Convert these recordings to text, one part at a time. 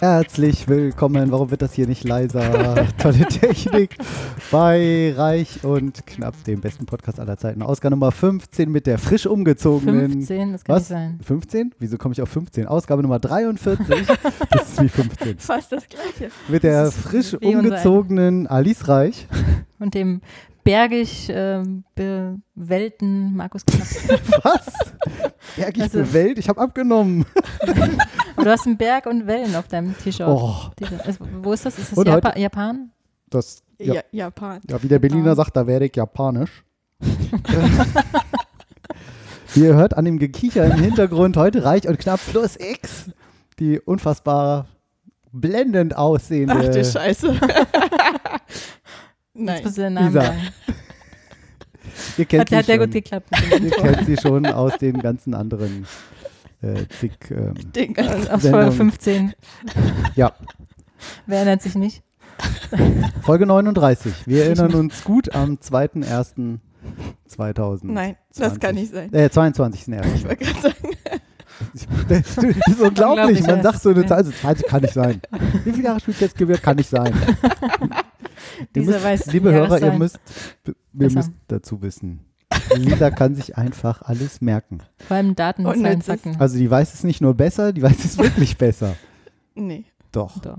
Herzlich willkommen, warum wird das hier nicht leiser? Tolle Technik bei Reich und Knapp, dem besten Podcast aller Zeiten. Ausgabe Nummer 15 mit der frisch umgezogenen. 15, das kann Was? nicht sein. 15? Wieso komme ich auf 15? Ausgabe Nummer 43. das ist wie 15. Fast das Gleiche. Mit der frisch wie unser- umgezogenen Alice Reich. Und dem bergisch ähm, bewellten Markus Knapp. Was? Bergig Also- bewellt? Ich habe abgenommen. Aber du hast einen Berg und Wellen auf deinem T-Shirt. Oh, T-Shirt. Also, wo ist das? Ist das Und heute- Japa Japan? das. Ja, Ja, Japan. Ja, wie der Berliner sagt, da werde ich japanisch. Wie ihr hört an dem Gekicher im Hintergrund heute reich und knapp plus X, die unfassbar blendend aussehende. Ach du Scheiße. Jetzt Nein. bist du den Namen Lisa. sagen. ihr kennt Hat, hat sie ja schon. gut geklappt. mit dem Ihr Intro. kennt sie schon aus den ganzen anderen äh, zig. Ähm, Den ganzen- Aus Sendung. Also Folge 15. ja, Wer erinnert sich nicht? Folge 39. Wir erinnern uns gut am 2.1.2000. Nein, das 20. kann nicht sein. Äh, 22. Erst. Ich wollte gerade sagen, Das ist unglaublich. Unglaublich, Man ja. sagt so eine Ja. Zahl, also 20 kann nicht sein. Wie viele Jahre spielt jetzt gewährt? Kann nicht sein. Ihr Lisa müsst, weiß die liebe Hörer, ihr Jahreszahlen. müsst, ihr Besser. müsst dazu wissen. Lisa kann sich einfach alles merken. Vor allem Daten und Und jetzt Zahlen ist- zacken. Also die weiß es nicht nur besser, die weiß es wirklich besser. nee. Doch. So.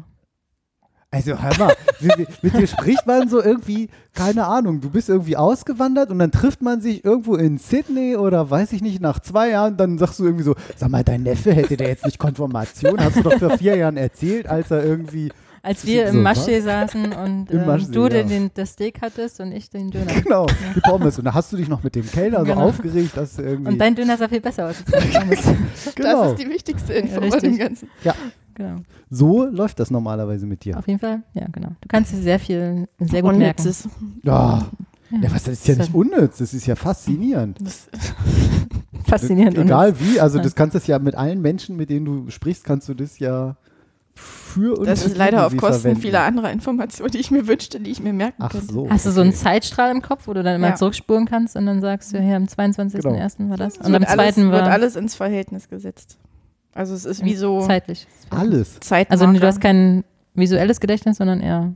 Also hör mal, mit, dir- mit dir spricht man so irgendwie, keine Ahnung, du bist irgendwie ausgewandert und dann trifft man sich irgendwo in Sydney oder weiß ich nicht, nach zwei Jahren, dann sagst du irgendwie so, sag mal, dein Neffe hätte der jetzt nicht Konfirmation, hast du doch vor vier Jahren erzählt, als er irgendwie Als wir So, im Maschsee saßen und Im ähm, Maschsee, du ja. den, den, das Steak hattest und ich den Döner. Genau, die Pommes. Und da hast du dich noch mit dem Kellner so Genau. aufgeregt, dass du irgendwie. Und dein Döner sah viel besser aus. als mein Pommes. genau. Das ist die wichtigste Info Ja, bei dem richtig. Ganzen. genau. so läuft das normalerweise mit dir. Auf jeden Fall, ja, genau. Du kannst dir sehr viel, sehr gut merken. Unnützes. Ja. ja, was das ist ja Ist nicht unnütz, das ist ja faszinierend. Das, Faszinierend. Egal wie, also Ja. das kannst du ja mit allen Menschen, mit denen du sprichst, kannst du das ja für und das ist gegen leider auf sie Kosten verwenden. vieler anderer Informationen, die ich mir wünschte, die ich mir merken Ach könnte. so. Genau. Hast du so einen okay. Zeitstrahl im Kopf, wo du dann immer Ja. Mhm. zurückspulen kannst und dann sagst du, hier am 22.01. Genau. war das Es und am wird 2. alles, wird war alles ins Verhältnis gesetzt. Also es ist wie so zeitlich. Alles. Zeit. Also nee, du hast kein visuelles Gedächtnis, sondern eher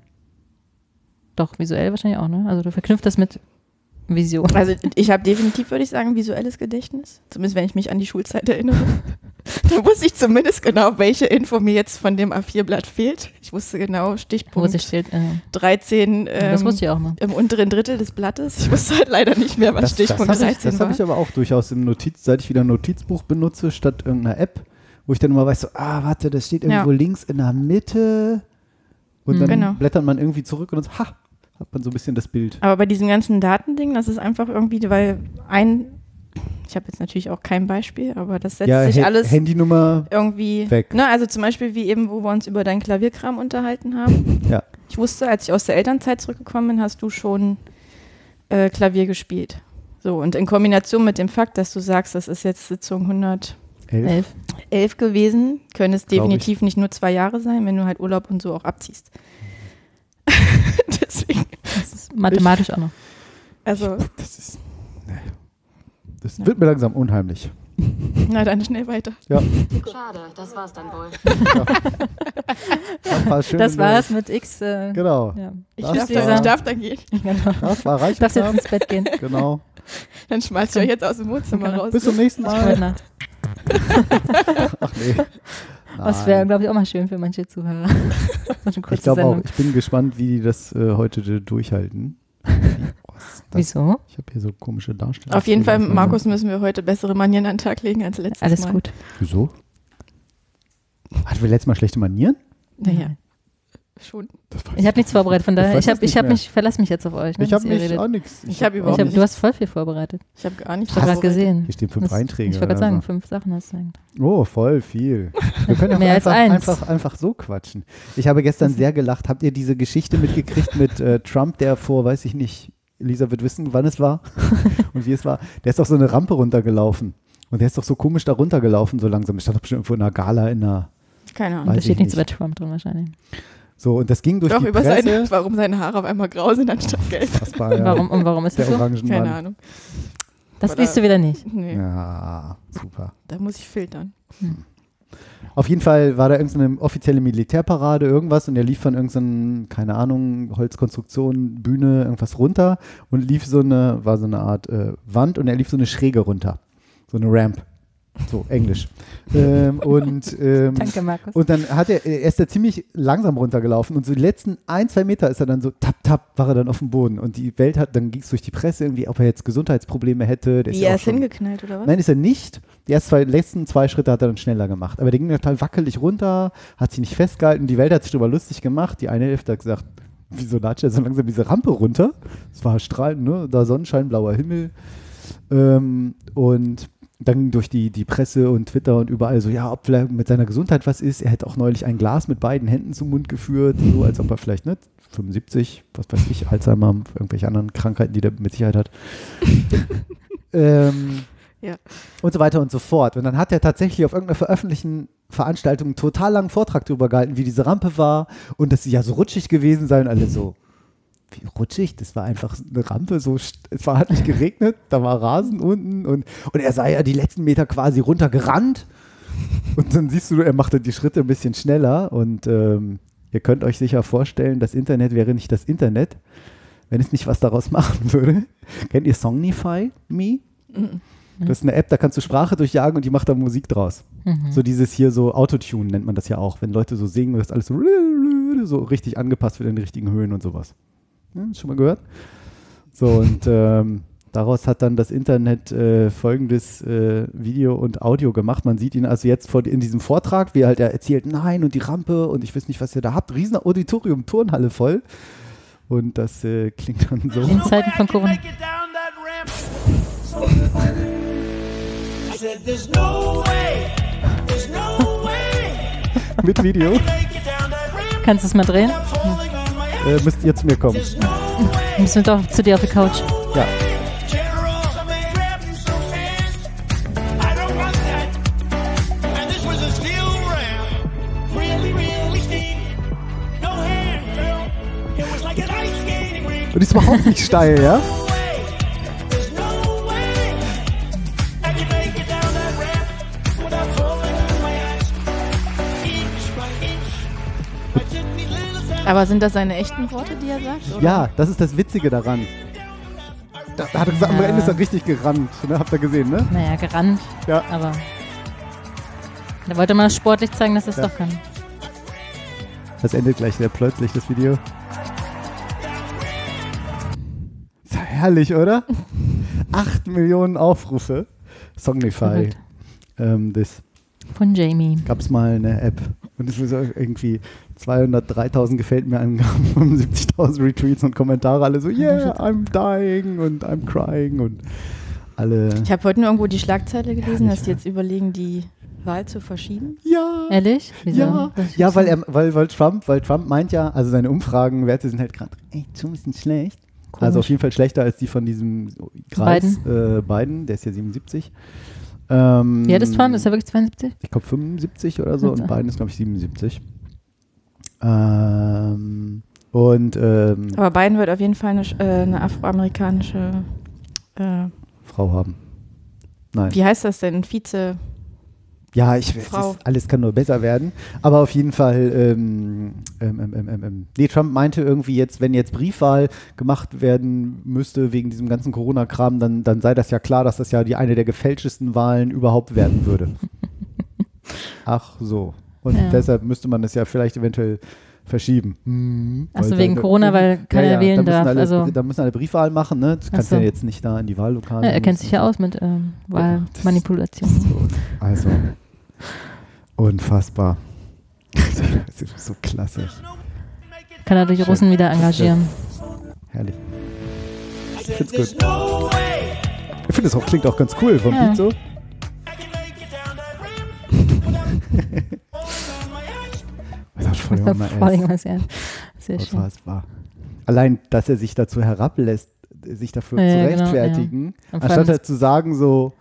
doch visuell wahrscheinlich auch, ne? Also du verknüpft das mit Vision. Also ich habe definitiv, würde ich sagen, visuelles Gedächtnis. Zumindest wenn ich mich an die Schulzeit erinnere. da wusste ich zumindest genau, welche Info mir jetzt von dem A4-Blatt fehlt. Ich wusste genau Wo Stichpunkt sich steht, äh, 13 ähm, das wusste ich auch mal. im unteren Drittel des Blattes. Ich wusste halt leider nicht mehr, was Das, das Stichpunkt habe ich, 13 das war. hab ich aber auch durchaus im Notiz, seit ich wieder ein Notizbuch benutze, statt irgendeiner App, wo ich dann immer weiß, so, ah, warte, das steht irgendwo links in der Mitte. Und Mhm. dann Genau. blättert man irgendwie zurück und dann, ha, hat man so ein bisschen das Bild. Aber bei diesem ganzen Datending, das ist einfach irgendwie, weil ein, ich habe jetzt natürlich auch kein Beispiel, aber das setzt sich Ha- alles Handynummer, irgendwie Weg. Ne, also zum Beispiel wie eben, wo wir uns über deinen Klavierkram unterhalten haben. Ja. Ich wusste, als ich aus der Elternzeit zurückgekommen bin, hast du schon äh, Klavier gespielt. So, und in Kombination mit dem Fakt, dass du sagst, das ist jetzt Sitzung 111 elf. Elf. gewesen, können es Glaub ich. definitiv nicht nur zwei Jahre sein, wenn du halt Urlaub und so auch abziehst. Deswegen, Das ist mathematisch auch noch. also, Das ist, ne. das wird mir langsam unheimlich. na dann schnell weiter. Schade, das war's dann wohl. Das war schön. Das war's mit X. Äh, Genau. ja. Ich Das darf, war- dann, ich darf dann gehen. Genau. Das war reich. und Darfst jetzt knapp. ins Bett gehen. Genau. Dann schmeißt ihr euch jetzt aus dem Wohnzimmer Genau. raus. Bis zum nächsten Heute Mal. Nacht. Ach nee. Das wäre, Nein. glaube ich, auch mal schön für manche Zuhörer. so eine kurze Ich glaube auch, Sendung. ich bin gespannt, wie die das äh, heute durchhalten. Was, das, Wieso? ich habe hier so komische Darstellungen. Auf jeden Fall, Markus, müssen wir heute bessere Manieren an den Tag legen als letztes Alles Mal. gut. Wieso? Hatten wir letztes Mal schlechte Manieren? Naja, schon. Das weiß Ich habe nichts vorbereitet, von Ich daher, weiß ich, hab, das nicht ich hab mehr. mich, verlass mich jetzt auf euch. Ne, Ich dass habe ihr nicht redet. auch nichts. Ich hab überhaupt ich hab, nicht. du hast voll viel vorbereitet. Ich habe gar nichts Ich habe gerade vorbereitet. gesehen. Hier stehen fünf Das- Einträge. Ich wollte gerade oder sagen, so. fünf Sachen hast du eigentlich. Oh, voll viel. Wir können auch Mehr als einfach, eins. einfach, einfach so quatschen. Ich habe gestern sehr gelacht. Habt ihr diese Geschichte mitgekriegt mit äh, Trump, der vor, weiß ich nicht, Lisa wird wissen, wann es war und wie es war. Der ist doch so eine Rampe runtergelaufen. Und der ist doch so komisch da runtergelaufen, so langsam. Ich stand doch bestimmt irgendwo in einer Gala, in einer Keine Ahnung. Weiß Da steht ich nichts nicht. über Trump drin wahrscheinlich. So, und das ging durch Doch, die über Presse. seine, warum seine Haare auf einmal grau sind anstatt gelb. das war ja Warum, und warum ist das der so? Orangenmann. Keine Ahnung. Das Oder- liest du wieder nicht. Nee, Ja, super. da muss ich filtern. Auf jeden Fall war da irgendeine offizielle Militärparade, irgendwas, und er lief von irgendeinem, keine Ahnung, Holzkonstruktion, Bühne, irgendwas runter und lief so eine, war so eine Art äh, Wand und er lief so eine Schräge runter. So eine Ramp. So, Englisch. ähm, und, ähm, Danke, Markus. und dann hat er, er ist da ziemlich langsam runtergelaufen und so die letzten ein, zwei Meter ist er dann so tap, tap, war er dann auf dem Boden. Und die Welt hat, dann ging es durch die Presse irgendwie, ob er jetzt Gesundheitsprobleme hätte. Der ist Wie ja er auch ist schon- hingeknallt, oder was? Nein, ist er nicht. Die ersten zwei, letzten zwei Schritte hat er dann schneller gemacht. Aber der ging total wackelig runter, hat sich nicht festgehalten. Die Welt hat sich drüber lustig gemacht. Die eine Hälfte hat gesagt, wieso latscht er so langsam diese Rampe runter? Es war strahlend, ne? Da Sonnenschein, blauer Himmel. Ähm, und dann durch die, die Presse und Twitter und überall so, ja, ob vielleicht mit seiner Gesundheit was ist. Er hätte auch neulich ein Glas mit beiden Händen zum Mund geführt, so als ob er vielleicht, ne, 75, was weiß ich, Alzheimer, irgendwelche anderen Krankheiten, die der mit Sicherheit hat. ähm, Ja. und so weiter und so fort. Und dann hat er tatsächlich auf irgendeiner veröffentlichten Veranstaltung einen total langen Vortrag darüber gehalten, wie diese Rampe war und dass sie ja so rutschig gewesen sei und alle so. Wie rutschig, das war einfach eine Rampe, so st- es war, hat nicht geregnet, da war Rasen unten und, und er sei ja die letzten Meter quasi runtergerannt. Und dann siehst du, er machte die Schritte ein bisschen schneller und ähm, ihr könnt euch sicher vorstellen, das Internet wäre nicht das Internet, wenn es nicht was daraus machen würde. Kennt ihr Songify Me? Das ist eine App, da kannst du Sprache durchjagen und die macht da Musik draus. So dieses hier so Autotune nennt man das ja auch, wenn Leute so singen und das alles so, so richtig angepasst wird in die richtigen Höhen und sowas. Hm, schon mal gehört? So und ähm, daraus hat dann das Internet äh, folgendes äh, Video und Audio gemacht. Man sieht ihn also jetzt vor, in diesem Vortrag, wie er halt er erzählt, nein und die Rampe und ich weiß nicht, was ihr da habt. Riesen Auditorium, Turnhalle voll. Und das äh, klingt dann so. In Zeiten von Corona. I said, There's no way, there's no way. Mit Video Make it down that ramp. Kannst du es mal drehen? I'm falling on my ass. äh, müsst ihr zu mir kommen. There's no way, Müssen wir doch zu dir auf die Couch. no Ja. way. General, somebody grab him so fast. I don't want that. And this was a steel ramp. Really, really steep. No handrail. It was like an ice skating rink. Und ist überhaupt nicht steil, ja? Aber sind das seine echten Worte, die er sagt? Oder? Ja, das ist das Witzige daran. Da, da hat er gesagt, am Ja. Ende ist er richtig gerannt. Ne? Habt ihr gesehen, ne? Naja, gerannt. Ja. Aber. Da wollte man sportlich zeigen, dass es Ja. doch kann. Das endet gleich sehr plötzlich, das Video. Ist ja herrlich, oder? Acht Millionen Aufrufe. Songify. Verrückt. Ähm, das Von Jamie. gab es mal eine App. Und es ist irgendwie 203.000 gefällt mir Angaben, 75.000 Retweets und Kommentare. Alle so, yeah, I'm dying und I'm crying und alle, Ich habe heute nur irgendwo die Schlagzeile gelesen, Ja, dass die jetzt überlegen, die Wahl zu verschieben. ja. Ehrlich? Wieso? Ja, Das- ja weil, er, weil, weil, Trump, weil Trump meint ja, also seine Umfragenwerte sind halt gerade echt schon ein bisschen schlecht. Komisch. Also auf jeden Fall schlechter als die von diesem Kreis Biden, äh, Biden der ist ja 77. Ähm, Wie alt ist Trump? Ist er wirklich 72? Ich glaube 75 oder so und Also. Biden ist, glaube ich, 77. Ähm, und ähm, Aber Biden wird auf jeden Fall eine, Sch- äh, eine afroamerikanische, äh, Frau haben. Nein. wie heißt das denn, Vize? Ja, ich es Frau. ist, alles kann nur besser werden. Aber auf jeden Fall, ähm, ähm, ähm, ähm, ähm, ähm. nee, Trump meinte irgendwie jetzt, wenn jetzt Briefwahl gemacht werden müsste wegen diesem ganzen Corona-Kram, dann, dann sei das ja klar, dass das ja die eine der gefälschtesten Wahlen überhaupt werden würde. Ach so. Und Ja. deshalb müsste man das ja vielleicht eventuell verschieben. Hm, Ach so, weil wegen seine- Corona, weil keiner wählen da müssen darf, Alle, also- da müssen alle Briefwahl machen, ne? Du kannst so. ja jetzt nicht da in die Wahllokale. Ja, er kennt sich ja aus. aus mit ähm, das- Wahlmanipulation. So, also, unfassbar. Das ist so klasse. Kann er durch die Schön. Russen wieder engagieren. Herrlich. It's good. No way Ich finde, das auch, klingt auch ganz cool vom Ja. Beat so. I can make it down that ramp Das without falling on my ass. ist voll Da on my freue ich ass. mich sehr. Sehr schön. Unfassbar. Allein, dass er sich dazu herablässt, sich dafür Ja, zu ja, genau, rechtfertigen, Und vor allem anstatt das- Hm? halt zu sagen so,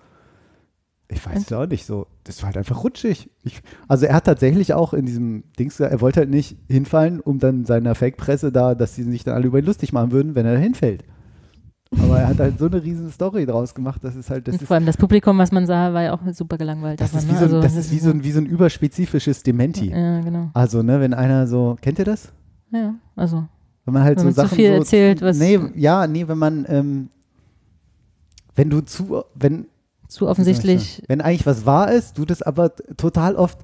ich weiß es auch nicht so, das war halt einfach rutschig. Ich, also er hat tatsächlich auch in diesem Dings, gesagt, er wollte halt nicht hinfallen, um dann seiner Fake-Presse da, dass die sich dann alle über ihn lustig machen würden, wenn er da hinfällt. Aber er hat halt so eine riesen Story draus gemacht, das ist halt, das Und ist, vor allem das Publikum, was man sah, war ja auch super gelangweilt. das davon, ist wie ne? so ein, Also, das ist wie so ein, wie so ein überspezifisches Dementi. Ja, genau. Also, ne, wenn einer so, kennt ihr das? Ja, also. Wenn man halt Wenn so man zu Sachen viel so, erzählt, was- Nee, ja, nee, wenn man, ähm, wenn du zu, wenn, Zu offensichtlich. wenn eigentlich was wahr ist, du das aber t- total oft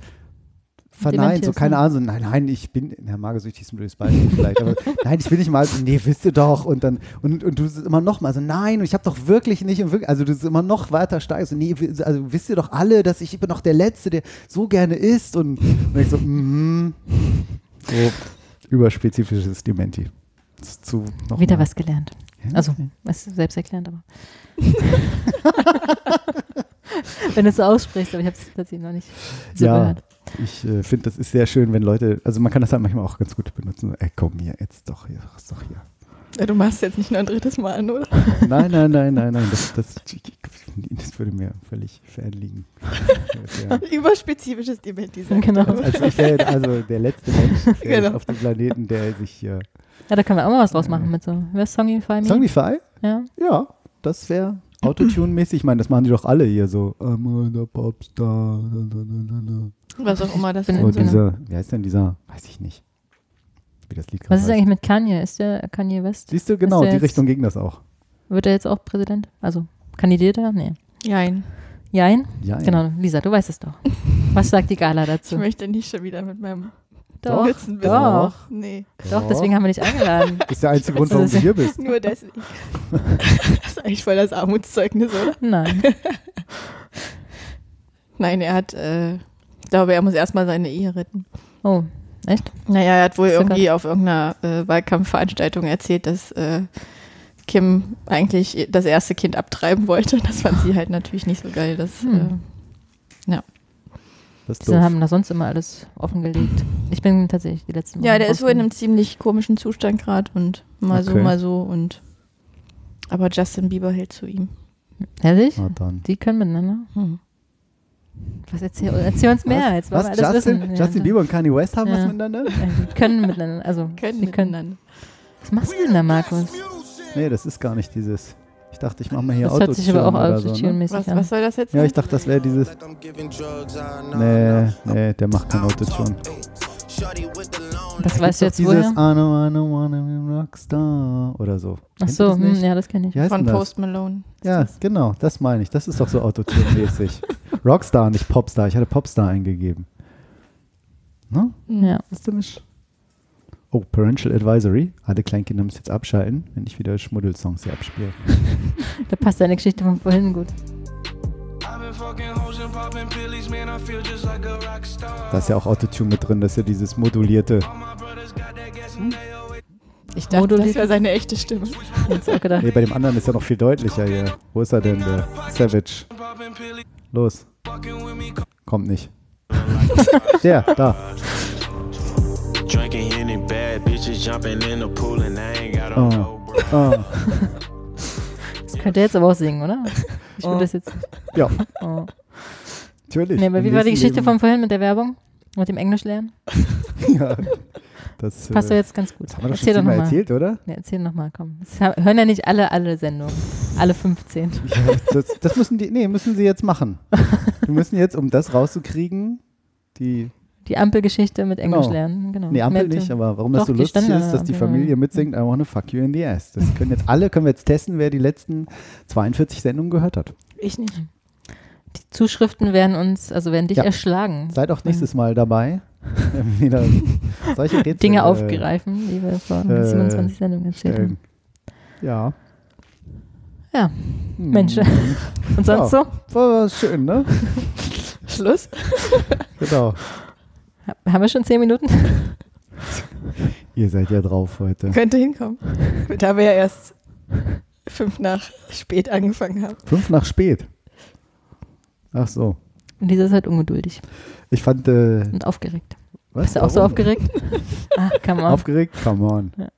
verneint, Dementierst, so keine ne? Ahnung, so, nein, nein, ich bin, na, magersüchtig ist ein blödes Beispiel vielleicht, aber nein, ich bin nicht mal, nee, wisst ihr doch und dann, und, und du sitzt immer noch mal so, nein, und ich habe doch wirklich nicht, und wirklich, also du sitzt immer noch weiter steigst, und nee, wi- also wisst ihr doch alle, dass ich, ich bin doch der Letzte, der so gerne isst und, und ich so, mhm, so überspezifisches Dementi. Das ist Zu, noch Wieder mal. was gelernt. Also, es ist selbst erklärend, aber. Wenn du es so aussprichst, aber ich habe es tatsächlich noch nicht so ja, gehört. ich äh, finde, das ist sehr schön, wenn Leute, also man kann das halt manchmal auch ganz gut benutzen. Ey, komm hier, jetzt doch hier, ist doch hier. Ja, du machst jetzt nicht noch ein drittes Mal an, oder? Nein, nein, nein, nein, nein, das, das, das würde mir völlig fernliegen. Ja. Überspezifisches Event-Design. Genau. Also ich wäre also der letzte Mensch der Genau. auf dem Planeten, der sich hier. Ja, da können wir auch mal was draus machen mit so. Wer ist Songify Me? Songify? ja. Ja, das wäre Autotune-mäßig. Ich meine, das machen die doch alle hier so. I'm on a Popstar. Na, na, na, na, Was auch immer das Bin- na. sein Oh, Genau. soll. dieser, wie heißt denn dieser? Weiß ich nicht. Wie das Lied Was gerade ist heißt. eigentlich mit Kanye? Ist der Kanye West? Siehst du, genau, der die jetzt- Richtung ging das auch. Wird er jetzt auch Präsident? Also, kandidiert er? Nee. Nein, Jein? Ja, Genau, Lisa, du weißt es doch. Was sagt die Gala ich dazu? möchte nicht schon wieder mit meinem Doch, Sitzen doch, Nee, doch, deswegen haben wir dich eingeladen. Das ist der einzige Grund, warum du hier bist. nur das nicht. das ist eigentlich voll das Armutszeugnis, oder? Nein. Nein, er hat, äh, ich glaube, er muss erstmal seine Ehe retten. Oh, echt? Naja, er hat wohl Ist ja irgendwie auf irgendeiner äh, Wahlkampfveranstaltung erzählt, dass äh, Kim eigentlich ihr- das erste Kind abtreiben wollte. Das fand sie halt natürlich nicht so geil. äh, Dass, Hm. Das ist Die doof. haben da sonst immer alles offengelegt. Ich bin tatsächlich die letzten äh, ja, Wochen der ist wohl in einem ziemlich komischen Zustand gerade und mal so, Okay. mal so und aber Justin Bieber hält zu ihm. rausgekommen. Ehrlich? Na Ah, dann. Die können miteinander. Hm. Was erzähl, erzähl uns mehr, jetzt wollen Was? wir alles Justin, wissen. Justin Bieber und Kanye West haben was Ja. miteinander? Ja, die können miteinander. Also, Können die können. miteinander. Was machst du denn da, Markus? Nee, das ist gar nicht dieses. Ich dachte, ich mache mal hier Das hört sich aber auch Autotune oder so, ne? autotune-mäßig Was, an. was soll das jetzt? Ja, ich sein? dachte, das wäre dieses. Like I'm giving drugs, I know. Nee, nee, der macht kein Autotune. Shorty with the long Das weißt du Doch jetzt dieses Ah, I woher? don't, I don't wanna be a Rockstar oder so. Ach Kennt ihr so, das nicht? hm, ja, das kenne ich. Wie heißt Von denn das? Post Malone. Ja, genau, das meine ich. Das ist doch so Autotune-mäßig. Rockstar, nicht Popstar. Ich hatte Popstar eingegeben. Ne? Hm. Ja. Ist denn nicht? Oh, Parental Advisory. Alle Kleinkinder müssen jetzt abschalten, wenn ich wieder Schmuddelsongs hier abspiele. Da passt deine Geschichte von vorhin gut. I've been fucking hoes and popping pillies, man. I feel just like a rock star. Da ist ja auch Autotune mit drin, das ist ja dieses modulierte. All my brothers got that gas and they always Ich dachte, Moduliert. das wäre seine echte Stimme. Ich hab's auch gedacht. Nee, bei dem anderen ist ja noch viel deutlicher hier. Wo ist er denn, der Savage? popping pillies, Los, fucking with me. kommt nicht. Der, da. Drinking any bad bitches jumping in the pool and I ain't got a Oh. no bro. Ah, Das könnte er jetzt aber auch singen, oder? Ich will Oh. das jetzt. ja, Oh. natürlich. Nee, aber Im wie war die nächsten Geschichte von vorhin mit der Werbung? Mit dem Englisch lernen? Leben. Ja, das, Passt doch äh, jetzt ganz gut. Haben wir doch Erzähl schon doch mal nochmal. erzählt, oder? Ja, erzähl nochmal, komm. Das ha- hören ja nicht alle, alle Sendungen. Alle 15. Ja, das, das müssen die, nee, müssen sie jetzt machen. Wir müssen jetzt, um das rauszukriegen, die, Die Ampelgeschichte mit Englisch Genau. lernen, genau. nee, Ampel Mit, nicht, aber warum Doch, das so die lustig Standard- ist, dass die Ampel. Familie mitsingt, I wanna fuck you in the ass. Das können jetzt alle, können wir jetzt testen, wer die letzten 42 Sendungen gehört hat. Ich nicht. Die Zuschriften werden uns, also werden dich Ja. erschlagen. Seid auch nächstes Mal dabei. wenn wir Wieder solche Rätsel, Dinge äh, aufgreifen, die wir vor äh, 27 Sendungen erzählt stellen. haben. ähm, Ja. Ja. Hm. Mensch. Und sonst Ja. so? War, war schön, ne? Schluss? Genau. Ha- Haben wir schon 10 Minuten? Ihr seid ja drauf heute. Könnte hinkommen. Da wir ja erst fünf nach spät angefangen haben. Fünf nach spät. Ach so. Und dieser ist halt ungeduldig Ich fand, äh, und aufgeregt. was? Bist du auch so Warum? aufgeregt? Ach, come on. Aufgeregt? Come on. Ja.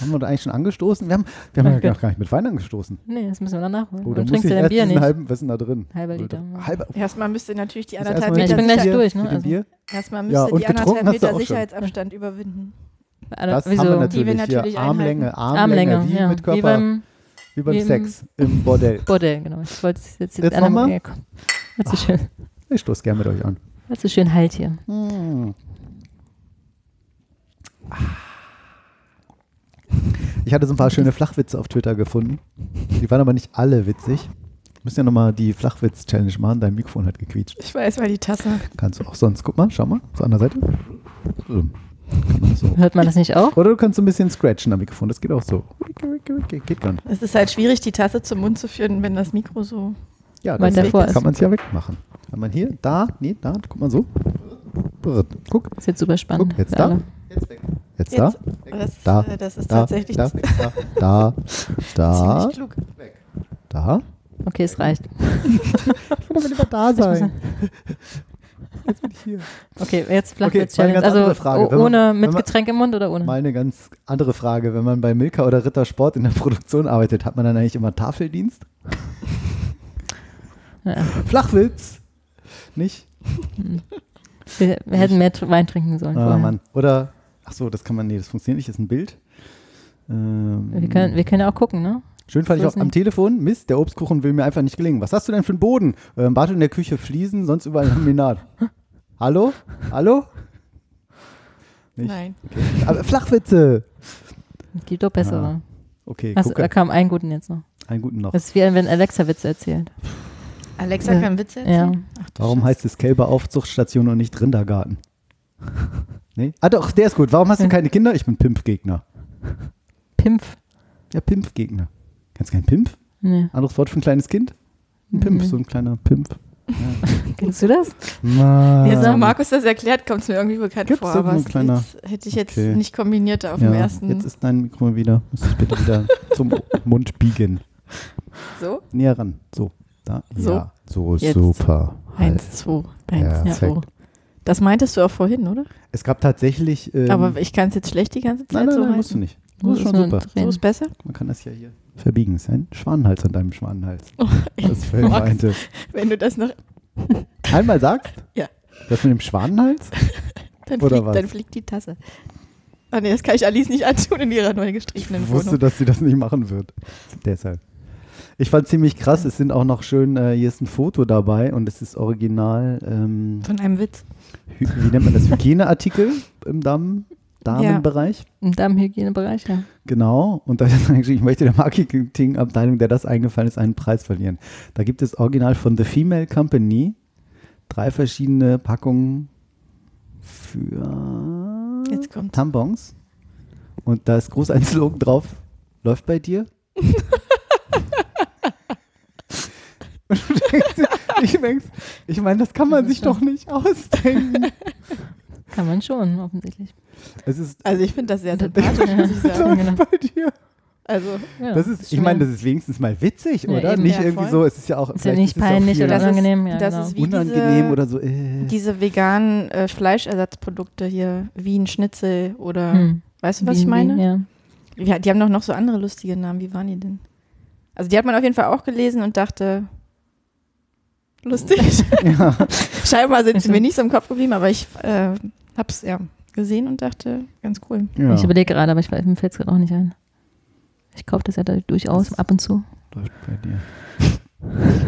Haben wir da eigentlich schon angestoßen? Wir haben, wir haben ja Danke. noch gar nicht mit Wein angestoßen. Nee, das müssen wir dann nachholen. Oh, Warum da muss trinkst ich du dein erst Bier diesen nicht? halben, was ist denn da drin? Halber Liter. Halber. Erstmal müsste natürlich die Muss anderthalb erstmal Ja, ich Meter, bin gleich Sicher durch, ne? Mit dem Also, Bier? erstmal Ja, müsste und die getrunken hast anderthalb du Meter auch schon. Sicherheitsabstand überwinden. alle- Das wieso? haben wir Die wir natürlich, natürlich hier. Armlänge, Armlänge, Armlänge, wie ja. mit Körper, Wie beim wie im- Sex im Bordell. Bordell, genau. Ich wollte es jetzt, Jetzt anderen- nochmal? Ja, komm. Hat so schön, Ich stoße gerne mit euch an. hat so schön Halt hier. Ich hatte so ein paar schöne Flachwitze auf Twitter gefunden. Die waren aber nicht alle witzig. Wir müssen ja nochmal die Flachwitz-Challenge machen. Dein Mikrofon hat gequietscht. Ich weiß, weil die Tasse. Kannst du auch sonst. Guck mal, schau mal, zur anderen Seite. So. Kann man so. Hört man das nicht auch? Oder du kannst so ein bisschen scratchen am Mikrofon. Das geht auch so. Wicke, wicke, wicke. Geht gar nicht. Es ist halt schwierig, die Tasse zum Mund zu führen, wenn das Mikro so. Ja, Weil deswegen davor kann ist- man es ja wegmachen. Wenn man hier, da, nee, da, guck mal so. Brrrt. Guck, Ist jetzt super spannend. guck, jetzt für da. alle. Jetzt da. Das, Da, äh, das ist da, tatsächlich da, da, da, ziemlich klug. da. Okay, es reicht. Ich will aber lieber da sein. Okay, jetzt flach Okay, jetzt mal eine Challenge. ganz andere Also Frage. o- Wenn man- ohne wenn mit man- Getränk im Mund oder ohne? Mal eine ganz andere Frage. Wenn man bei Milka oder Ritter Sport in der Produktion arbeitet, hat man dann eigentlich immer Tafeldienst? Ja. Flachwitz. Nicht? Wir, wir hätten mehr tr- Wein trinken sollen. Ah, vorher. Mann. Oder, ach so, das kann man, nee, das funktioniert nicht, das ist ein Bild. Ähm, Wir können, wir können ja auch gucken, ne? Schön fand So ich ist auch am nicht. Telefon, Mist, der Obstkuchen will mir einfach nicht gelingen. Was hast du denn für einen Boden? Ähm, Bad in der Küche, Fliesen, sonst überall Laminat. Hallo? Hallo? Nicht? Nein. Aber Flachwitze! Gibt doch bessere. Ah, Okay, Oh. Also, da gucke. kam einen guten jetzt noch. Einen guten noch. Das ist wie wenn Alexa Witze erzählt. Alexa Ja. kann Witze Ja. erzählen. Ach, du Warum Scheiße. heißt es Kälber Aufzuchtstation und nicht Rindergarten? Nee? Ah doch, der ist gut. Warum hast du Ja. keine Kinder? Ich bin Pimpfgegner. Pimpf. Ja, Pimpfgegner. Kennst du keinen Pimpf? Nee. Anderes Wort für ein kleines Kind? Ein Pimpf, Mhm. so ein kleiner Pimpf. Kennst du das? Mann. Jetzt, wo Markus das erklärt, kommt es mir irgendwie bekannt Ähm, Gibt's vor, so aber ein es- kleiner- jetzt hätte ich jetzt Okay. nicht kombiniert auf ja, dem ersten. Jetzt ist dein Mikro wieder. Muss ich bitte wieder zum Mund biegen. so? Näher ran. So. Da. So. Ja. So Jetzt. super. Halt. Eins, zwei, eins, Ja, ja, perfekt. oh. Das meintest du auch vorhin, oder? Es gab tatsächlich. Ähm, aber ich kann es jetzt schlecht die ganze Zeit nein, nein, so nein, musst du halten. nicht. Das ist schon nur super. So drehen. ist besser? Man kann das ja hier verbiegen. Es ist ein Schwanenhals an deinem Schwanenhals. Das ich vorhin Max. meinte. Wenn du das noch, Einmal sagst? Ja. Das mit dem Schwanenhals? dann, Oder fliegt, was? dann fliegt die Tasse. Ah nee, das kann ich Alice nicht antun in ihrer neu gestrichenen wusste, Wohnung. dass sie das nicht machen wird. Deshalb. Ich fand ziemlich krass. Es sind auch noch schön. Äh, hier ist ein Foto dabei und es ist original. Ähm, Von einem Witz. Hy- wie nennt man das, Hygieneartikel im Damen, Damenbereich. Im Darmhygienebereich, ja. Genau. Und da ist dann geschrieben, ich möchte der Marketingabteilung, der das eingefallen ist, einen Preis verlieren. Da gibt es original von The Female Company drei verschiedene Packungen für Jetzt kommt. Tampons. Und da ist groß ein Slogan drauf, läuft bei dir. Und du denkst dir, ich denk's, ich meine, das kann man sich doch nicht ausdenken. Kann man schon, offensichtlich. Es ist Also ich finde das sehr sympathisch, muss ich sagen. Genau. bei dir. Also Ja, Das ist, ich schwer. meine, das ist wenigstens mal witzig, Ja, oder? eben. Nicht Ja, irgendwie voll. so, es ist ja auch ist ja vielleicht nicht es peinlich viel oder Das ist- unangenehm. ja, das genau. ist wie unangenehm diese, oder so. Äh. diese veganen äh, Fleischersatzprodukte hier, wie ein Schnitzel oder Hm. weißt du, was Wie- ich meine? wie- Ja. Ja, die haben doch noch so andere lustige Namen. Wie waren die denn? Also die hat man auf jeden Fall auch gelesen und dachte, lustig. Scheinbar sind sie mir nicht so im Kopf geblieben, aber ich äh, hab's ja gesehen und dachte, ganz cool. Ja. Ich überlege gerade, aber ich, weiß- mir fällt es gerade auch nicht ein. Ich kaufe das ja da durchaus Das- ab und zu. Läuft bei dir.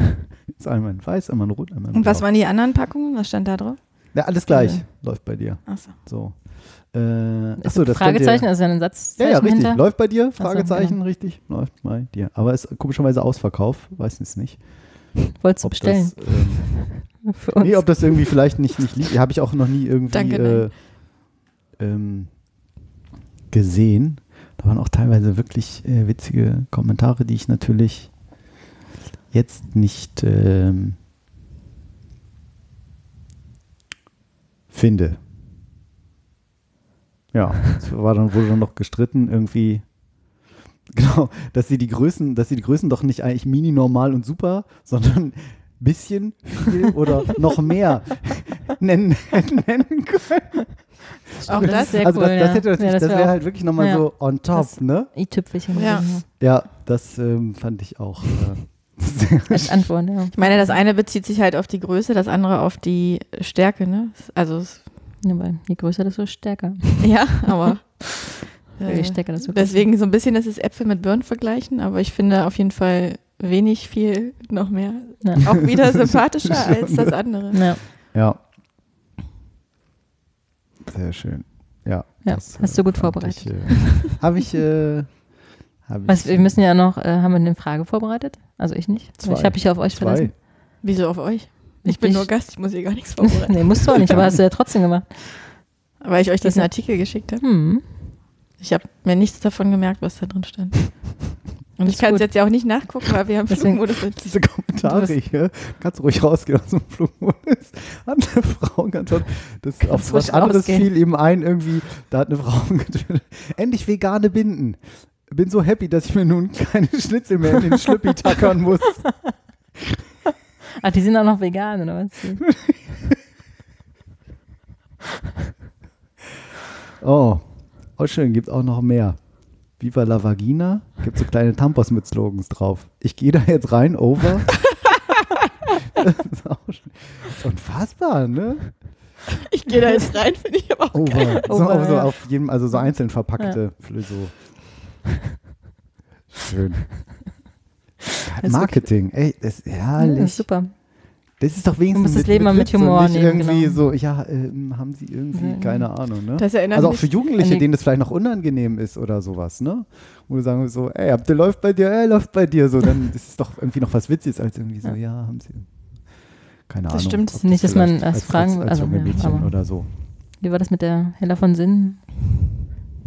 Jetzt einmal in weiß, einmal in rot, einmal in Und was blau. waren die anderen Packungen? Was stand da drauf? Ja, alles gleich. Ja. Läuft bei dir. Achso. So. Äh, Ist achso, ein das könnt Fragezeichen, Ihr, also ein Satz. ja, ja, richtig. Läuft bei dir? genau. Fragezeichen, richtig. Läuft bei dir. Aber ist komischerweise Ausverkauf. Weiß es nicht. Wolltest du Ob bestellen das, ähm, für uns? Nee, ob das irgendwie vielleicht nicht, nicht liegt, habe ich auch noch nie irgendwie Danke, äh, nein. ähm, gesehen. Da waren auch teilweise wirklich äh, witzige Kommentare, die ich natürlich jetzt nicht ähm, finde. Ja, es war dann, wurde dann noch gestritten irgendwie. Genau, dass sie die Größen, dass sie die Größen doch nicht eigentlich mini, normal und super, sondern bisschen, viel oder noch mehr. nennen, nennen können. Auch das, ist sehr also cool. das, das, ja. hätte natürlich, ja, das wäre wär halt wirklich nochmal ja. so on top, Das- ne? i tüpfelchen Ja. gewesen, Ja, das ähm, fand ich auch. Äh, ja. Als Antwort, ja. Ich meine, das eine bezieht sich halt auf die Größe, das andere auf die Stärke, ne? Also, es- ja weil je größer, desto stärker. ja, aber. Je äh, stärker, desto größer. Deswegen so ein bisschen ist es Äpfel mit Birnen vergleichen, aber ich finde auf jeden Fall wenig viel noch mehr. Ja. Auch wieder sympathischer als das andere. Ja. ja. Sehr schön. Ja. Ja, äh, hast du gut vorbereitet. Habe ich. Äh, hab Was, ich, wir müssen ja noch, äh, haben wir eine Frage vorbereitet? Also ich nicht. Zwei. Ich habe mich ja auf euch zwei. verlassen. Wieso auf euch? Ich bin nur Gast, ich muss hier gar nichts vorbereiten. nee, musst du auch nicht, aber hast du ja trotzdem gemacht. Weil ich euch Das diesen ist- Artikel geschickt habe. Hm. Ich habe mir nichts davon gemerkt, was da drin stand. Und ich Ist kann es gut. jetzt ja auch nicht nachgucken, weil wir haben Deswegen- Flugmodus. Diese Kommentare hier, kannst ruhig rausgehen aus dem Flugmodus. Hat eine Frau geantwortet, das auf was ruhig anderes rausgehen. fiel ihm ein irgendwie, da hat eine Frau getwittert, endlich vegane Binden. Bin so happy, dass ich mir nun keine Schnitzel mehr in den Schlüppi tackern muss. Ach, Ah, die sind auch noch vegan, oder was? Oh, oh schön, gibt's auch noch mehr. Viva la Vagina, gibt so kleine Tampons mit Slogans drauf. Ich gehe da jetzt rein, over. das ist auch schön. Ist unfassbar, ne? Ich gehe da jetzt rein, finde ich aber auch. Over. Oh, So, Over, so ja. auf jedem, also so einzeln verpackte ja. so. Schön. ist Marketing, ey, das ist Ja, das herrlich. ist super. das ist doch wenigstens musst das mit, Leben mal mit mit Witz und Humor nicht nehmen, irgendwie genau. so, ja, ähm, haben sie irgendwie, Mhm. keine Ahnung, ne? Das erinnert Also auch mich- für Jugendliche, an die- denen das vielleicht noch unangenehm ist oder sowas, ne? Wo wir sagen so, ey, habt ihr läuft bei dir, ey, läuft bei dir, so, dann ist es doch irgendwie noch was Witziges als irgendwie so, ja, haben sie, keine Das Ahnung. stimmt. ob Nicht, dass man vielleicht erst als, fragen- als, als also, junge ja, Mädchen aber- oder so. Wie war das mit der Hella von Sinn?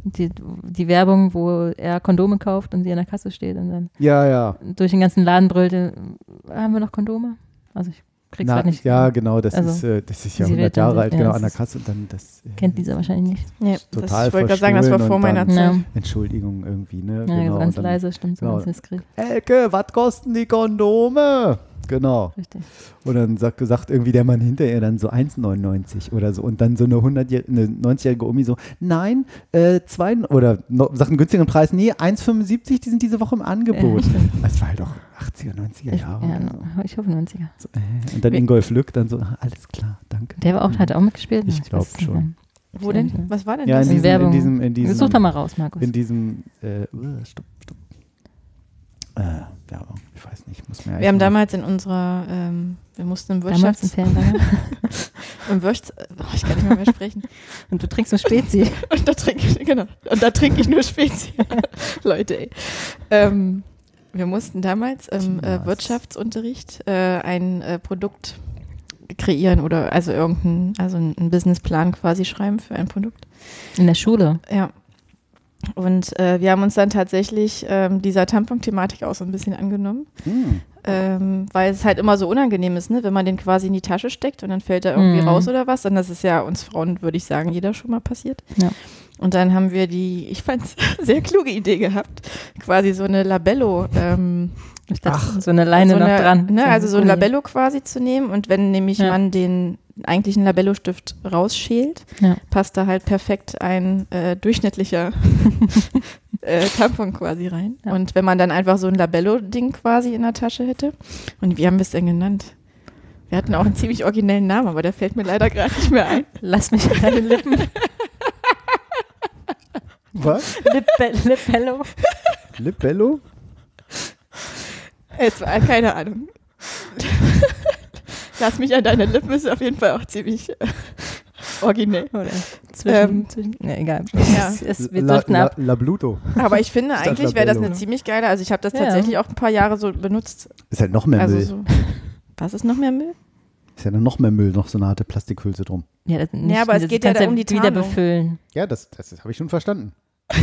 Die, die Werbung, wo er Kondome kauft und sie an der Kasse steht und dann Ja, ja. durch den ganzen Laden brüllte, haben wir noch Kondome? Also ich krieg's Na, gerade nicht. Ja, genau, das, Also, ist, äh, das ist ja sie 100 redet dann- Jahre alt, ja, genau, es an der ist- Kasse und dann das. äh, Kennt dieser wahrscheinlich nicht. Nee, Total das, ich wollte gerade sagen, das war verschwulen vor und meiner dann- Zeit. Ja, Entschuldigung irgendwie, ne? ja genau, so ganz und dann, leise, stimmt, so genau. ganz diskret. Elke, was kosten die Kondome? Genau. Richtig. Und dann sagt, sagt irgendwie der Mann hinter ihr dann so 1,99 oder so. Und dann so eine, 100 eine 90-jährige Omi so, nein, äh, zwei, oder no, sagt einen günstigeren Preis, nee, 1,75, die sind diese Woche im Angebot. Ja, das war halt auch 80er, 90er Ich, Jahre. ja, oder so. no, ich hoffe 90er. So, äh, Und dann Ingolf Lück dann so, ah, alles klar, danke. Der war auch, hat er auch mitgespielt? Ich weiß glaub es nicht schon. mehr. Wo denn? Was war denn Ja, in das? die- diesem, in Werbung. diesem, in diesem, Such doch mal raus, Markus. in diesem, äh, uh, stopp, stopp. Äh, Werbung, ich weiß nicht, muss mir Wir haben damals in unserer, ähm, wir mussten im Damals im Wirtschafts... Fernsehen. Im Wirtschafts... Oh, ich kann nicht mehr, mehr sprechen. Und du trinkst nur Spezi. Und da trinke ich, genau. Und da trinke ich nur Spezi. Leute, ey. Ähm, wir mussten damals im äh, Niemals. Wirtschaftsunterricht äh, ein äh, Produkt kreieren oder also irgendeinen, also einen Businessplan quasi schreiben für ein Produkt. In der Schule. Ja. Und äh, wir haben uns dann tatsächlich ähm, dieser Tampon-Thematik auch so ein bisschen angenommen, Hm. ähm, weil es halt immer so unangenehm ist, ne? wenn man den quasi in die Tasche steckt und dann fällt er irgendwie Mhm. raus oder was. Und das ist ja uns Frauen, würde ich sagen, jeder schon mal passiert. Ja. Und dann haben wir die, ich fand es sehr kluge Idee gehabt, quasi so eine Labello. Ähm, Ich dachte, so eine Leine so noch eine, dran. Ne, also so ein Gummi. Labello quasi zu nehmen und wenn nämlich Ja. man den eigentlichen Labello-Stift rausschält, Ja. passt da halt perfekt ein äh, durchschnittlicher äh, Tampon quasi rein. Ja. Und wenn man dann einfach so ein Labello-Ding quasi in der Tasche hätte. Und wie haben wir es denn genannt? Wir hatten auch einen ziemlich originellen Namen, aber der fällt mir leider gerade nicht mehr ein. Lass mich an deine Lippen. Was? Lippe, Lippello. Libello? Es war äh, keine Ahnung. Lass mich an deine Lippen ist auf jeden Fall auch ziemlich äh, originell. Oder zwischen, Ähm, zwischen. Ne, egal. Ja. Es, es, wir La, driften La, ab. La Bluto. Aber ich finde, Statt eigentlich wäre das eine Labello. ziemlich geile. Also ich habe das Ja. tatsächlich auch ein paar Jahre so benutzt. Ist halt noch mehr also Müll. so. Was ist noch mehr Müll? Ist ja dann noch mehr Müll, noch so eine harte Plastikhülse drum. Ja, das, nicht, aber es das geht kannst ja da um die wieder Tarnung. befüllen. Ja, das, das habe ich schon verstanden.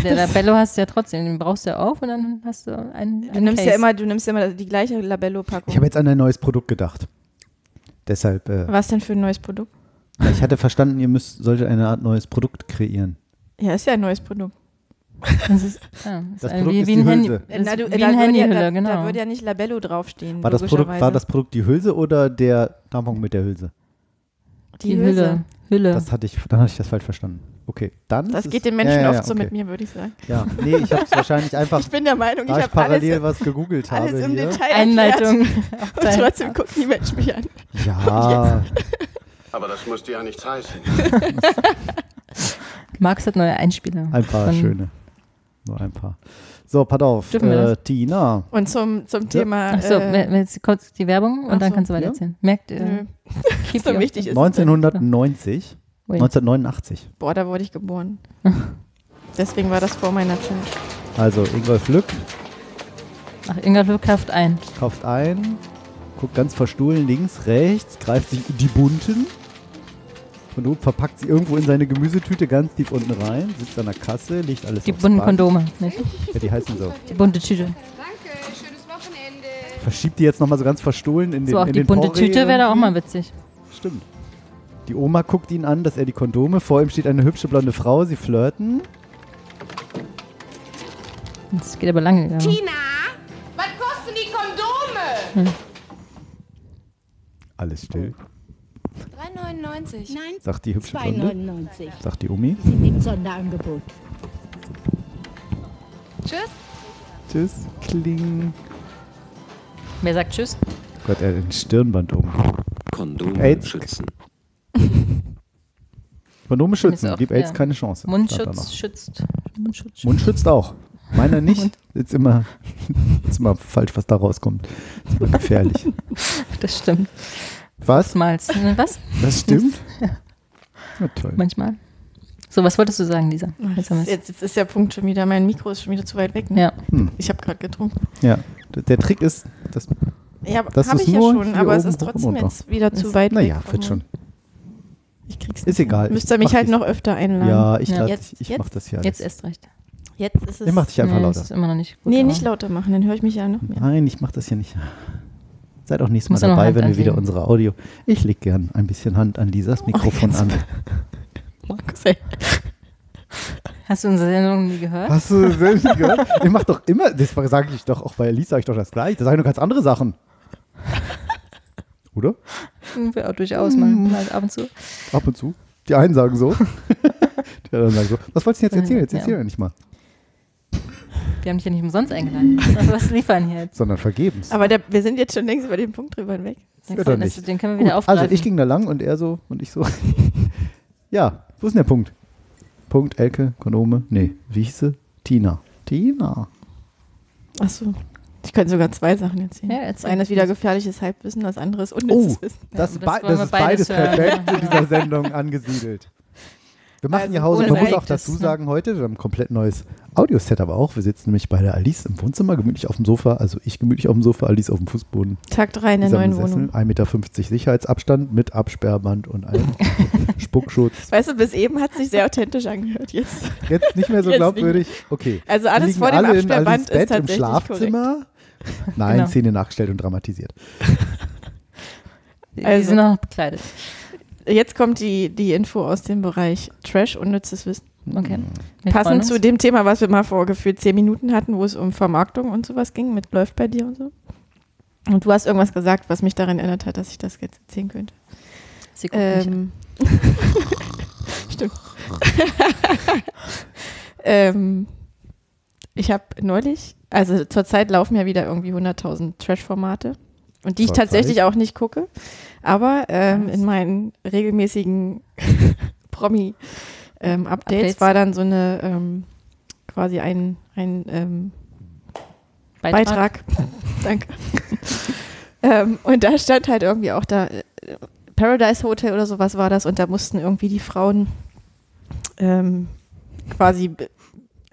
Der Labello hast du ja trotzdem. Den brauchst du ja auf und dann hast du einen. Du nimmst ja immer, du nimmst ja immer die gleiche Labello-Packung. Ich habe jetzt an ein neues Produkt gedacht. Deshalb, äh, Was denn für ein neues Produkt? ich hatte verstanden, ihr müsst, solltet eine Art neues Produkt kreieren. Ja, ist ja ein neues Produkt. Das ist, ja, ist Das ein, Produkt wie, ist wie die ein Handy. Hülse. das ist Äh, Na, wie du- ein würde ja, Handyhülle, da, genau. da würde ja nicht Labello draufstehen. War das, Produkt, war logischerweise. das Produkt die Hülse oder der Tampon mit der Hülse? Die, Hülse. Hülle. Das hatte ich, dann hatte ich das falsch verstanden. Okay, dann. Das ist- geht den Menschen ja, ja, oft ja, so okay. mit mir, würde ich sagen. Ja, nee, ich habe es wahrscheinlich einfach, Ich bin der Meinung, da ich ich, habe parallel alles, was gegoogelt habe alles um im hier. Detail erklärt. Einleitung. Und trotzdem gucken die Menschen mich an. Ja, Aber das musste ja nichts heißen. Max hat neue Einspieler. ein paar Von- schöne. Nur ein paar. So, pass auf. Dürfen wir Äh, das? Tina. Und zum, zum Thema. Achso, äh, jetzt kurz die Werbung und Ach dann so, kannst du weiter ja. erzählen. Merkt äh, ihr? nö, ist so wichtig ist. 1990. Ui. 1989. Boah, da wurde ich geboren. Deswegen war das vor meiner Zeit. Also Ingolf Lück Ach, Inga kauft ein. kauft ein, guckt ganz verstohlen links, rechts, greift sich in die bunten Kondom, verpackt sie irgendwo in seine Gemüsetüte ganz tief unten rein, sitzt an der Kasse, legt alles Die aufs bunten Band. Kondome. Nicht? Ja, die heißen so. Die bunte Tüte. Verschiebt die jetzt nochmal so ganz verstohlen in den So, auch in die den bunte Porree Tüte wäre da auch irgendwie. mal witzig. Stimmt. Die Oma guckt ihn an, dass er die Kondome. Vor ihm steht eine hübsche blonde Frau, sie flirten. Das geht aber lange. Ja. Was kosten die Kondome? Alles still, Oh. 3,99. Nein, sagt die hübsche Blonde, 2,99 sagt die Omi. sind im Sonderangebot. tschüss. Tschüss, kling. Wer sagt Tschüss? Gott, er hat ein Stirnband um. Kondom AIDS. schützen. Kondome schützen, auch- gibt AIDS ja. keine Chance. Stand da Mundschutz noch. schützt. Mundschutz schützt. Mund schützt auch. Meiner nicht. Ist immer, ist immer falsch, was da rauskommt. Ist immer gefährlich. Das stimmt. Was? Mals. Ne, Was? Das stimmt? Na toll. Manchmal. So, was wolltest du sagen, Lisa? Jetzt haben wir's. Jetzt, jetzt ist der Punkt schon wieder, mein Mikro ist schon wieder zu weit weg. Ne? Ja. Ich habe gerade getrunken. Ja. D- Der Trick ist, dass, Ja, Das habe ist ich ja nur schon, hier aber es oben ist trotzdem runter. jetzt wieder zu weit weg. naja, von wird mir. schon. Ich krieg's Ist egal. Müsst ihr mich Mach halt ich. noch öfter einladen. Ja, ich, Ja. lad- Jetzt- ich jetzt- mach das hier. Jetzt erst recht. Jetzt ist es. Ich mach dich einfach Nee, Das lauter. ist immer noch nicht gut. nee, aber- nicht lauter machen, dann höre ich mich ja noch mehr. Nein, ich mach das hier nicht. Seid auch nächstes Mal Muss ja noch dabei, Hand wenn wir wieder anlegen. unsere Audio. Ich leg gern ein bisschen Hand an Lisas Mikrofon jetzt- an. Markus, ey. Hast du unsere Sendung nie gehört? Hast du selbst gehört? Ihr macht doch immer, das sage ich doch auch bei Lisa, ich doch das gleiche. Da sage ich nur ganz andere Sachen. Oder? Wir auch durchaus mal, mal ab und zu. Ab und zu. Die einen sagen so. Die anderen sagen so. Was wolltest du jetzt erzählen? Jetzt Ja. erzähl ja nicht mal. Wir haben dich ja nicht umsonst eingeladen. Was liefern hier jetzt? Sondern vergebens. Aber der, wir sind jetzt schon längst über den Punkt drüber hinweg. wird doch nicht. Den können wir Gut, wieder aufgreifen. also ich ging da lang und er so und ich so. ja, wo ist denn der Punkt? Punkt, Elke, Konome, nee, wie hieß sie? Tina. Tina. Achso. Ich könnte sogar zwei Sachen erzählen. Ja, erzähl. das eine ist wieder gefährliches Halbwissen, das andere Oh. ist unnützes Wissen. Das, das wollen bei- das wir ist beides beides hören. perfekt in dieser Sendung angesiedelt. Wir machen Also hier Hause, ohne man muss auch Verlegtes, dazu ne? sagen, heute, wir haben ein komplett neues Audioset aber auch. Wir sitzen nämlich bei der Alice im Wohnzimmer, gemütlich auf dem Sofa, also ich gemütlich auf dem Sofa, Alice auf dem Fußboden. Tag drei in der Lisa im neuen Sessel, Wohnung. 1,50 Meter Sicherheitsabstand mit Absperrband und allem. Spuckschutz. Weißt du, bis eben hat sich sehr authentisch angehört jetzt. Jetzt nicht mehr so Jetzt glaubwürdig. Okay. Also Wir alles liegen vor dem alle in Absperrband Alices ist Bett tatsächlich im Schlafzimmer. Nein, Genau. Szene nachgestellt und dramatisiert. Die also- sind noch bekleidet. Jetzt kommt die, die Info aus dem Bereich Trash, unnützes Wissen. Okay. Wir freuen Passend uns. zu dem Thema, was wir mal vor gefühlt zehn Minuten hatten, wo es um Vermarktung und sowas ging, mit läuft bei dir und so. Und du hast irgendwas gesagt, was mich daran erinnert hat, dass ich das jetzt erzählen könnte. Sie guckt mich an. Ähm, Stimmt. ähm, ich habe neulich, also zurzeit laufen ja wieder irgendwie 100.000 Trash-Formate. Und die ich Zurzeit? tatsächlich auch nicht gucke. Aber ähm, Was? in meinen regelmäßigen Promi-Updates Updates. war dann so eine ähm, quasi ein, ein ähm, Beitrag. Danke. ähm, und da stand halt irgendwie auch da, äh, Paradise Hotel oder sowas war das, und da mussten irgendwie die Frauen ähm, quasi, be-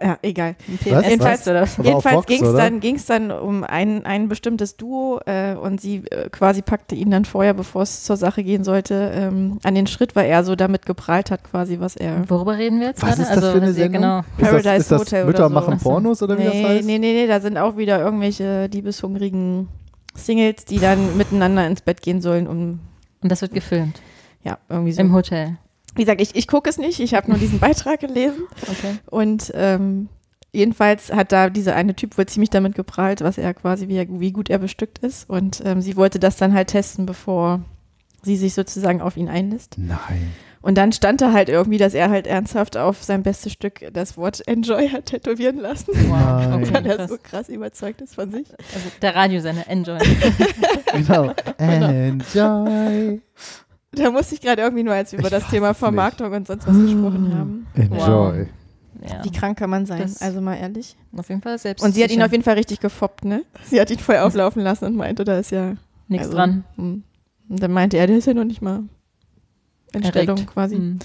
ja, egal. Was? Jedenfalls, oder was? Aber auf jedenfalls Vox, ging es oder? dann, ging's dann um ein, ein bestimmtes Duo äh, und sie äh, quasi packte ihn dann vorher, bevor es zur Sache gehen sollte, ähm, an den Schritt, weil er so damit geprahlt hat, quasi, was er. Worüber reden wir jetzt Was gerade? ist das also, für eine was ihr- Sendung? Genau. ist das, Paradise ist das Hotel Mütter oder so. machen Ach so. Pornos oder wie nee, das heißt? nee, nee, nee, da sind auch wieder irgendwelche liebeshungrigen Singles, die dann miteinander ins Bett gehen sollen, um Und das wird gefilmt. ja, irgendwie so. Im Hotel. Wie gesagt, ich, ich gucke es nicht, ich habe nur diesen Beitrag gelesen. Okay. Und ähm, jedenfalls hat da dieser eine Typ wohl ziemlich damit geprahlt, was er quasi, wie, er, wie gut er bestückt ist. Und ähm, sie wollte das dann halt testen, bevor sie sich sozusagen auf ihn einlässt. Nein. Und dann stand da halt irgendwie, dass er halt ernsthaft auf sein bestes Stück das Wort Enjoy hat tätowieren lassen, Nein. weil er krass. so krass überzeugt ist von sich. Also der Radiosender, enjoy. Genau. Enjoy. Da musste ich gerade irgendwie nur, als wir über Ich das weiß Thema es nicht. Vermarktung und sonst was gesprochen haben. Enjoy. Ja, Wie krank kann man sein? Das- also mal ehrlich. auf jeden Fall selbst. Und sie hat ihn auf jeden Fall richtig gefoppt, ne? Sie hat ihn voll auflaufen lassen und meinte, da ist ja nichts also, dran. hm. Und dann meinte er, der ist ja noch nicht mal in Stellung Erregt. quasi. Hm.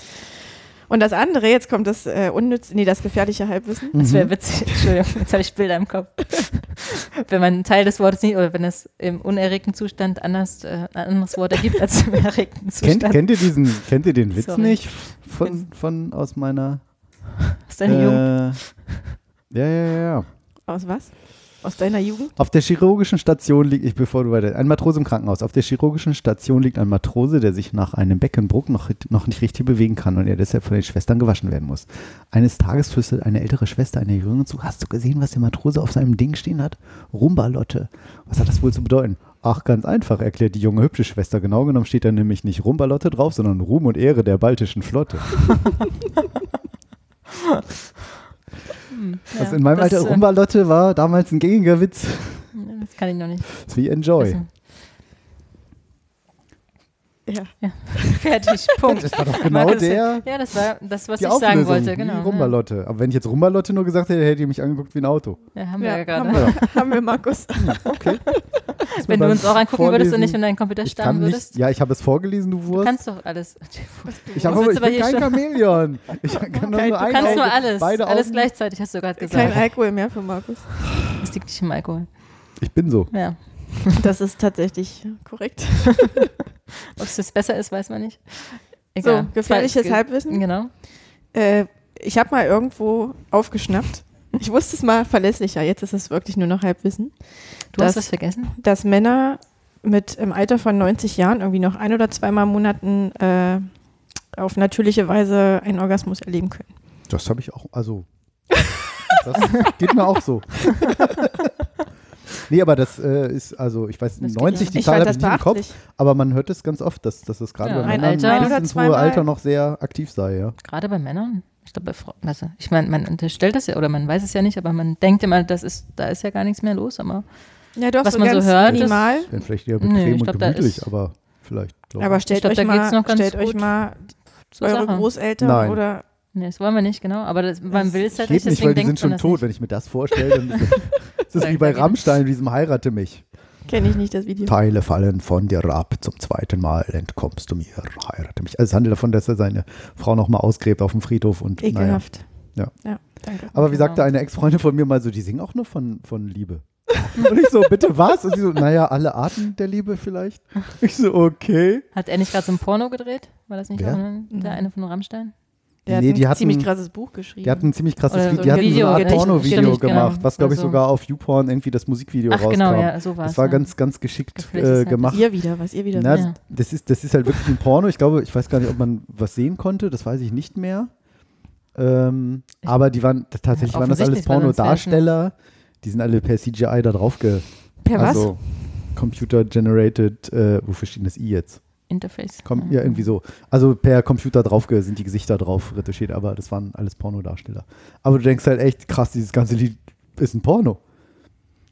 Und das andere, jetzt kommt das äh, unnütz, nee, das gefährliche Halbwissen. Das wäre witzig. Entschuldigung, jetzt habe ich Bilder im Kopf. wenn man einen Teil des Wortes nicht, oder wenn es im unerregten Zustand anders, äh, ein anderes Wort ergibt als im erregten Kennt, Zustand. kennt ihr diesen, kennt ihr den Witz Sorry. nicht? Von, von aus meiner. Ist deine Jugend. Äh, ja, ja, ja. Aus was? Aus deiner Jugend? Auf der chirurgischen Station liegt, ich bevor du weiter, ein Matrose im Krankenhaus. Auf der chirurgischen Station liegt ein Matrose, der sich nach einem Beckenbruch noch, noch nicht richtig bewegen kann und er deshalb von den Schwestern gewaschen werden muss. Eines Tages flüstert eine ältere Schwester einer Jüngeren zu, hast du gesehen, was der Matrose auf seinem Ding stehen hat? Rumbalotte. Was hat das wohl zu bedeuten? Ach, ganz einfach, erklärt die junge hübsche Schwester. Genau genommen steht da nämlich nicht Rumbalotte drauf, sondern Ruhm und Ehre der baltischen Flotte. Was in meinem das, Alter äh, Rumbalotte war damals ein gängiger Witz. Das kann ich noch nicht. Das ist wie Enjoy. wissen. Ja. Fertig, Punkt. Das war doch genau Markus, der. Ja, das war das, was die ich Auflösung, sagen wollte. wie Genau. ja. Rumbalotte. Aber wenn ich jetzt Rumbalotte nur gesagt hätte, hätte ihr mich angeguckt wie ein Auto. Ja, haben wir ja, haben, gerade. Also. wir, haben wir, Markus. Wenn Ist mir du beim uns auch angucken würdest und nicht in deinen Computer ich kann starren nicht, würdest, Ja, ich habe es vorgelesen, du du Wurst. kannst doch alles. ich hab du aber, sitzt aber ich bin hier kein schon. Chamäleon. Ich kann nur, Kein- nur du Du ein kannst Auge, nur alles. Beide Alles Augen. gleichzeitig, hast du gerade Kein gesagt. Alkohol mehr für Markus. Das liegt nicht im Alkohol. Ich bin so. Ja. Das ist tatsächlich korrekt. Ob es jetzt besser ist, weiß man nicht. So, Egal. gefährliches Ge- Halbwissen. Genau. Äh, ich habe mal irgendwo aufgeschnappt. Ich wusste es mal verlässlicher, jetzt ist es wirklich nur noch Halbwissen, Du Das- hast was vergessen? dass Männer mit im Alter von 90 Jahren irgendwie noch ein oder zweimal Monaten äh, auf natürliche Weise einen Orgasmus erleben können. Das habe ich auch. Also. Das geht mir auch so. nee, aber das äh, ist, also, ich weiß, Das geht 90, ja. die Zahl habe ich nicht im Kopf, beachtlich. aber man hört es ganz oft, dass, dass das gerade Ja. bei Ein Männern Alter- Ein oder mindestens hohe zweimal- Alter noch sehr aktiv sei, ja. Gerade bei Männern. Ich glaube, bei Frauen. Also, ich meine, man unterstellt das ja oder man weiß es ja nicht, aber man denkt immer, das ist, da ist ja gar nichts mehr los. Aber Ja, doch, Was so man so ganz hört, ist- minimal. Dann vielleicht eher Nee, bequem ich glaub, und da gemütlich, ist- aber vielleicht. glaub Aber ich. stellt, Ich glaub, euch, da mal, geht's noch ganz stellt euch gut mal zur eure Sache. Großeltern Nein. oder Nee, das wollen wir nicht, genau. Aber das, man will es halt Geht nicht, nicht, deswegen weil die denkt sind schon man das tot, Nicht. wenn ich mir das vorstelle. Dann ist das, ist wie bei Rammstein, diesem Heirate mich. kenne ich nicht das Video. Teile fallen von dir ab, zum zweiten Mal entkommst du mir, heirate mich. Also es handelt davon, dass er seine Frau nochmal ausgräbt auf dem Friedhof und naja. Ekelhaft. Ja. ja, danke. Aber Genau. wie sagte eine Ex-Freundin von mir mal so, die singen auch nur von, von Liebe. Und ich so, bitte was? Und sie so, naja, alle Arten der Liebe vielleicht. Ich so, okay. Hat er nicht gerade so ein Porno gedreht? War das nicht Wer? auch ein- der eine von Rammstein? Der Nee, hat ein die hatten- ziemlich krasses Buch geschrieben. Die hatten ein ziemlich krasses Oder Video, so die ein hatten Video, so eine Art Gedicht- Porno-Video Gedicht, genau. gemacht, was glaube ich Also- sogar auf YouPorn irgendwie das Musikvideo Ach, rauskam. genau, ja, so war das es, war ja. ganz, ganz geschickt Gefällt es äh, halt, gemacht. was ihr wieder, was ihr wieder Na, wisst. Ja. das, ist, das ist halt wirklich ein Porno. Ich glaube, ich weiß gar nicht, ob man was sehen konnte, das weiß ich nicht mehr. Ähm, aber die waren t- tatsächlich waren das alles Offensichtlich, weil sonst wär's ein- Pornodarsteller. Die sind alle per CGI da drauf ge. Per was? Also Computer generated, äh, wofür steht das I jetzt? Interface. Komm, ja, irgendwie so. Also per Computer drauf ge- sind die Gesichter drauf retuschiert, aber das waren alles Pornodarsteller. Aber du denkst halt echt, krass, dieses ganze Lied ist ein Porno.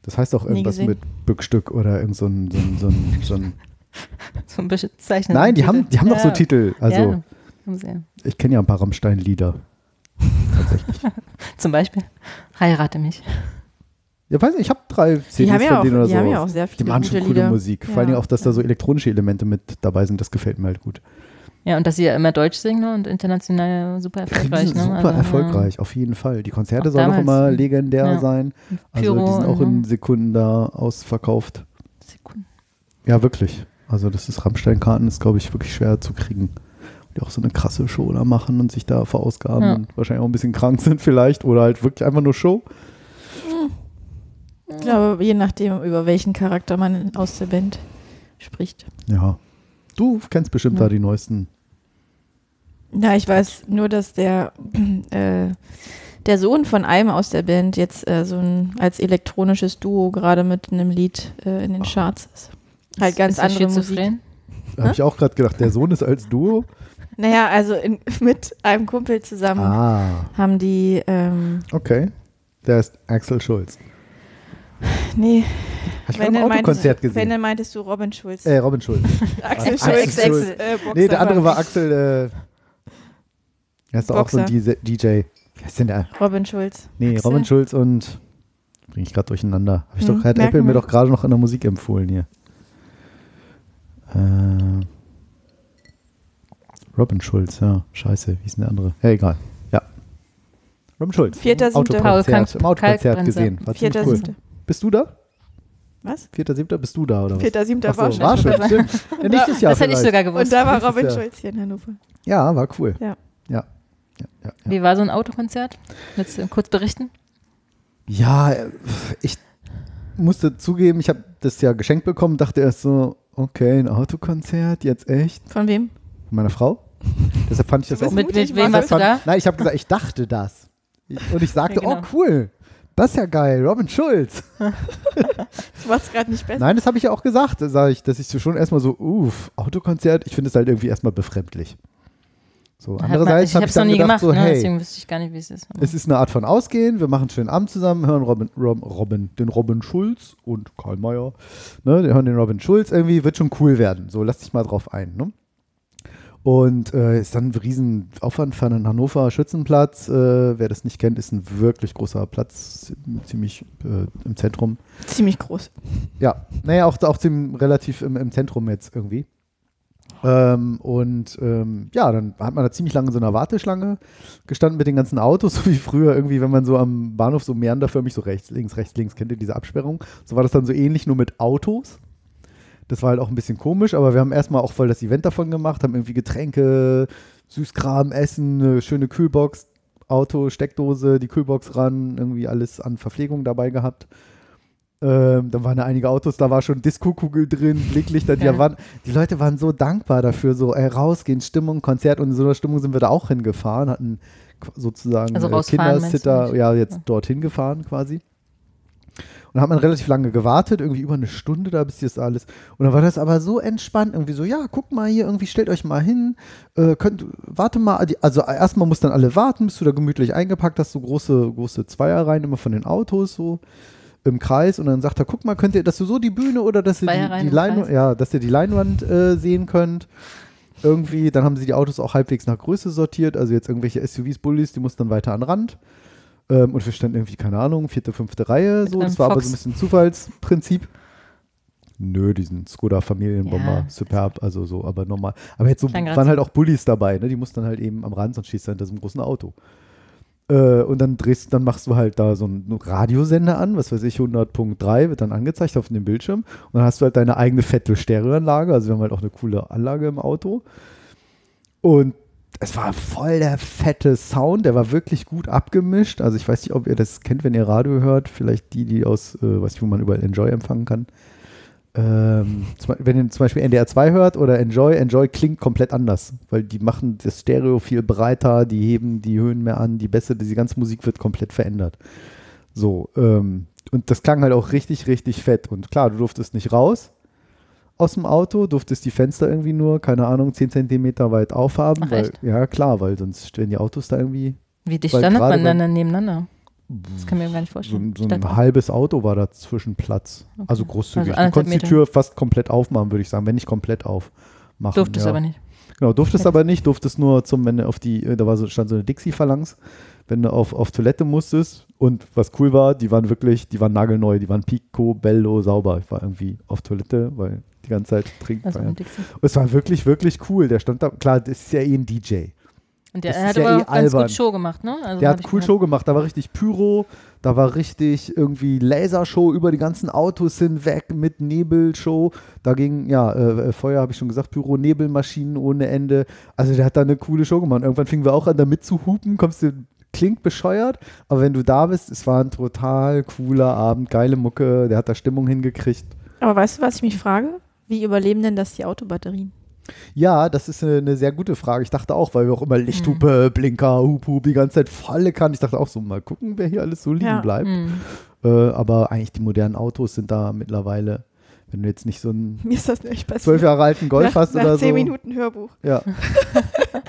Das heißt auch irgendwas gesehen. mit Bückstück oder irgend so ein, so ein, so ein, so ein So ein bisschen Zeichen. Nein, die haben, die haben ja. doch so Titel. Also Ja, haben sie ja. ich kenne ja ein paar Rammstein-Lieder. Tatsächlich. Zum Beispiel, heirate mich. Ja, weiß nicht, ich habe drei CDs Die haben ja von auch, denen oder die so. haben ja auch sehr die viele machen gute schon coole Lieder. Musik. Vor Ja. allen Dingen auch, dass da so elektronische Elemente mit dabei sind, das gefällt mir halt gut. Ja, und dass sie ja immer Deutsch singen ne, und international super Die erfolgreich. sind Ne? super Also, ja. erfolgreich, auf jeden Fall. Die Konzerte Auch sollen auch damals. ne? immer legendär Ja. ne? sein. Also Pyro die sind auch in und- Sekunden da ausverkauft. Sekunden. Ja, wirklich. Also das ist Rammstein-Karten ist, glaube ich, wirklich schwer zu kriegen. Die auch so eine krasse Show da machen und sich da verausgaben Ja. und wahrscheinlich auch ein bisschen krank sind vielleicht oder halt wirklich einfach nur Show. Ich glaube, je nachdem, über welchen Charakter man aus der Band spricht. Ja. Du kennst bestimmt Ja. da die neuesten. Na, ich weiß nur, dass der, äh, der Sohn von einem aus der Band jetzt äh, so ein als elektronisches Duo gerade mit einem Lied äh, in den Charts ist. Halt ganz ist er andere Musik. schizophren? Habe ich auch gerade gedacht, der Sohn ist als Duo. Naja, also in, mit einem Kumpel zusammen Ah, haben die, ähm, okay. Der ist Axel Schulz. Habe nee, ich gerade im meintest- Autokonzert wenn gesehen. dann meintest du Robin Schulz. Äh, Robin Schulz. Axel Axel Schulz. Schulz. Äh, Boxer Nee, der andere war Axel. Äh, er ist doch auch so ein DJ. Wer ist denn der? Robin Schulz. Nee, Axel? Robin Schulz und. Bring ich gerade durcheinander. Hab ich Hm, doch, hat merken Apple mir wir. doch gerade noch in der Musik empfohlen hier. Äh, Robin Schulz, ja. Scheiße, wie ist denn der andere? Ja, egal. Ja. Robin Schulz. Vierter, im siebter. Paul Autokonzert, Kalk- Im Autokonzert Kalkbrenzer. gesehen. War ziemlich Vierter, cool. siebter. Bist du da? Was? Vierter, siebter, bist du da oder was? Vierter, siebter Ach so, war schon. war schon. stimmt. Ja, nächstes Jahr das hätte ich vielleicht. sogar gewusst. Und da war Nächstes Robin Jahr. Schulz hier in Hannover. Ja, war cool. Ja. Ja. Ja, ja, ja. Wie war so ein Autokonzert? Willst du kurz berichten? Ja, äh, ich musste zugeben, ich habe das ja geschenkt bekommen, dachte erst so, okay, ein Autokonzert, jetzt echt? Von wem? Von meiner Frau? Deshalb fand ich das auch bist Mit, mit mutig, wem Marcel. warst du fand, da? Nein, ich habe gesagt, ich dachte das. Ich- Und ich sagte, Ja, genau. oh cool, das ist ja geil, Robin Schulz. Du machst gerade nicht besser. Nein, das habe ich ja auch gesagt, da sage ich, dass ich so schon erstmal so, uff, Autokonzert, ich finde es halt irgendwie erstmal befremdlich. So, Hat man- andererseits ich habe hab's ich dann noch nie gedacht, gemacht, so, ne? hey, deswegen wüsste ich gar nicht, wie es ist. Es ist eine Art von Ausgehen. Wir machen einen schönen Abend zusammen, hören Robin, Rob, Robin, den Robin Schulz und Karl Mayer. Ne, wir hören den Robin Schulz irgendwie, wird schon cool werden. So, lass dich mal drauf ein. Ne? Und äh, ist dann ein riesen Aufwand für einen Hannover Schützenplatz. Äh, wer das nicht kennt, ist ein wirklich großer Platz, ziemlich äh, im Zentrum. Ziemlich groß. Ja, naja, auch, auch ziemlich relativ im, im Zentrum jetzt irgendwie. Ähm, und ähm, ja, dann hat man da ziemlich lange in so einer Warteschlange gestanden mit den ganzen Autos, so wie früher irgendwie, wenn man so am Bahnhof so meanderförmig so rechts, links, rechts, links, kennt ihr diese Absperrung? So war das dann so ähnlich, nur mit Autos. Das war halt auch ein bisschen komisch, aber wir haben erstmal auch voll das Event davon gemacht, haben irgendwie Getränke, Süßkram, Essen, eine schöne Kühlbox, Auto, Steckdose, die Kühlbox ran, irgendwie alles an Verpflegung dabei gehabt. Ähm, da waren da einige Autos, da war schon Disco-Kugel drin, Blicklichter, die, Ja. waren, die Leute waren so dankbar dafür, so ey, rausgehen, Stimmung, Konzert und in so einer Stimmung sind wir da auch hingefahren, hatten qu- sozusagen Also äh, rausfahren, meinst du Kindersitter, nicht? ja, jetzt Ja. dorthin gefahren quasi. Und hat man relativ lange gewartet, irgendwie über eine Stunde da, bis das alles. Und dann war das aber so entspannt, irgendwie so, ja, guck mal hier, irgendwie stellt euch mal hin, äh, könnt, warte mal, die- also erstmal mussten dann alle warten, bis du da gemütlich eingepackt hast, so große, große Zweierreihen immer von den Autos so im Kreis und dann sagt er, guck mal, könnt ihr, dass du so die Bühne oder dass ihr die, Zweierreihen die, im Leinwand, Kreis? ja, dass ihr die Leinwand äh, sehen könnt. Irgendwie, dann haben sie die Autos auch halbwegs nach Größe sortiert, also jetzt irgendwelche SUVs, Bullies, die mussten dann weiter an den Rand. Ähm, und wir standen irgendwie, keine Ahnung, vierte, fünfte Reihe. So. einem Das war aber so Fox. ein bisschen Zufallsprinzip. Nö, diesen Skoda Familienbomber, Ja. superb, also so, aber normal. Aber jetzt so Kleingrad. waren halt auch Bullies dabei, ne? Die mussten dann halt eben am Rand, sonst schießt du hinter so einem großen Auto. Äh, und dann drehst, dann machst du halt da so einen Radiosender an, was weiß ich, 100.3 wird dann angezeigt auf dem Bildschirm. Und dann hast du halt deine eigene fette Stereoanlage. Also wir haben halt auch eine coole Anlage im Auto. Und es war voll der fette Sound, der war wirklich gut abgemischt. Also ich weiß nicht, ob ihr das kennt, wenn ihr Radio hört. Vielleicht die, die aus, äh, weiß nicht, wo man überall Enjoy empfangen kann. Ähm, zum, wenn ihr zum Beispiel NDR 2 hört oder Enjoy, Enjoy klingt komplett anders, weil die machen das Stereo viel breiter, die heben die Höhen mehr an, die Bässe, diese ganze Musik wird komplett verändert. So, ähm, und das klang halt auch richtig, richtig fett. Und klar, du durftest nicht raus aus dem Auto, durftest die Fenster irgendwie nur, keine Ahnung, 10 Zentimeter weit aufhaben. Ach, weil, echt? ja, klar, weil sonst stehen die Autos da irgendwie. Wie dicht Weil standet gerade man bei- dann, dann nebeneinander? Das kann ich mir gar nicht So, vorstellen. ein- so Stand- ein halbes Auto war da Zwischenplatz. Also großzügig. Also anderthalb du konntest die Meter. Tür fast komplett aufmachen, würde ich sagen, wenn nicht komplett aufmachen. Durfte es ja. aber nicht. Genau, durftest aber nicht, durftest nur zum, wenn du auf die, äh, da war so, stand so eine Dixie-Phalanx, wenn du auf, auf Toilette musstest. Und was cool war, die waren wirklich, die waren nagelneu, die waren picobello sauber. Ich war irgendwie auf Toilette, weil die ganze Zeit trinken. Also war ja. mit Dixie. Und es war wirklich, wirklich cool. Der stand da, klar, das ist ja eh ein DJ. Und der Das er hat ist ja aber eh auch ganz albern. gut Show gemacht, ne? Also Der hab hat ich cool gehört. Show gemacht. Da war richtig Pyro, da war richtig irgendwie Lasershow über die ganzen Autos hinweg mit Nebelshow. Da ging, ja, äh, äh, Feuer habe ich schon gesagt, Pyro, Nebelmaschinen ohne Ende. Also der hat da eine coole Show gemacht. Irgendwann fingen wir auch an, da mitzuhupen. Kommst du, klingt bescheuert, aber wenn du da bist, es war ein total cooler Abend, geile Mucke. Der hat da Stimmung hingekriegt. Aber weißt du, was ich mich frage? Wie überleben denn das die Autobatterien? Ja, das ist eine, eine sehr gute Frage. Ich dachte auch, weil wir auch immer Lichthupe, Mhm. Blinker, Hup, Hup, die ganze Zeit volle kann. Ich dachte auch so, mal gucken, wer hier alles so liegen Ja. bleibt. Mhm. Äh, aber eigentlich die modernen Autos sind da mittlerweile Wenn du jetzt nicht so einen Mir ist das nicht passiert. zwölf Jahre alten Golf nach, hast nach oder so. zehn Minuten Hörbuch. Ja.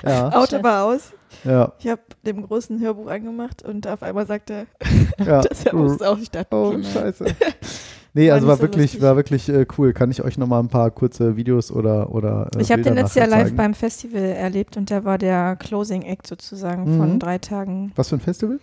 ja, Auto war aus. ja, Ich habe dem großen Hörbuch angemacht und auf einmal sagte ja. das Hörbuch ist aus. Ich dachte, Oh, scheiße. Nee, War also nicht war Genau. so wirklich, lustig. war wirklich äh, cool. Kann ich euch nochmal ein paar kurze Videos oder oder äh, Ich habe den Bilder letztes Jahr nachher live zeigen? beim Festival erlebt und da war der Closing Act sozusagen Mhm. von drei Tagen Was für ein Festival?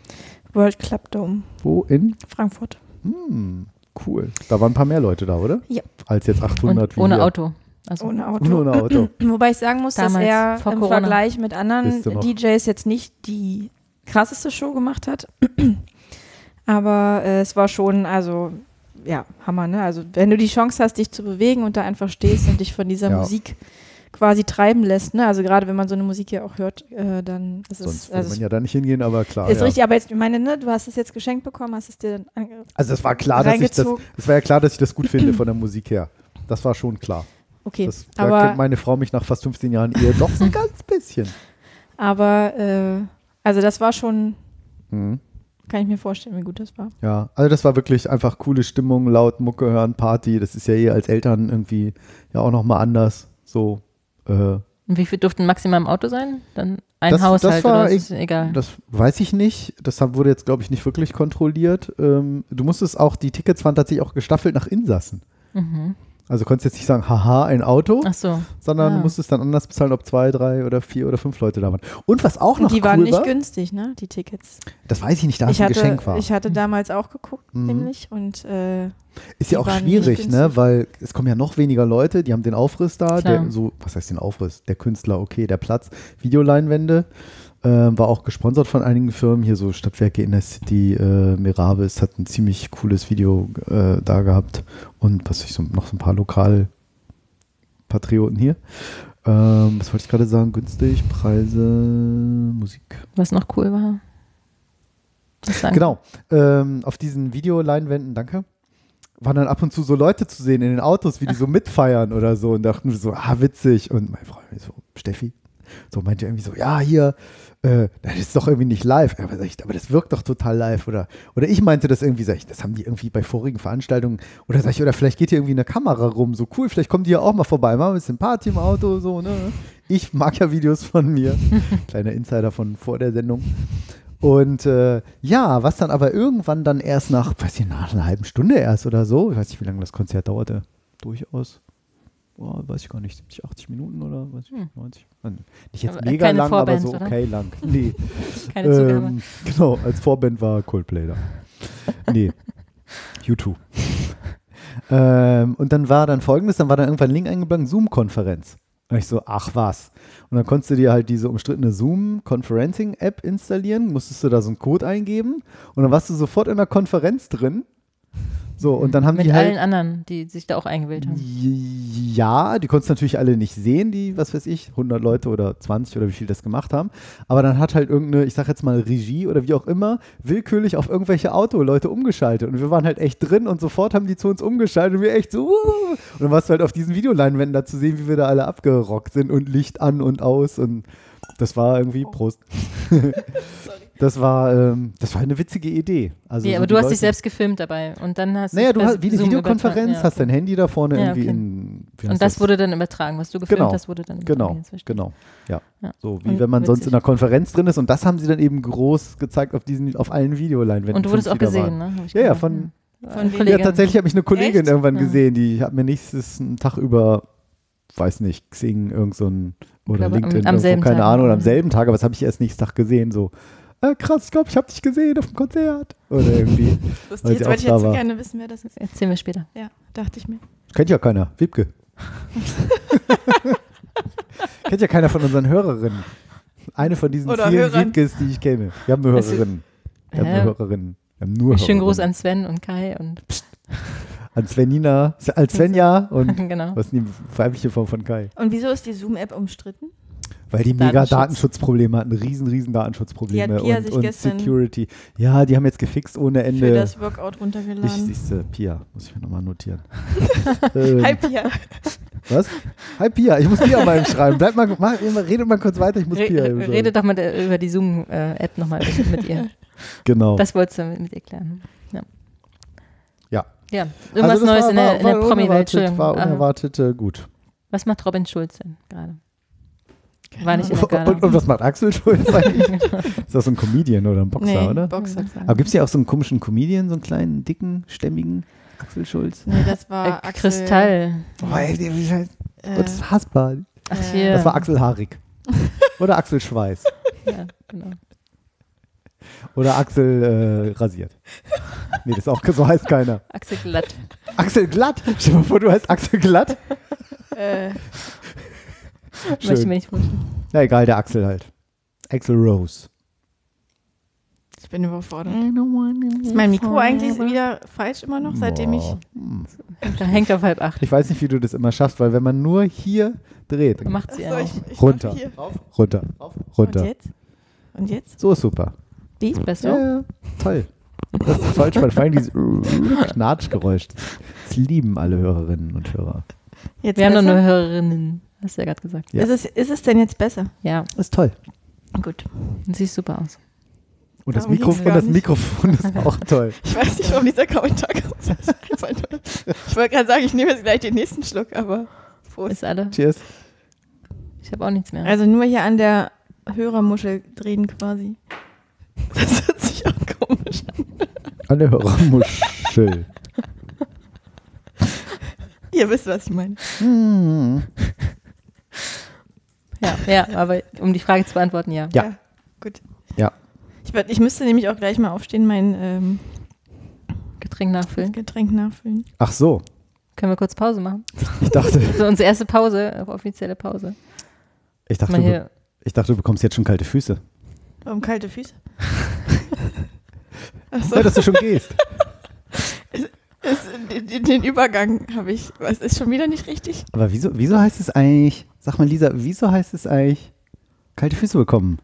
World Club Dome Wo in? Frankfurt. Hm, cool. Da waren ein paar mehr Leute da, oder? Ja. Als jetzt 800 Und ohne wie Auto. Also, Ohne Auto. hier. Ohne Auto. Wobei ich sagen muss, Damals, dass vor er im Corona. Vergleich mit anderen Wisst ihr noch. DJs jetzt nicht die krasseste Show gemacht hat. Aber äh, es war schon, also ja, Hammer, ne? Also wenn du die Chance hast, dich zu bewegen und da einfach stehst und dich von dieser Ja. Musik quasi treiben lässt, ne? Also gerade wenn man so eine Musik ja auch hört, äh, dann ist Sonst es würde also man es ja da nicht hingehen, aber klar. Ist ja. richtig, aber jetzt, ich meine, ne, du hast es jetzt geschenkt bekommen, hast es dir dann ange Also es war klar, dass ich das, Reingezogen. es war ja klar, dass ich das gut finde von der Musik her. Das war schon klar. Okay, Das, da kennt aber, meine Frau mich nach fast 15 Jahren Ehe doch so ein ganz bisschen. aber äh, also das war schon, Mhm. kann ich mir vorstellen, wie gut das war. Ja, also das war wirklich einfach coole Stimmung, laut Mucke hören, Party. Das ist ja eh als Eltern irgendwie ja auch nochmal anders. So, äh, und wie viel durften maximal im Auto sein? Dann ein Das- das Haushalt war oder e- ist egal. das weiß ich nicht. Das hab- wurde jetzt, glaube ich, nicht wirklich kontrolliert. Ähm, du musstest auch, die Tickets waren tatsächlich auch gestaffelt nach Insassen. Mhm. Also konntest jetzt nicht sagen, haha, ein Auto, Ach so. sondern ah. musst es dann anders bezahlen, ob zwei, drei oder vier oder fünf Leute da waren. Und was auch noch Und die cool waren nicht war, günstig, ne, die Tickets. das weiß ich nicht, da es Ich ein hatte, Geschenk war. ich hatte damals auch geguckt, Mhm. nämlich, und äh, Ist ja Die auch waren schwierig, nicht ne? günstig. Weil es kommen ja noch weniger Leute, die haben den Aufriss da, der, Klar. so, was heißt den Aufriss? Der Künstler, okay, der Platz, Videoleinwände. Ähm, war auch gesponsert von einigen Firmen, hier so Stadtwerke in der City, äh, Miravis hat ein ziemlich cooles Video äh, da gehabt und was weiß ich so, noch so ein paar Lokalpatrioten hier. Ähm, was wollte ich gerade sagen? Günstig, Preise, Musik. Was noch cool war. Das sagen. Genau. Ähm, auf diesen Videoleinwänden, danke, waren dann ab und zu so Leute zu sehen in den Autos, wie die so mitfeiern oder so und dachten wir so, ah, witzig. Und mein Freund so, Steffi, so meinte irgendwie so, ja, hier, äh, das ist doch irgendwie nicht live. Aber, sag ich, aber das wirkt doch total live. Oder, oder ich meinte das irgendwie, sag ich, das haben die irgendwie bei vorigen Veranstaltungen. Oder sag ich, oder vielleicht geht hier irgendwie eine Kamera rum, so cool, vielleicht kommen die ja auch mal vorbei, machen ein bisschen Party im Auto, so, ne? Ich mag ja Videos von mir. Kleiner Insider von vor der Sendung. Und äh, ja, was dann aber irgendwann dann erst nach, weiß ich, nach einer halben Stunde erst oder so, ich weiß nicht, wie lange das Konzert dauerte, durchaus, boah, weiß ich gar nicht, 70, 80 Minuten oder weiß ich, 90. Nein, Nicht jetzt Hm. Aber mega keine lang, aber Vorband, so oder? okay lang. Nee. Keine Zugabe. Ähm, genau, als Vorband war Coldplay da. Nee, U2. ähm, und dann war dann folgendes, dann war dann irgendwann ein Link eingeblankt, Zoom-Konferenz. Und ich so, ach was. Und dann konntest du dir halt diese umstrittene Zoom-Conferencing-App installieren, musstest du da so einen Code eingeben und dann warst du sofort in der Konferenz drin. So, und dann haben Mit die halt allen anderen, die sich da auch eingewählt haben. ja, die konntest du natürlich alle nicht sehen, die, was weiß ich, 100 Leute oder 20 oder wie viel das gemacht haben. Aber dann hat halt irgendeine, ich sag jetzt mal Regie oder wie auch immer, willkürlich auf irgendwelche Autoleute umgeschaltet. Und wir waren halt echt drin und sofort haben die zu uns umgeschaltet und wir echt so, uh. und dann warst du halt auf diesen Videoleinwänden da zu sehen, wie wir da alle abgerockt sind und Licht an und aus und das war irgendwie, Prost. das war, ähm, das war eine witzige Idee. Also Wie, so aber die du hast Leute- dich selbst gefilmt dabei und dann hast naja, dich du per hast wie eine Zoom Videokonferenz, übertragen. hast dein Handy da vorne Ja, irgendwie okay. in. wie heißt Und das wurde dann übertragen, was du gefilmt Genau. hast, wurde dann Genau, übertragen inzwischen. genau. Ja. Ja. So wie Und wenn man sonst witzig. in einer Konferenz drin ist und das haben sie dann eben groß gezeigt auf diesen, auf allen Videoleinwänden. Und du wurdest auch fünf, die da gesehen, waren. ne? Hab ich Ja, ja, gehört. von- Von Ja, Kollegen. tatsächlich habe ich eine Kollegin Echt? irgendwann Ja. gesehen, die hat mir nächstes einen Tag über, weiß nicht, Xing irgend so ein oder glaube, am- am LinkedIn, irgendwo, selben keine Tag. Ahnung, oder am Mhm. selben Tag, aber das habe ich erst nächsten Tag gesehen, so. Ah, krass, ich glaube, ich habe dich gesehen auf dem Konzert. Oder irgendwie. jetzt Weil sie wollte auch ich da jetzt war. gerne wissen, wer das ist. Erzählen wir später. Ja, dachte ich mir. Kennt ja keiner. Wiebke. Kennt ja keiner von unseren Hörerinnen. Eine von diesen Oder vielen Hörern. Wiebkes, die ich kenne. Wir haben nur Also- Hörerinnen. Wir haben nur Hä? Hörerinnen. Wir haben nur Schönen Gruß Hörerinnen. an Sven und Kai und An Svenina, an Svenja und genau. was ist die weibliche Form von Kai? Und wieso ist die Zoom-App umstritten? Weil die mega Datenschutz. Datenschutzprobleme hatten, riesen, riesen Datenschutzprobleme Die hat Pia und, sich und gestern Security. Ja, die haben jetzt gefixt ohne Ende. Für das Workout ich runtergeladen. siehste, Pia, muss ich mir nochmal notieren. ähm, Hi, Pia. was? Hi Pia, ich muss Pia mal eben schreiben. Bleib mal, mach, redet mal kurz weiter, ich muss Re Pia eben re- schreiben. rede doch mal der- über die Zoom-App nochmal mit ihr. Genau. Das wolltest du mit ihr klären. ja. Also Ja, irgendwas das Neues war, in der, in der war Promi-Welt. unerwartet, Entschuldigung. war Aha. unerwartet äh, gut. Was macht Robin Schulz denn gerade? War nicht in der Gala. Und, und was macht Axel Schulz eigentlich? Ist das so ein Comedian oder ein Boxer, nee, oder? Mhm. Boxer. Aber gibt es ja auch so einen komischen Comedian, so einen kleinen, dicken, stämmigen Axel Schulz? Nee, das äh, war Ah, Axel, Kristall. Oh, ey, der- wie heißt- Äh, das ist hassbar. Ach, äh, hier. Das war Axel Harig. Oder Axel Schweiß. Ja, genau. Oder Axel äh, rasiert. Nee, das ist auch so heißt keiner. Axel Glatt. Axel Glatt. Stell dir mal vor, du heißt Axel Glatt. äh, Möchte mir Schön. nicht wünschen. Na egal, der Axel halt. Axel Rose. ich bin überfordert. Ist mein Mikro eigentlich wieder falsch immer noch, seitdem ich. Boah. Da hängt auf halb acht. Ich weiß nicht, wie du das immer schaffst, weil wenn man nur hier dreht, Da Macht sie Achso, eigentlich. ich, ich runter, mach hier. runter, Und runter. jetzt? Und jetzt? So ist super. Die ist Ja, besser. ja, toll. Das ist toll, spannend. Vor allem dieses Knatschgeräusch. Das lieben alle Hörerinnen und Hörer. jetzt Wir haben noch besser? eine Hörerin. Hast du ja gerade gesagt. Ja. Ist, es, ist es denn jetzt besser? Ja, Ist toll. Gut. und sie sieht super aus. Und das, Darum Mikro geht's und gar das nicht. Mikrofon ist auch toll. Ich weiß nicht, warum dieser Kommentar kommt. Ich wollte gerade sagen, ich nehme jetzt gleich den nächsten Schluck, aber Prost. Ist alle. Cheers. Ich habe auch nichts mehr. Also nur hier an der Hörermuschel drehen quasi. Das hört sich auch komisch an. An der Hörermuschel. Ihr wisst, was ich meine. Hm. Ja, ja, aber um die Frage zu beantworten, ja. Ja. Gut. Ja. Ich, werd, ich müsste nämlich auch gleich mal aufstehen, mein ähm, Getränk nachfüllen. Getränk nachfüllen. Ach so. Können wir kurz Pause machen? Ich dachte, So, unsere erste Pause, offizielle Pause. ich Mal dachte, du, hier. ich dachte, du bekommst jetzt schon kalte Füße. Warum kalte Füße? Ja, Achso, dass du schon gehst. den, den Übergang habe ich. Was ist schon wieder nicht richtig? Aber wieso, wieso heißt es eigentlich, sag mal Lisa, wieso heißt es eigentlich kalte Füße bekommen?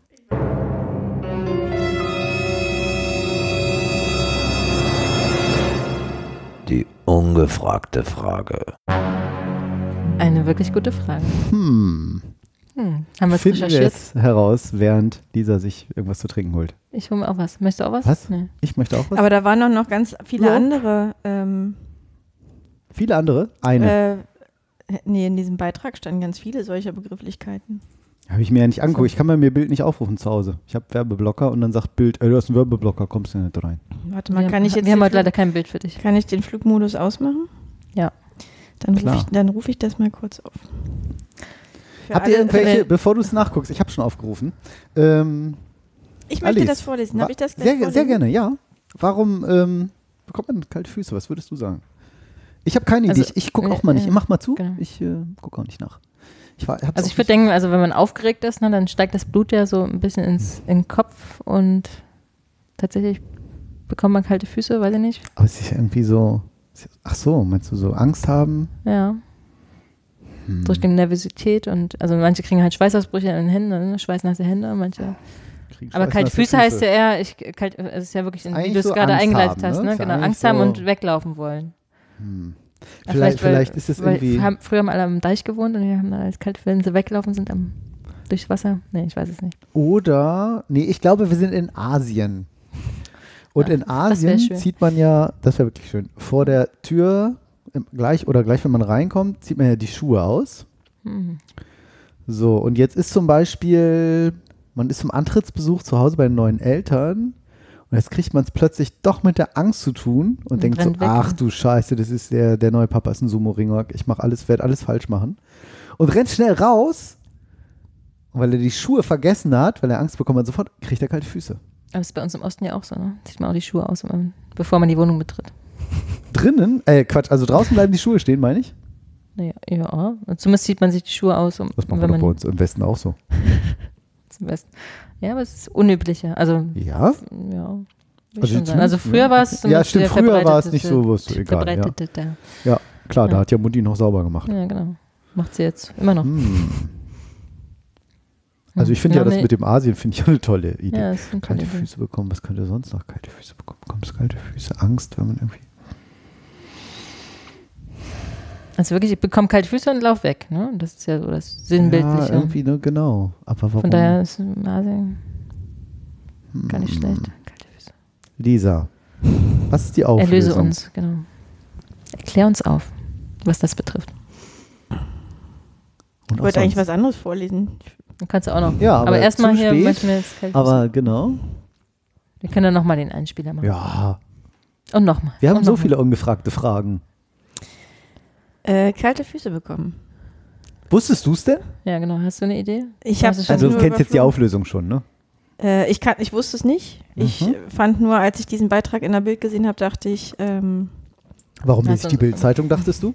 Die ungefragte Frage. Eine wirklich gute Frage. Hm. Hm, haben wir es Finden wir recherchiert? es heraus, während Lisa sich irgendwas zu trinken holt. Ich hole mir auch was. Möchtest du auch was? Was? Nee. Ich möchte auch was. Aber da waren auch noch ganz viele Ja. andere. Ähm, Viele andere? Eine. Äh, nee, in diesem Beitrag standen ganz viele solcher Begrifflichkeiten. Habe ich mir ja nicht angeguckt. Ich kann mir mir Bild nicht aufrufen zu Hause. Ich habe Werbeblocker und dann sagt Bild, ey, du hast einen Werbeblocker, kommst du nicht rein. Warte mal, kann haben, ich jetzt wir haben den heute leider Flug, kein Bild für dich. kann ich den Flugmodus ausmachen? Ja. Dann rufe Klar. ich, dann ruf ich das mal kurz auf. Für Habt ihr alle- Äh, irgendwelche, für- bevor du es nachguckst, ich habe schon aufgerufen. Ähm, Ich möchte Alice, das vorlesen. wa- Habe ich das gleich sehr, ge- vorlesen? sehr gerne, ja. Warum ähm, bekommt man kalte Füße? Was würdest du sagen? Ich habe keine Also, Idee. Ich, ich gucke äh, auch mal nicht. äh, Mach mal zu. genau. Ich äh, gucke auch nicht nach. Ich war, hab's Also auch ich würde denken, also wenn man aufgeregt ist, ne, dann steigt das Blut ja so ein bisschen ins in den Kopf und tatsächlich bekommt man kalte Füße, weiß ich nicht. nicht. Aber es ist ja irgendwie so. Ach so, meinst du so Angst haben? Ja. Hm. Durch die Nervosität und also manche kriegen halt Schweißausbrüche an den Händen, ne? schweißnasse Hände, manche. Krieg Aber Schweißnasse kalte Füße heißt ja eher, ich kalt, es ist ja wirklich, wie Eigentlich du es so gerade Angst eingeleitet haben, hast, ne? ne? Ist ja Genau, eigentlich Angst haben so- und weglaufen wollen. Hm. Ja, Vielleicht, weil- vielleicht ist es weil irgendwie. Haben, früher haben alle am Deich gewohnt und wir haben dann als kalte wenn sie weggelaufen sind am, durchs Wasser. Nee, ich weiß es nicht. Oder, nee, ich glaube, wir sind in Asien. Und Ja, in wär Asien schön. zieht man ja, das wäre wirklich schön, vor der Tür, im, gleich oder gleich, wenn man reinkommt, zieht man ja die Schuhe aus. Hm. So, und jetzt ist zum Beispiel, man ist zum Antrittsbesuch zu Hause bei den neuen Eltern und jetzt kriegt man es plötzlich doch mit der Angst zu tun und, Und denkt so, rennt weg, ach ne? du Scheiße, das ist der, der neue Papa ist ein Sumo-Ringer, ich mache alles, werde alles falsch machen. Und rennt schnell raus, und weil er die Schuhe vergessen hat, weil er Angst bekommen hat, sofort kriegt er kalte Füße. Aber ist bei uns im Osten ja auch so, ne? Zieht man auch die Schuhe aus, wenn man- bevor man die Wohnung betritt. Drinnen, äh Quatsch, also draußen bleiben die Schuhe stehen, meine ich. Naja, ja. Zumindest zieht man sich die Schuhe aus, um, Das machen wir wenn doch bei man uns im Westen auch so. zum Besten. Ja, aber es ist unüblicher. Also, Ja? ja. will Also schon jetzt sagen. also nicht, ne? früher war es Ja, stimmt, der früher war es verbreitete- nicht so, wo es so egal, ja. äh, verbreitete da. Ja, klar, da Ja. hat ja Mutti noch sauber gemacht. Ja, genau. Macht sie jetzt immer noch. Hm. Also ich finde ja, Ja, das nee. mit dem Asien finde ich eine tolle Idee. Ja, das ist eine kalte tolle Idee. Füße bekommen, was könnte sonst noch kalte Füße bekommen? Bekommst kalte Füße, Angst, wenn man irgendwie. Also wirklich, ich bekomme kalte Füße und lauf weg. Ne? Das ist ja so das Sinnbildliche. Ja, irgendwie, ne, genau. Aber warum? Hm. Von daher ist im Asien gar nicht schlecht. Kalte Füße. Lisa, was ist die Auflösung? Erlöse uns, genau. Erklär uns auf, was das betrifft. Ich wollte eigentlich was anderes vorlesen. Dann kannst du auch noch. Ja, aber erstmal zu hier spät, möchten wir jetzt kein- Aber genau. Wir können dann nochmal den Einspieler machen. Ja. Und nochmal. Wir haben Und so nochmal. viele ungefragte Fragen. Äh, kalte Füße bekommen. Wusstest du es denn? Ja, genau. Hast du eine Idee? Ich habe Hast schon- Also du nur kennst jetzt die überflogen. Auflösung schon, ne? Äh, ich, kann, ich wusste es nicht. Ich Mhm. äh, fand nur, als ich diesen Beitrag in der Bild gesehen habe, dachte ich, ähm, Warum Ja, lese ich so- die Bildzeitung, dachtest du?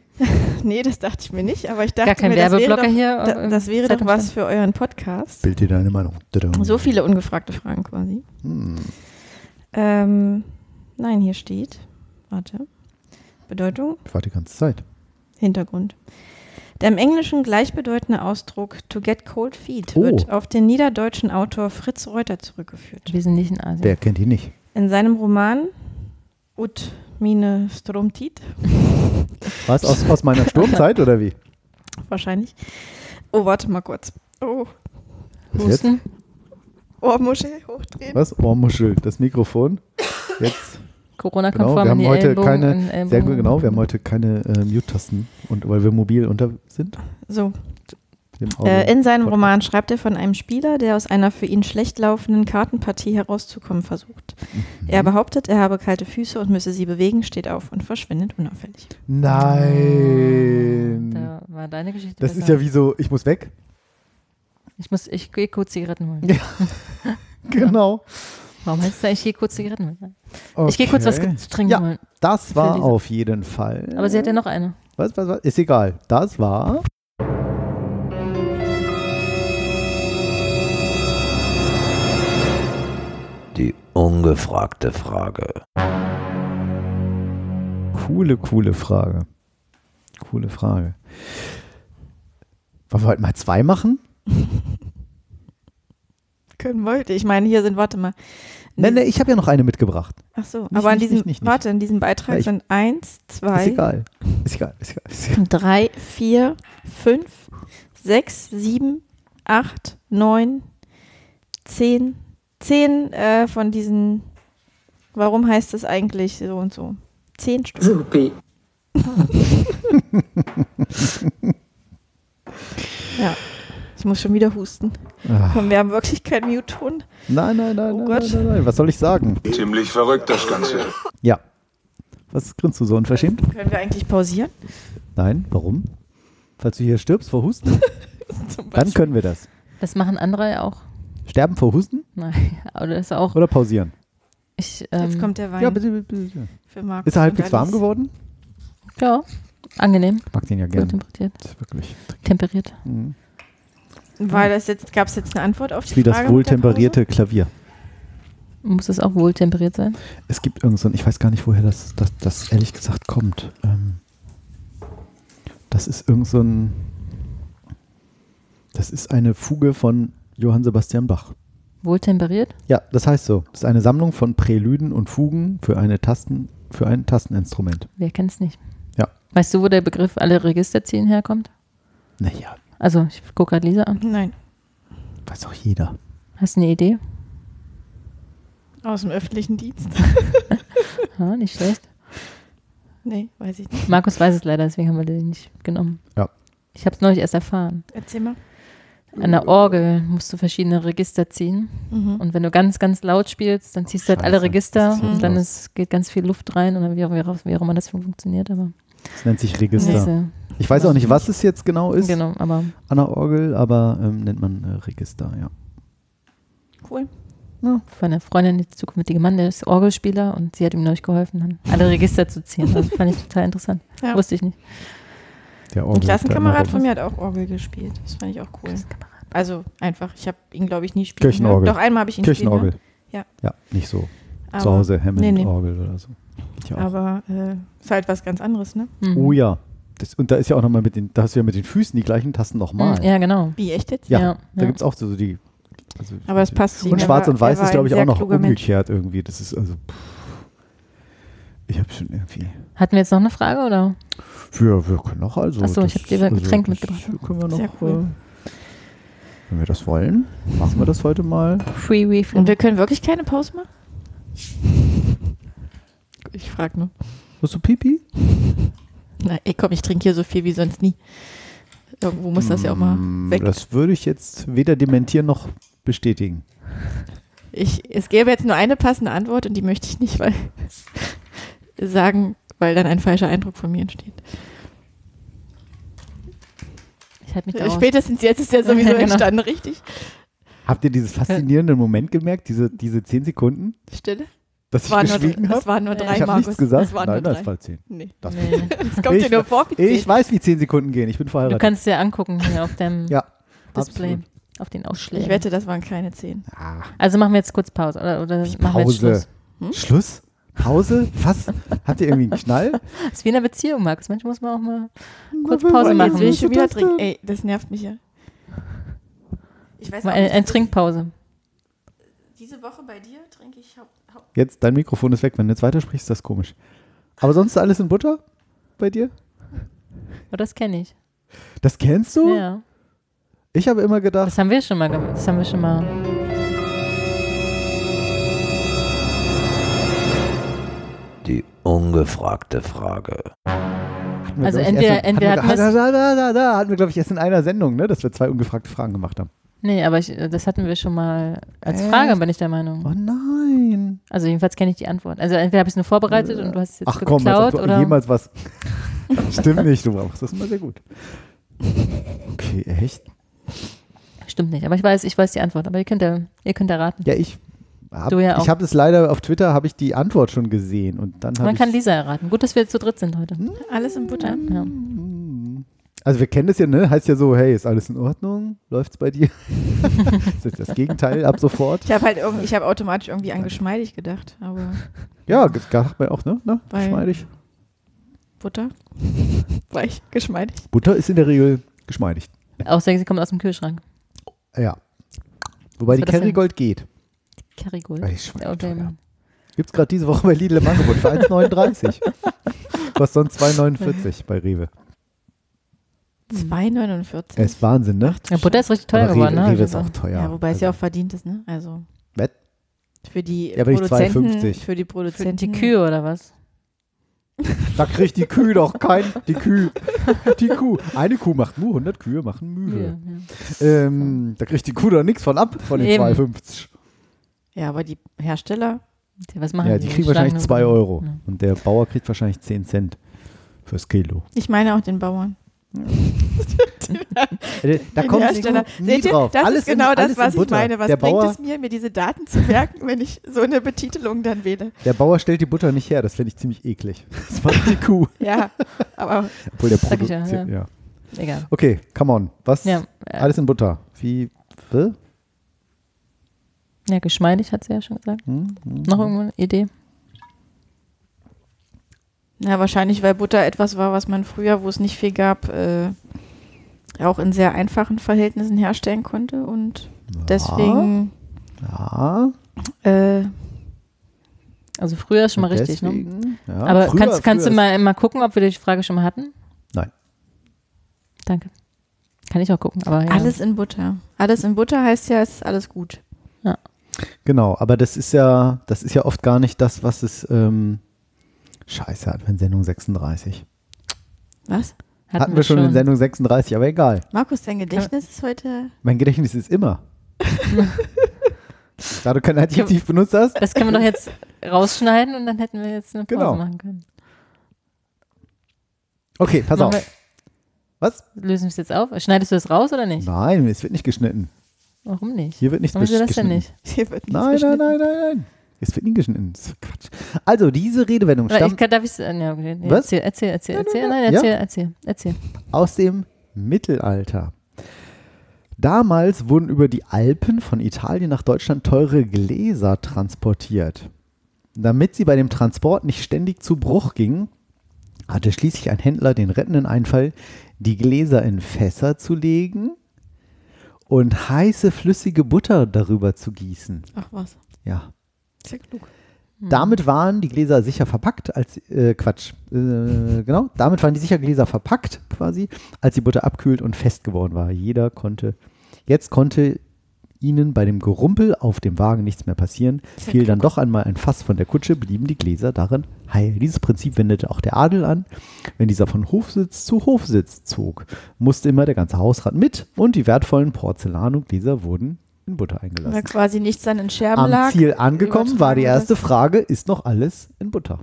nee, das dachte ich mir nicht, aber ich dachte Gar kein mir, das wäre, Werbeblocker doch, hier, da, äh, das wäre doch was Zeitungsstand. für euren Podcast. Bild dir deine Meinung. Tadam. So viele ungefragte Fragen quasi. Hm. Ähm, nein, hier steht, warte, Bedeutung, Ich warte die ganze Zeit. Hintergrund. Der im Englischen gleichbedeutende Ausdruck to get cold feet Oh. wird auf den niederdeutschen Autor Fritz Reuter zurückgeführt. Wir sind nicht in Asien. Wer kennt die nicht? In seinem Roman Ut mine Stromtit Was? Aus, aus meiner Sturmzeit oder wie? wahrscheinlich. Oh, warte mal kurz. Oh, Was jetzt? Husten? Ohrmuschel hochdrehen. Was? Ohrmuschel, das Mikrofon. Jetzt, genau, Corona-konform wir in haben die heute Ellenbogen in keine, Ellenbogen. sehr gut, genau, wir haben heute keine äh, Mute-Tasten und weil wir mobil unter sind. So, im Audio- äh, in seinem Podcast. Roman schreibt er von einem Spieler, der aus einer für ihn schlecht laufenden Kartenpartie herauszukommen versucht. Mhm. Er behauptet, er habe kalte Füße und müsse sie bewegen, steht auf und verschwindet unauffällig. Nein. Da war deine Geschichte. Das besser. ist ja wie so, ich muss weg. Ich muss, ich gehe kurz Zigaretten holen. Genau. Warum heißt das eigentlich, ich gehe kurz Zigaretten holen? Ich gehe kurz was Okay. zu trinken Ja. holen. Das Für war diese- auf jeden Fall. Aber sie hat ja noch eine. Was, was, was? Ist egal. Das war. Die ungefragte Frage. Coole, coole Frage. Coole Frage. Wollen wir heute mal zwei machen? Können wollte. Ich meine, hier sind, warte mal. In Nein, diesem- nein, ich habe ja noch eine mitgebracht. Ach so, Nicht, aber in nicht, diesem, nicht, nicht, nicht. warte, in diesem Beitrag Ja, ich- sind eins, Ist zwei, egal. Ist egal. Ist egal. Ist egal. drei, vier, fünf, sechs, sieben, acht, neun, zehn, zehn äh, von diesen, warum heißt es eigentlich so und so? Zehn Stück. ja, ich muss schon wieder husten. Ah. Komm, wir haben wirklich keinen Mute-Ton. Nein, nein, nein, Oh nein, Gott. nein, nein, nein. Was soll ich sagen? Ziemlich verrückt das Ganze. Ja. Was grinst du so unverschämt? Können wir eigentlich pausieren? Nein, warum? Falls du hier stirbst vor Husten, dann können wir das. Das machen andere ja auch. Sterben vor Husten Nein, aber das ist auch. oder pausieren? Ich, Jetzt ähm, kommt der Wein Ja, bitte, bitte, bitte. für Markus. Ist er halbwegs und warm Alice. geworden? ja, angenehm. Ich mag den ja Gut gerne. temperiert. Das ist wirklich. temperiert. Mhm. War das jetzt, gab es jetzt eine Antwort auf die Wie Frage? das mit der wohltemperierte Klavier. Muss es auch wohltemperiert sein? Es gibt irgend so ein, ich weiß gar nicht, woher das, das, das ehrlich gesagt kommt. Ähm, das ist irgend so ein, das ist eine Fuge von Johann Sebastian Bach. Wohltemperiert? Ja, das heißt so. Das ist eine Sammlung von Prälüden und Fugen für eine Tasten, für ein Tasteninstrument. Wer kennt's nicht? Ja. Weißt du, wo der Begriff alle Register ziehen herkommt? Naja, Also, ich gucke gerade Lisa an. Pause? Nein, weiß doch jeder. Hast du eine Idee? aus dem öffentlichen Dienst. Ha, Ah, nicht schlecht. Nee, weiß ich nicht. Markus weiß es leider, deswegen haben wir den nicht genommen. Ja. Ich habe es neulich erst erfahren. Erzähl mal. An der Orgel musst du verschiedene Register ziehen. Oh, Mhm. Und wenn du ganz, ganz laut spielst, dann ziehst du halt alle Scheiße, das Register ist und dann sinnlos. ist, geht ganz viel Luft rein und dann wie auch, wie auch wie auch immer das funktioniert. Aber Das nennt sich das, Register. äh, Ich weiß auch nicht, was es jetzt genau ist genau, aber an der Orgel, aber ähm, nennt man äh, Register, ja. Cool. von einer Freundin, die zukünftige Mann, der ist Orgelspieler und sie hat ihm neulich geholfen, dann alle Register zu ziehen. Das fand ich total interessant. Ja. Wusste ich nicht. Der Ein Orgel Klassenkamerad von mir hat auch Orgel gespielt. Das fand ich auch cool. Also einfach, ich habe ihn, glaube ich, nie spielen Kirchenorgel. hören. Doch einmal habe ich ihn Kirchenorgel. Ja. Ja, nicht so. spielen hören. Zu Aber- Hause nee, nee. Hammond-Orgel oder so. Ich auch. Aber äh, ist halt was ganz anderes, ne? Mhm. Oh ja. Das, und da ist ja auch nochmal mit den, da hast du ja mit den Füßen die gleichen Tasten nochmal. Hm, Mhm, Ja, genau. Wie echt jetzt? Ja, Ja, da ja. gibt es auch so, so die. Also Aber das passt zu ihm. Und Er schwarz war- und weiß er war ist, glaube ich, ein auch sehr noch kluger Mensch. umgekehrt irgendwie. Das ist also. Pff, ich habe schon irgendwie. Hatten wir jetzt noch eine Frage oder? Ja, wir können noch also. Ach so, ich das- hab dir ein Getränk das ne? mitgebracht. Können wir noch, Sehr cool. äh, wenn wir das wollen, machen wir das heute mal. Free Refill. Und wir können wirklich keine Pause machen? Ich frage nur. Musst du Pipi? Na, ey, komm, ich trinke hier so viel wie sonst nie. Irgendwo muss das ja auch mal Mm, weg. Das würde ich jetzt weder dementieren noch bestätigen. Ich, es gäbe jetzt nur eine passende Antwort und die möchte ich nicht weil, sagen, weil dann ein falscher Eindruck von mir entsteht. Ich halte mich da raus. Spätestens jetzt ist der sowieso Genau. entstanden, richtig? Habt ihr dieses Äh. faszinierende Moment gemerkt, diese, diese zehn Sekunden, Stille? dass Es ich waren nur, geschwiegen es habe? waren nur drei, Ich habe Markus. nichts gesagt. Es waren Nein, nur das drei. war zehn. Nee. Das Nee. Das kommt dir Ich- nur vor wie Ich zehn. weiß, wie zehn Sekunden gehen. Ich bin Du verheiratet. kannst dir angucken hier auf dem Ja, Display, absolut. auf den Ich Ausschlägen. wette, das waren keine zehn. Ah, Also machen wir jetzt kurz Pause oder, oder ich machen wir jetzt Schluss. Pause. Hm? Schluss? Pause? Was? Habt ihr irgendwie einen Knall? Das ist wie in einer Beziehung, Markus. Manchmal muss man auch mal kurz Pause Jetzt will machen. ich schon wieder trinken. Ey, das nervt mich ja. Ich weiß Mal auch eine, nicht, eine Trinkpause. Diese Woche bei dir trinke ich hau hau Jetzt, dein Mikrofon ist weg. Wenn du jetzt weitersprichst, ist das komisch. Aber sonst alles in Butter bei dir? Oh, das kenne ich. Das kennst du? Ja. Ich habe immer gedacht, Das haben wir schon mal gemacht. Das haben wir schon mal. Die ungefragte Frage. hatten wir, Also glaub ich, entweder- erst, entweder hatten wir, da, da, da, da, da, hatten wir, glaube ich, erst in einer Sendung, ne, dass wir zwei ungefragte Fragen gemacht haben. Nee, aber ich, das hatten wir schon mal als Echt? Frage, bin ich der Oh Meinung. nein. Also jedenfalls kenne ich die Antwort. Also entweder habe ich es nur vorbereitet und du hast es jetzt Ach komm, also als ob geklaut du oder. jemals was. Stimmt nicht, du machst das immer sehr gut. Okay, echt? Stimmt nicht. Aber ich weiß, ich weiß die Antwort. Aber ihr könnt ja, ihr könnt ja raten. Ja, ich hab, Du ja auch. ich habe das leider auf Twitter habe ich die Antwort schon gesehen und dann habe Man ich Hm? kann Lisa erraten. Gut, dass wir zu dritt sind heute. Alles in Butter. Ja. Also wir kennen das ja, ne? Heißt ja so, hey, ist alles in Ordnung? Läuft's bei dir? ist jetzt das Gegenteil ab sofort? Ich habe halt irgendwie, ich habe automatisch irgendwie an geschmeidig gedacht, aber Ja, ge- sagt man auch, ne? Na, Weil- geschmeidig. Butter? Weich, geschmeidig. Butter ist in der Regel geschmeidig. Außer sie kommt aus dem Kühlschrank. Ja. Wobei Was die war das denn? Kerrygold geht. Kerrygold. Ey, Schweine Okay. teuer. Gibt's gerade diese Woche bei Lidl im Angebot für 1,39. Was sonst 2,49 bei Rewe. 2,49. Hm. Es ist Wahnsinn, ne? Ja, Butter ist richtig teuer Aber geworden. Rewe, ne? Rewe ist Also, auch teuer. ja, wobei es ja auch Also, verdient ist, ne? Also Wett? für die Ja, aber nicht Produzenten, 2,50. für die Für Produzenten. die Kühe oder was? Da kriegt die Kühe doch kein. Die Kühe. Die Kuh. Eine Kuh macht Mu, 100 Kühe machen Mühe. Kühe. Ja. Ähm, da kriegt die Kuh doch nichts von ab, von den Eben. 2,50. Ja, aber die Hersteller, Tja, Was machen Ja, die kriegen Schlagen wahrscheinlich nur- 2 Euro. Ja. Und der Bauer kriegt wahrscheinlich 10 Cent fürs Kilo. ich meine auch den Bauern. Äh, Da Den kommt die Hersteller. Kuh nie Seht ihr, drauf. das alles ist genau in, alles das, was in ich Butter. meine. Was der, bringt Bauer, es mir, mir diese Daten zu merken, wenn ich so eine Betitelung dann wähle? der Bauer stellt die Butter nicht her. Das finde ich ziemlich eklig. Das macht die Kuh. Ja, aber Obwohl der Sag ich ja, produziert. Ja. Egal. Okay, come on. Was? Ja, äh, Alles in Butter. Wie? Hä? ja, geschmeidig hat sie ja schon gesagt. Hm, Noch Mhm. irgendeine Idee? ja, wahrscheinlich, weil Butter etwas war, was man früher, wo es nicht viel gab, äh, auch in sehr einfachen Verhältnissen herstellen konnte und deswegen Ja. äh, Also früher ist schon mal richtig, ne? deswegen, Ja, Aber früher, kannst, kannst früher du mal, mal gucken, ob wir die Frage schon mal hatten? Nein. Danke. Kann ich auch gucken, aber ja. alles in Butter. Alles in Butter heißt ja, es ist alles gut. Genau, aber das ist ja, das ist ja oft gar nicht das, was es ähm, Scheiße hatten wir in Sendung 36. Was? Hatten, wir schon, in Sendung 36, aber egal. Markus, dein Äh, Gedächtnis ist heute. Mein Gedächtnis ist immer. da du kein Adjektiv benutzt hast. Das können wir doch jetzt rausschneiden und dann hätten wir jetzt eine Pause Genau. machen können. Okay, pass Machen auf. Was? Wir, lösen wir es jetzt auf? Schneidest du das raus oder nicht? Nein, es wird nicht geschnitten. Warum nicht? Hier wird nichts Warum willst du das denn geschnitten. nicht? Hier wird nicht Nein, nein, geschnitten. nein, nein, nein. Es wird nie geschnitten. Das ist Quatsch. Also, diese Redewendung Oder ich stammt kann, darf ich ja, okay. nee, Was? Erzähl, erzähl, erzähl, erzähl. Nein, nein. erzähl, erzähl, erzähl. aus dem Mittelalter. Damals wurden über die Alpen von Italien nach Deutschland teure Gläser transportiert. Damit sie bei dem Transport nicht ständig zu Bruch gingen, hatte schließlich ein Händler den rettenden Einfall, die Gläser in Fässer zu legen und heiße flüssige Butter darüber zu gießen. Ach was. Ja. Ist ja klug. Damit waren die Gläser sicher verpackt, als äh, Quatsch, äh, genau, damit waren die sicher Gläser verpackt quasi, als die Butter abkühlt und fest geworden war. Jeder konnte, jetzt konnte ihnen bei dem Gerumpel auf dem Wagen nichts mehr passieren. Fiel dann doch einmal ein Fass von der Kutsche, blieben die Gläser darin heil. Dieses Prinzip wendete auch der Adel an. Wenn dieser von Hofsitz zu Hofsitz zog, musste immer der ganze Hausrat mit und die wertvollen Porzellanogläser wurden in Butter Weil eingelassen. quasi nichts dann in Scherben Am lag. Ziel angekommen war die übertragen erste Frage, ist noch alles in Butter?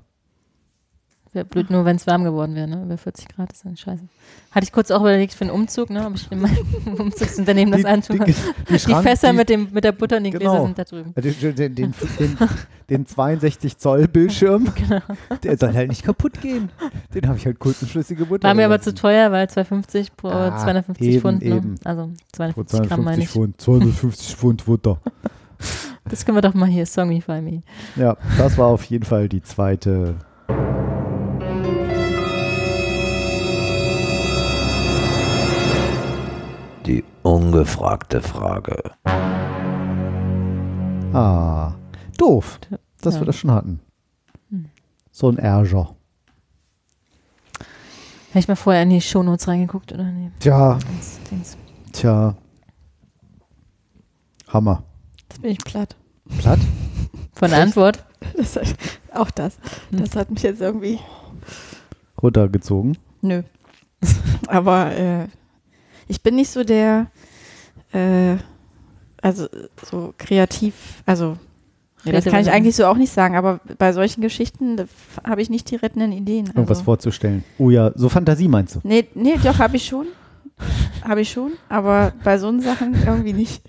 Wäre blöd nur, wenn es warm geworden wäre, ne? Über 40 Grad ist dann scheiße. Hatte ich kurz auch überlegt für einen Umzug, ne? Ob ich in meinem Umzugsunternehmen Um das antue. Die, Schrank- Fässer die- mit, dem, mit der Butter und den Genau. Gläser sind da drüben. Den, den, den, den, den, den 62 Zoll Bildschirm, Genau. der soll halt nicht kaputt gehen. Den habe ich halt kurz in flüssige Butter. War mir aber zu gelassen. teuer, weil 250 pro Ah, 250 eben, Pfund, ne? eben. Also Pro 250 Gramm meine 250 ich. Pfund, 250 Pfund Butter. Das können wir doch mal hier, Song Me By Me. Ja, das war auf jeden Fall die zweite. Die ungefragte Frage. Ah, doof, dass Ja. wir das schon hatten. So ein Ärger. Hätte ich mal vorher in die Shownotes reingeguckt, oder? Nee, Tja, das Dings. tja. Hammer. Jetzt bin ich platt. Platt? Von der Antwort. Das hat, auch das. Hm. Das hat mich jetzt irgendwie. Runtergezogen. Nö. Aber äh, ich bin nicht so der, äh, also so kreativ, also nee, das kann ich Redewendung. eigentlich so auch nicht sagen, aber bei solchen Geschichten da f- habe ich nicht die rettenden Ideen. Also. Irgendwas vorzustellen. Oh ja, so Fantasie meinst du? Nee, nee, doch, habe ich schon. Habe ich schon, aber bei so Sachen irgendwie nicht.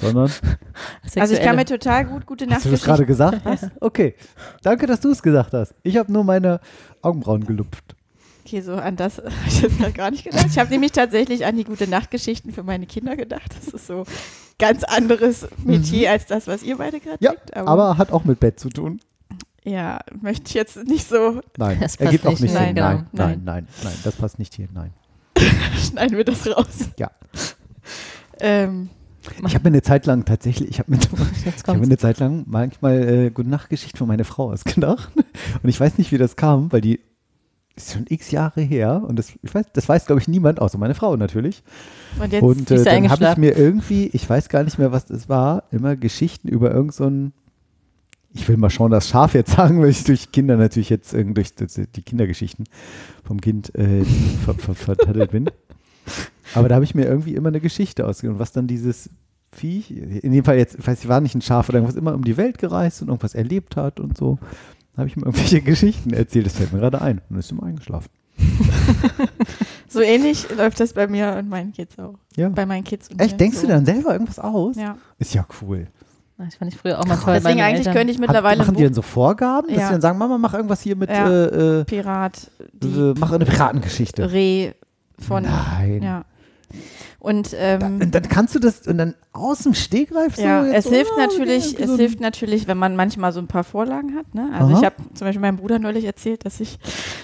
Sondern. Also ich Sexuelle. kann mir total gut gute Hast du das Nachtgeschichten gerade gesagt? Was? Okay. Danke, dass du es gesagt hast. Ich habe nur meine Augenbrauen gelupft. Okay, so an das habe ich jetzt noch gar nicht gedacht. Ich habe nämlich tatsächlich an die gute Nachtgeschichten für meine Kinder gedacht. Das ist so ganz anderes Metier als das, was ihr beide gerade Mhm. Ja, denkt. aber, hat auch mit Bett zu tun. ja, möchte ich jetzt nicht so Nein, Das passt ergibt auch nicht. nicht Nein, Sinn. genau. Nein, nein, nein, nein, das passt nicht hier. Nein. schneiden wir das raus. Ja. Ähm, Ich habe mir eine Zeit lang tatsächlich, ich habe mir, ich Jetzt hab mir kommt's. eine Zeit lang manchmal äh, Gute Nachtgeschichten von meiner Frau ausgedacht. Und ich weiß nicht, wie das kam, weil die ist schon x Jahre her und das, ich weiß, das weiß, glaube ich, niemand, außer meine Frau natürlich. und jetzt Und ist er äh, dann habe ich eingeschlafen. mir irgendwie, ich weiß gar nicht mehr, was das war, immer Geschichten über irgendeinen. So ein- ich will mal schauen, das Schaf jetzt sagen, weil ich durch Kinder natürlich jetzt irgendwie durch das- die Kindergeschichten vom Kind äh, ver, ver, vertattelt bin. Aber da habe ich mir irgendwie immer eine Geschichte ausgedacht, was dann dieses Viech, in dem Fall jetzt, ich weiß ich, war nicht ein Schaf oder irgendwas, immer um die Welt gereist und irgendwas erlebt hat und so. Da habe ich mir irgendwelche Geschichten erzählt, das fällt mir gerade ein. Und ist immer eingeschlafen. so ähnlich läuft das bei mir und meinen Kids auch. Ja. Bei meinen Kids und mir Echt, denkst so. du dann selber irgendwas aus? Ja. Ist ja cool. Das fand Ah, ich früher auch mal toll. Deswegen meine eigentlich Eltern. könnte ich Hat- mittlerweile Machen die dann so Vorgaben, dass Ja. sie dann sagen, Mama, mach irgendwas hier mit, Ja. äh, äh, Pirat, die äh, mach eine Piratengeschichte. Reh von. Nein. Ja. Und Da, ähm, und dann kannst du das und dann aus dem Stegreif so. Ja, jetzt es so, hilft ah, natürlich, irgendwie es so ein- hilft natürlich, wenn man manchmal so ein paar Vorlagen hat. Ne? Also Aha. ich habe zum Beispiel meinem Bruder neulich erzählt, dass ich,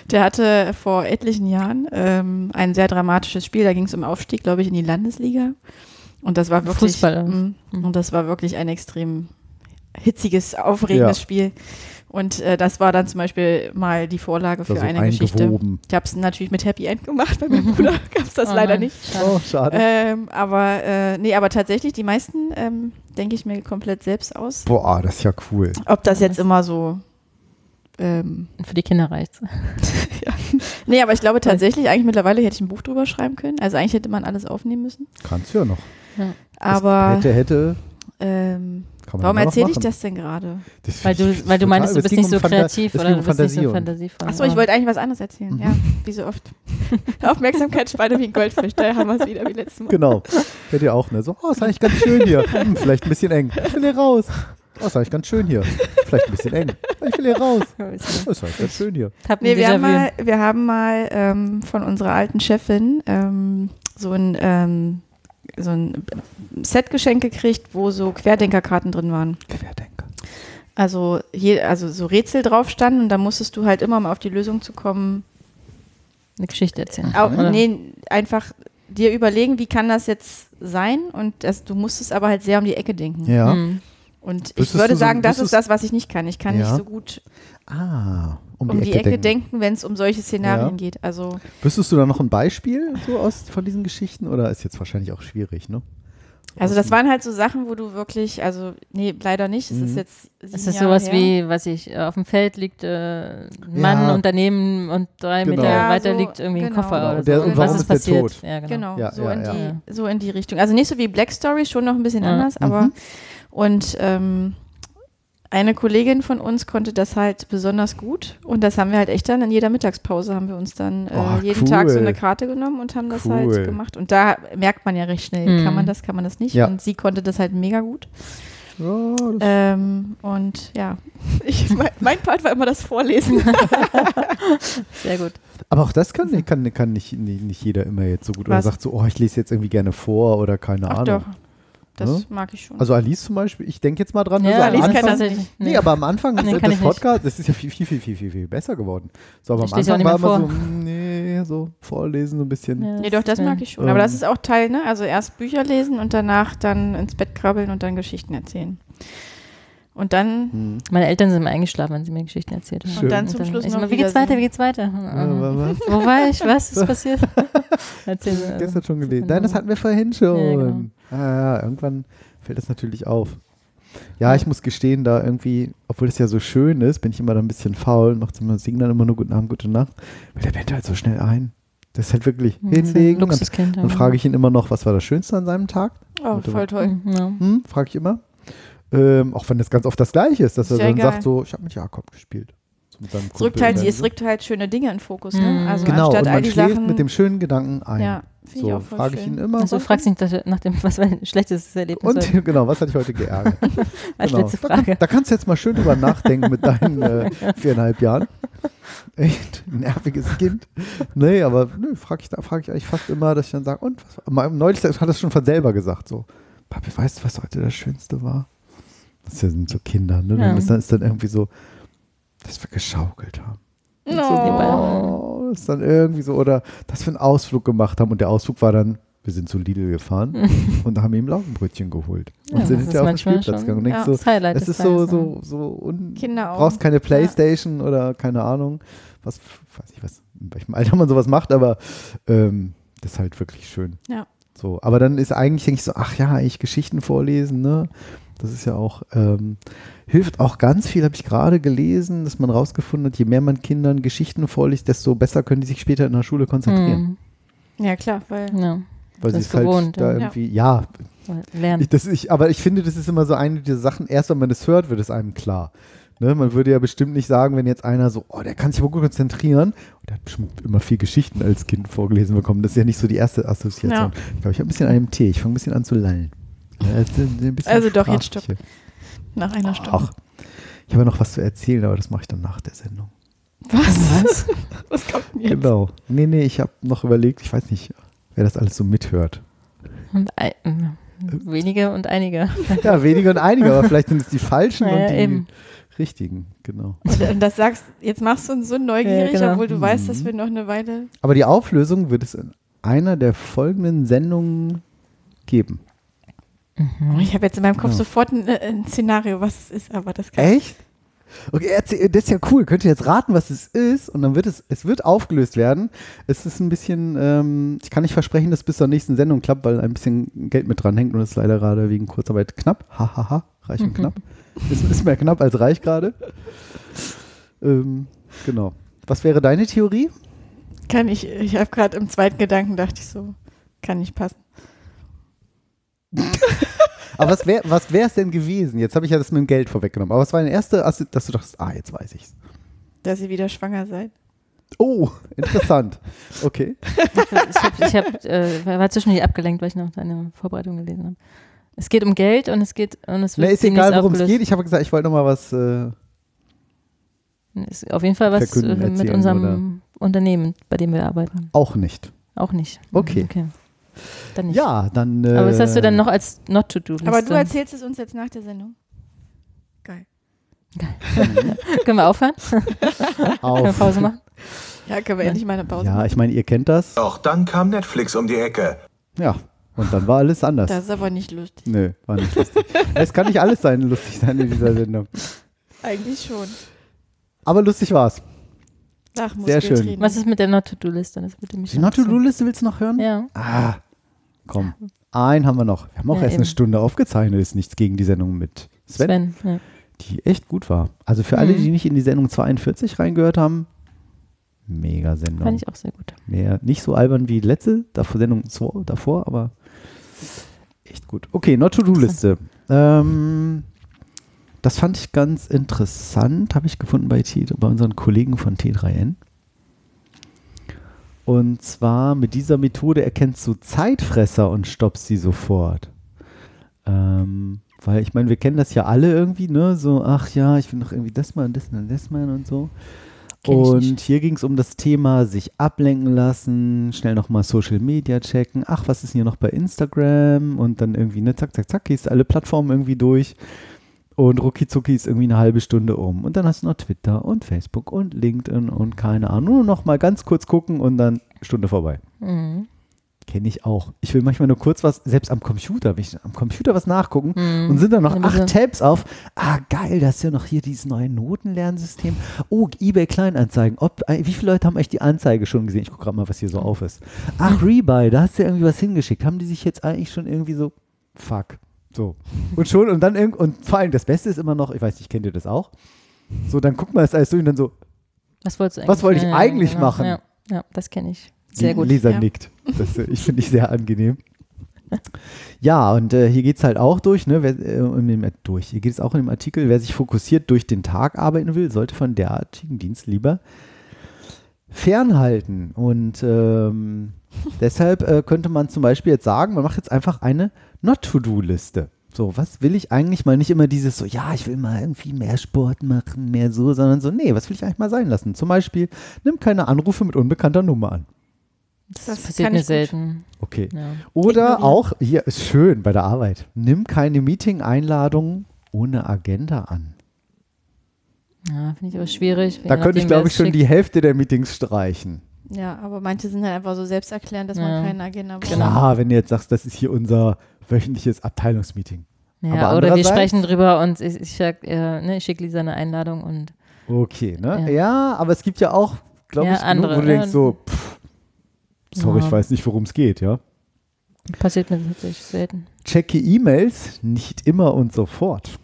der hatte vor etlichen Jahren ähm, ein sehr dramatisches Spiel. Da ging es um Aufstieg, glaube ich, in die Landesliga. Und das war wirklich, Fußball, also. Mm, Mhm. und das war wirklich ein extrem hitziges, aufregendes Ja. Spiel. Und äh, das war dann zum Beispiel mal die Vorlage Da für so eine Geschichte. eingewoben. Ich habe es natürlich mit Happy End gemacht, bei meinem Bruder gab es das Oh leider nein, nicht. schade. Oh, schade. Ähm, aber äh, nee, aber tatsächlich, die meisten ähm, denke ich mir komplett selbst aus. Boah, ah, das ist ja cool. Ob das jetzt immer so. Ähm, Für die Kinder reicht's. nee, aber ich glaube tatsächlich, eigentlich mittlerweile hätte ich ein Buch drüber schreiben können. Also eigentlich hätte man alles aufnehmen müssen. Kannst du ja noch. Aber Das hätte, hätte. ähm, Kann man warum immer noch erzähle ich machen. das denn gerade? Das find Weil ich- du, find weil du ich meinst, total- du es bist ging nicht so um Fanta- kreativ es oder ging du um bist nicht Fantasie so und- fantasievoll. Achso, ich Aber wollte eigentlich was anderes erzählen. Ja, Mhm. wie so oft. Aufmerksamkeitsspanne wie ein Goldfisch, da haben wir es wieder wie letztes Mal. Genau. Hätte ja auch, ne? So, oh, ist eigentlich ganz schön hier. Hm, vielleicht ein bisschen eng. Ich will hier raus. Oh, ist eigentlich ganz schön hier. Vielleicht ein bisschen eng. Ich will hier raus. Oh, ist eigentlich ganz schön hier. Hab Nee, ein wir haben Déjà-vu. mal, wir haben mal ähm, von unserer alten Chefin ähm, so ein, ähm, so ein Set-Geschenk gekriegt, wo so Querdenkerkarten drin waren. Querdenker. Also, je, also so Rätsel drauf standen und da musstest du halt immer mal auf die Lösung zu kommen. eine Geschichte erzählen. Au- Ah. Oder? nee, einfach dir überlegen, wie kann das jetzt sein und das, du musstest aber halt sehr um die Ecke denken. Ja. Hm. Und ich Wüsstest würde du so- sagen, das ist wüsstest- das, was ich nicht kann. Ich kann Ja. nicht so gut Ah, um, um, die, Ecke, denken, wenn es um solche Szenarien Ja. geht. Also Wüsstest du da noch ein Beispiel so aus von diesen Geschichten oder ist jetzt wahrscheinlich auch schwierig, ne? Also das waren halt so Sachen, wo du wirklich, also nee, leider nicht. Es ist Mhm. jetzt sieben Ist das Jahre sowas her. wie, was ich, äh, auf dem Feld liegt äh, ein Mann, Ja. Unternehmen und drei Genau. Meter Ja, weiter so, liegt irgendwie ein genau. Koffer Genau, oder der- so. und was warum ist ist der passiert? tot? Ja, genau. Genau, Ja, so, ja, in ja. Die, Ja. so in die Richtung. Also nicht so wie Black Story, schon noch ein bisschen Ja. anders, aber Mhm. und ähm, eine Kollegin von uns konnte das halt besonders gut und das haben wir halt echt dann in jeder Mittagspause haben wir uns dann äh, Oh, jeden cool. Tag so eine Karte genommen und haben das Cool. halt gemacht und da merkt man ja recht schnell, Mhm. kann man das, kann man das nicht Ja. und sie konnte das halt mega gut Ja, das ähm, und ja, ich, mein, mein Part war immer das Vorlesen. Sehr gut. Äh, Aber auch das kann, kann, kann nicht, nicht, nicht jeder immer jetzt so gut. Oder Was? sagt so, oh, ich lese jetzt irgendwie gerne vor oder keine Ach Ahnung. doch, das Ja? mag ich schon. Also Alice zum Beispiel, ich denke jetzt mal dran, Ja, also am Alice kann Anfang, das nicht. Nee, Nee. aber am Anfang Nee, des, kann des ich nicht. Podcasts, das ist ja viel, viel, viel, viel, viel, viel besser geworden. So, aber Ich am lese auch Anfang war nicht mehr immer so, mm, nee, so vorlesen so ein bisschen. Ja, Nee, doch, das ist, äh, mag ich schon. Ähm. Aber das ist auch Teil, ne? Also erst Bücher lesen und danach dann ins Bett krabbeln und dann Geschichten erzählen. Und dann, Hm. Meine Eltern sind immer eingeschlafen, wenn sie mir Geschichten erzählt haben. Schön. Und dann zum Schluss ich noch immer, Wie geht's Wiedersehen. weiter, wie geht's weiter? Ja, Mhm. wa- wa- Wo war ich? Was ist passiert? Erzähl Das hab ich mir. gestern schon gelesen. Nein, das hatten wir vorhin schon. Ja, genau. ah, ja, irgendwann fällt das natürlich auf. Ja, ich muss gestehen, da irgendwie, obwohl es ja so schön ist, bin ich immer da ein bisschen faul und mache immer, sing dann immer nur Guten Abend, Gute Nacht, weil der pennt halt so schnell ein. Das ist halt wirklich Das Hm, ist ein hinlegen. Dann, Luxuskind. genau. dann frage ich ihn immer noch, was war das Schönste an seinem Tag? oh, Warte voll toll. Ja. Hm, frage ich immer. Ähm, auch wenn das ganz oft das Gleiche ist, dass Ist er ja dann egal. sagt so, ich habe mit Jakob gespielt. So mit seinem Es rückt Kumpel. halt, Und es rückt halt schöne Dinge in den Fokus, ne? Mhm. Also Genau, und anstatt all man die schläft Sachen. mit dem schönen Gedanken ein. ja, finde ich so auch voll frage ich schön. ihn immer. Also du fragst nicht nach- nach dem, was mein schlechtestes Erlebnis war, und genau, was hat dich heute geärgert? als Genau. letzte Da, kann- Frage. da kannst du jetzt mal schön drüber nachdenken mit deinen äh, viereinhalb Jahren. Echt ein nerviges Kind. Nee, aber nö, frage ich, da- frag ich eigentlich fast immer, dass ich dann sage, und was, mal- neulich hat das schon von selber gesagt, so, Papi, weißt du, was heute das Schönste war? Das sind so Kinder, ne? Ja. Dann ist dann, ist dann irgendwie so, dass wir geschaukelt haben. Oh. Oh, das ist dann irgendwie so, oder dass wir einen Ausflug gemacht haben und der Ausflug war dann, wir sind zu Lidl gefahren und haben ihm Laugenbrötchen geholt. Und Ja, sind das hinterher ist auf den manchmal Spielplatz schon- gegangen. Und denkst ja. so, Das Highlight es des ist so, Tages, so, so un Kinder auch. brauchst keine Playstation oder keine Ahnung, was weiß ich was, in welchem Alter man sowas macht, aber ähm, das ist halt wirklich schön. Ja. So, aber dann ist eigentlich, denke ich so, ach ja, eigentlich Geschichten vorlesen, ne? Das ist ja auch, ähm, hilft auch ganz viel, habe ich gerade gelesen, dass man rausgefunden hat, je mehr man Kindern Geschichten vorliest, desto besser können die sich später in der Schule konzentrieren. Hm. Ja, klar, weil Ja. Weil sie Das es ist halt gewohnt, da ja. irgendwie, ja, Lernen. ich, das, ich, aber ich finde, das ist immer so eine dieser Sachen, erst wenn man das hört, wird es einem klar. Ne, man würde ja bestimmt nicht sagen, wenn jetzt einer so, oh, der kann sich aber gut konzentrieren. Und der hat bestimmt immer viel Geschichten als Kind vorgelesen bekommen. Das ist ja nicht so die erste Assoziation. Ja. Ich glaube, ich habe ein bisschen einen Tee. Ich fange ein bisschen an zu lallen. Ja, Also, ein bisschen Also doch, jetzt sprachliche. nach einer Stunde. Ach, ich habe ja noch was zu erzählen, aber das mache ich dann nach der Sendung. Was? Was kommt denn jetzt? Genau. Nee, nee, ich habe noch überlegt, ich weiß nicht, wer das alles so mithört. Und ein, ähm, wenige und einige. Ja, wenige und einige, aber vielleicht sind es die falschen Naja, und die eben. richtigen. Genau. Und, und das sagst, jetzt machst du uns so neugierig, Ja, genau. obwohl du weißt, Mhm. dass wir noch eine Weile. Aber die Auflösung wird es in einer der folgenden Sendungen geben. Mhm. Oh, ich habe jetzt in meinem Kopf Ja. sofort ein, äh, ein Szenario, was es ist, aber das kann Echt? Okay, erzähl, das ist ja cool. Könnt ihr jetzt raten, was es ist? Und dann wird es, es wird aufgelöst werden. Es ist ein bisschen, ähm, ich kann nicht versprechen, dass es bis zur nächsten Sendung klappt, weil ein bisschen Geld mit dranhängt und es ist leider gerade wegen Kurzarbeit knapp. Hahaha, ha, ha. reich und knapp. Es ist mehr knapp als reich gerade. Ähm, genau. Was wäre deine Theorie? Kann ich, ich habe gerade im zweiten Gedanken dachte ich so, kann nicht passen. Aber was wäre was es denn gewesen? Jetzt habe ich ja das mit dem Geld vorweggenommen. Aber was war deine erste, Assi- dass du dachtest, ah, jetzt weiß ich's. Dass ihr wieder schwanger seid. Oh, interessant. Okay. Ich, hab, ich hab, äh, war war zwischendurch abgelenkt, weil ich noch deine Vorbereitung gelesen habe. Es geht um Geld und es geht und es wird Na, ist demnächst egal, worum es aufgelöst. geht. Ich habe gesagt, ich wollte nochmal was. Äh, Ist auf jeden Fall was äh, Verkünden, mit erzählen, unserem Unternehmen, bei dem wir arbeiten. auch nicht. Auch nicht. Okay. Dann nicht. Ja, dann. Äh, Aber was hast du dann noch als Not-to-Do-Liste? Aber du erzählst es uns jetzt nach der Sendung. Geil. Können wir aufhören? Können wir Auf. Pause machen? Ja, können wir endlich mal eine Pause Ja, machen. ich meine, ihr kennt das. Doch dann kam Netflix um die Ecke. Ja. Und dann war alles anders. Das ist aber nicht lustig. Nö, war nicht lustig. es kann nicht alles sein, lustig sein in dieser Sendung. Eigentlich schon. Aber lustig war's. Ach, Sehr schön. Muskeltraining. Was ist mit der Not-to-Do-Liste? Das würde mich Die Not-to-Do-Liste willst du noch hören? Ja. Ah, Komm, einen haben wir noch. Wir haben auch Ja, erst eben. eine Stunde aufgezeichnet, ist nichts gegen die Sendung mit Sven, Sven. ja. die echt gut war. Also für alle, Mhm. die nicht in die Sendung 42 reingehört haben, mega Sendung. Fand ich auch sehr gut. Mehr, nicht so albern wie die letzte, davor Sendung zwo- davor, aber echt gut. Okay, Not-to-Do-Liste. Ähm, das fand ich ganz interessant, habe ich gefunden bei, T, bei unseren Kollegen von T3N. Und zwar mit dieser Methode erkennst du Zeitfresser und stoppst sie sofort. Ähm, weil ich meine, wir kennen das ja alle irgendwie, ne? So, ach ja, ich will noch irgendwie das mal und das mal und das mal und so. Kenn ich nicht. und hier ging es um das Thema sich ablenken lassen, schnell nochmal Social Media checken, ach, was ist denn hier noch bei Instagram? Und dann irgendwie, ne, zack, zack, zack, gehst alle Plattformen irgendwie durch. Und ruckizucki ist irgendwie eine halbe Stunde um. Und dann hast du noch Twitter und Facebook und LinkedIn und keine Ahnung. Nur noch mal ganz kurz gucken und dann Stunde vorbei. Mhm. Kenne ich auch. Ich will manchmal nur kurz was, selbst am Computer, will ich am Computer was nachgucken Mhm. und sind dann noch Dann acht bitte. Tabs auf. Ah, geil, das ist ja noch hier dieses neue Notenlernsystem. Oh, eBay Kleinanzeigen. Ob, äh, wie viele Leute haben euch die Anzeige schon gesehen? Ich gucke gerade mal, was hier so auf ist. Ach, Rebuy, da hast du ja irgendwie was hingeschickt. Haben die sich jetzt eigentlich schon irgendwie so, fuck. So. Und schon, und dann irgend, und vor allem das Beste ist immer noch, ich weiß nicht, kennt ihr das auch? So, dann guckt man das alles durch und dann so, Was wolltest du eigentlich? Was wollte ich Ja, ja, eigentlich genau. machen? Ja, ja das kenne ich. Sehr Die gut. Lisa ja. nickt. Das, äh, ich finde ich sehr angenehm. Ja, und äh, hier geht es halt auch durch, ne, wer, äh, in dem, durch. Hier geht es auch in dem Artikel, wer sich fokussiert durch den Tag arbeiten will, sollte von derartigen Dienst lieber fernhalten. Und ähm, deshalb äh, könnte man zum Beispiel jetzt sagen, man macht jetzt einfach eine Not-to-Do-Liste. So, was will ich eigentlich mal nicht immer dieses so, ja, ich will mal irgendwie mehr Sport machen, mehr so, sondern so, nee, was will ich eigentlich mal sein lassen? Zum Beispiel, nimm keine Anrufe mit unbekannter Nummer an. Das, Das passiert kann mir ich gut. selten. Okay. Ja. Oder Ignorieren. auch, hier ist schön bei der Arbeit, nimm keine Meeting-Einladungen ohne Agenda an. Ja, finde ich aber schwierig. Da könnte ich, glaube ich, schon die Hälfte der Meetings streichen. Ja, aber manche sind halt einfach so selbsterklärend, dass Ja. man keine Agenda Genau. braucht. Klar, wenn du jetzt sagst, das ist hier unser wöchentliches Abteilungsmeeting. Ja, Aber oder wir andererseits- sprechen drüber und ich, ich, sag, äh, ne, ich schicke Lisa eine Einladung und Okay, ne? Ja. Ja, aber es gibt ja auch, glaube Ja, ich, genug, andere, wo du ne? denkst so, pff, sorry, Ja. ich weiß nicht, worum es geht, ja? passiert mir tatsächlich selten. Checke E-Mails nicht immer und sofort.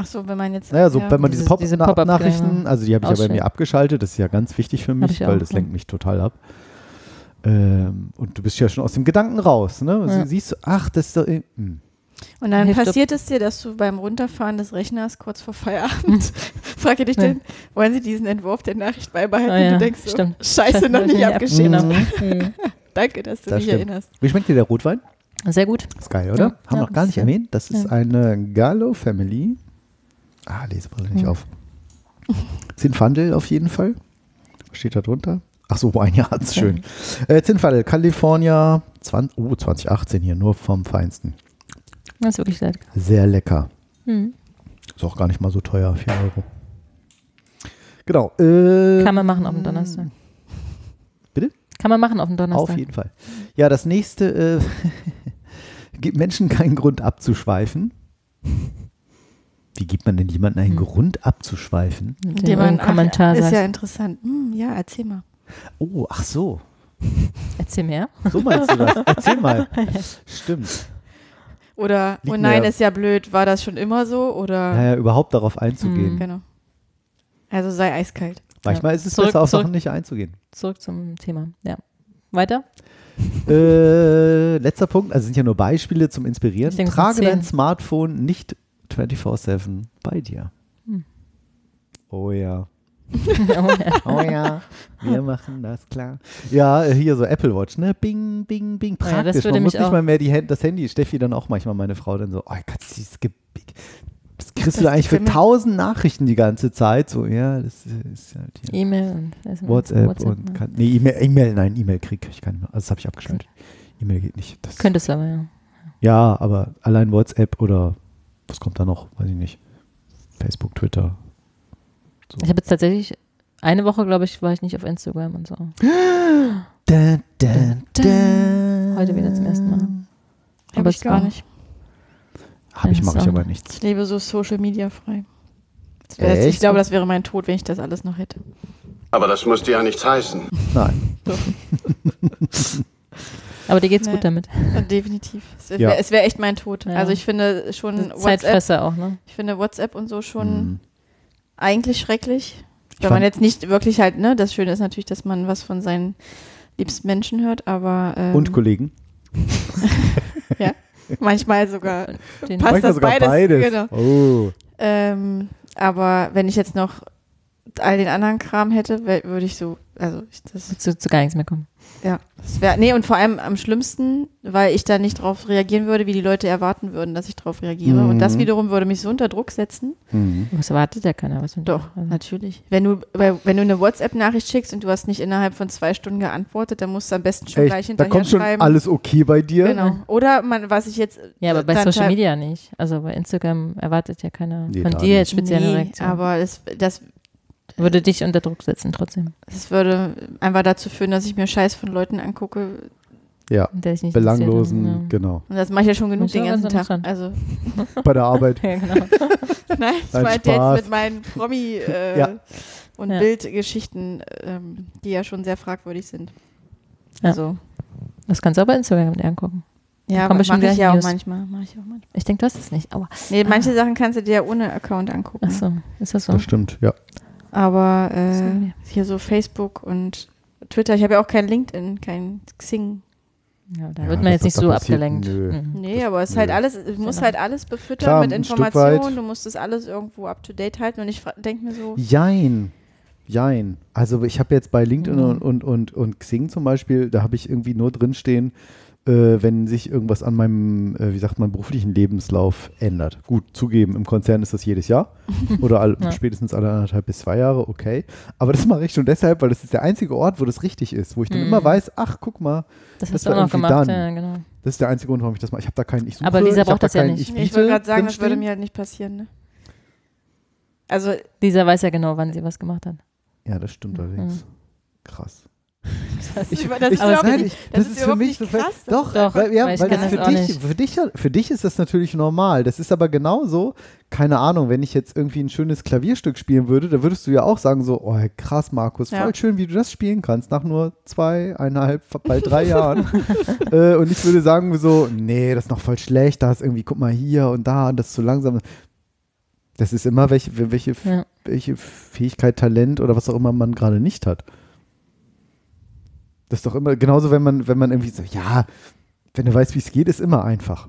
Ach so, wenn man jetzt. Naja, so, ja. wenn man diese, Dieses- diese Pop-up, Pop-Up-Nachrichten, genau. also die habe ich ja bei Ausschalten. mir abgeschaltet, das ist ja ganz wichtig für Hab mich, ich weil auch, das ja. lenkt mich total ab. Ähm, und du bist ja schon aus dem Gedanken raus, ne? Also Ja. Siehst du, ach, das ist doch. eh- hm. Und dann Hilft passiert es dir, dass du beim Runterfahren des Rechners kurz vor Feierabend frage dich denn, wollen sie diesen Entwurf der Nachricht beibehalten? Ah, ja, Du denkst so, stimmt. scheiße, Stimmt, noch nicht nicht abgeschickt. Mhm. Danke, dass du Das mich stimmt. erinnerst. Wie schmeckt dir der Rotwein? Sehr gut. Ist geil, oder? Ja. Haben wir Ja, noch gar ist nicht ja- erwähnt. Das ist ja. eine Gallo Family. Ah, Lesebrille nicht auf. Zinfandel auf jeden Fall. Was steht da drunter? Ach so, ein Jahr hat's schön. Äh, Zinfandel, California, 20, oh, 2018 hier, nur vom Feinsten. Das ist wirklich leid. Sehr lecker. Mhm. Ist auch gar nicht mal so teuer, 4 Euro. Genau. Äh, Kann man machen auf dem Donnerstag. Bitte? Kann man machen auf dem Donnerstag. Auf jeden Fall. Ja, das nächste äh, gibt Menschen keinen Grund abzuschweifen. Wie gibt man denn jemandem Hm. einen Grund abzuschweifen? Mit Indem dem man, ach, Kommentar Ist sagt. ja interessant. Hm, ja, erzähl mal. Oh, ach so. Erzähl mehr. So meinst du das? Erzähl mal. Stimmt. Oder, Liegt oh nein, mir- ist ja blöd, war das schon immer so? Oder, Naja, überhaupt darauf einzugehen. Mhm. genau. Also sei eiskalt. Manchmal ist es Zurück- besser, auf zurück. Sachen nicht einzugehen. Zurück zum Thema. Ja. Weiter? Äh, letzter Punkt, also sind ja nur Beispiele zum Inspirieren. Ich denke, es sind Trage dein zehn. Smartphone nicht 24-7 bei dir. Hm. Oh ja. Oh ja, wir machen das klar. Ja, äh, hier so Apple Watch, ne? Bing, bing, bing. Oh Ja, das Praktisch. würde Man mich muss nicht auch- mal mehr die Hand, das Handy. Steffi dann auch manchmal, meine Frau dann so, oh Gott, dieses Ge das kriegst du da eigentlich für Geflimmel. tausend Nachrichten die ganze Zeit. So, ja, das ist halt hier. E-Mail und SMS. Hm, WhatsApp, und ja. kann, nee, E-Mail, E-Mail, nein, E-Mail krieg ich keine mehr. Also das habe ich abgeschaltet. E-Mail geht nicht. Das, Könntest du aber, ja. ja, aber allein WhatsApp oder was kommt da noch? Weiß ich nicht. Facebook, Twitter. Ich habe jetzt tatsächlich eine Woche, glaube ich, war ich nicht auf Instagram und so. Da, da, da. Heute wieder zum ersten Mal. Hab Aber ich es gar war- nicht. Habe ich, Das mache auch ich aber noch. nichts. Ich lebe so Social Media frei. Das wär- Echt? Ich glaube, das wäre mein Tod, wenn ich das alles noch hätte. Aber das musste ja nichts heißen. Nein. Aber dir geht's Nee. gut damit. Ja, Definitiv. Es wäre Ja. es wär echt mein Tod. Ja. Also ich finde schon WhatsApp, Zeitfresser auch, ne? ich finde WhatsApp und so schon Mhm. eigentlich schrecklich. Ich Wenn man fand- jetzt nicht wirklich halt, ne, das Schöne ist natürlich, dass man was von seinen liebsten Menschen hört, aber ähm, Und Kollegen. manchmal sogar Den Manchmal Passt das sogar beides? beides. Genau. Oh. Ähm, aber wenn ich jetzt noch all den anderen Kram hätte, wär- würde ich so, also ich, das, zu, zu gar nichts mehr kommen. ja, das wäre, nee, und vor allem am schlimmsten, weil ich da nicht drauf reagieren würde, wie die Leute erwarten würden, dass ich drauf reagiere. Und das Mhm. wiederum würde mich so unter Druck setzen. Mhm. Was erwartet ja keiner? Was von dir? Doch, Also, natürlich. Wenn du, weil- wenn du eine WhatsApp-Nachricht schickst und du hast nicht innerhalb von zwei Stunden geantwortet, dann musst du am besten schon Echt, da gleich hinterher kommt schon schreiben. alles okay bei dir. Genau. Oder man, was ich jetzt. ja, aber bei dann Social teil- Media nicht. Also bei Instagram erwartet ja keiner Nee, von da dir jetzt Nee, spezielle Reaktion. aber das, das Würde dich unter Druck setzen trotzdem. Das würde einfach dazu führen, dass ich mir Scheiß von Leuten angucke. Ja. Der dich nicht Belanglosen, interessiert. ne? genau. Und das mache ich ja schon genug Ist ja den ganzen ganz Tag. Also, Bei der Arbeit. Ja, genau. nein, ich Nein, meinte jetzt Spaß. mit meinen Promi- äh, Ja. und Ja. Bildgeschichten, ähm, die ja schon sehr fragwürdig sind. Ja. Also, Das kannst du auch bei Instagram dir angucken. ja, kommen mache bestimmt ich gleich ja auch News. manchmal. Mach ich auch manchmal. Ich denke, du hast es nicht. Aua. Nee, manche Sachen kannst du dir ja ohne Account angucken. Ach so, ist das so? Das stimmt, ja. Aber äh, Sorry. hier so Facebook und Twitter, ich habe ja auch kein LinkedIn, kein Xing. Ja, da Ja, wird das- man jetzt nicht das so passiert- abgelenkt. nö. Mhm. Nee, aber es ist halt nö. alles, du musst Genau. halt alles befüttern Klar, mit ein Stück Informationen, weit. du musst das alles irgendwo up to date halten und ich denke mir so, Jein. Jein. Also ich habe jetzt bei LinkedIn Mhm. und, und, und, und Xing zum Beispiel, da habe ich irgendwie nur drinstehen, äh, wenn sich irgendwas an meinem, äh, wie sagt man, beruflichen Lebenslauf ändert. Gut, zugeben, im Konzern ist das jedes Jahr oder all, Ja. spätestens alle anderthalb bis zwei Jahre, okay. Aber das mache ich schon deshalb, weil das ist der einzige Ort, wo das richtig ist, wo ich dann Mhm. immer weiß, ach, guck mal, Das Das hast war du auch noch irgendwie gemacht, dann. ja, genau. das ist der einzige Grund, warum ich das mache. Ich habe da keinen, ich suche, Aber Lisa ich habe braucht da das ja keinen, nicht. Ich, Nee, ich biete wollte gerade sagen, das würde drinstehen. mir halt nicht passieren. Ne? Also, Lisa weiß ja genau, wann sie was gemacht hat. Ja, das stimmt allerdings. Krass. Mhm. das Ich, ist über- das ich, ist das, überhaupt nein, nicht- ich, das, ist für überhaupt mich nicht so- krass. Das Doch, ist Doch, weil, weil ja, weil, ich kann das das für auch dich, nicht. für dich, ja- für dich ist das natürlich normal. Das ist aber genauso, keine Ahnung, wenn ich jetzt irgendwie ein schönes Klavierstück spielen würde, da würdest du ja auch sagen so, oh krass, Markus, Ja. voll schön, wie du das spielen kannst, nach nur zweieinhalb, bald drei Jahren. äh, und ich würde sagen so, nee, das ist noch voll schlecht, da ist irgendwie, guck mal hier und da und das ist zu langsam. Das ist immer, welche, welche, Ja. welche Fähigkeit, Talent oder was auch immer man gerade nicht hat. Das ist doch immer, genauso wenn man, wenn man irgendwie so, ja, wenn du weißt, wie es geht, ist immer einfach.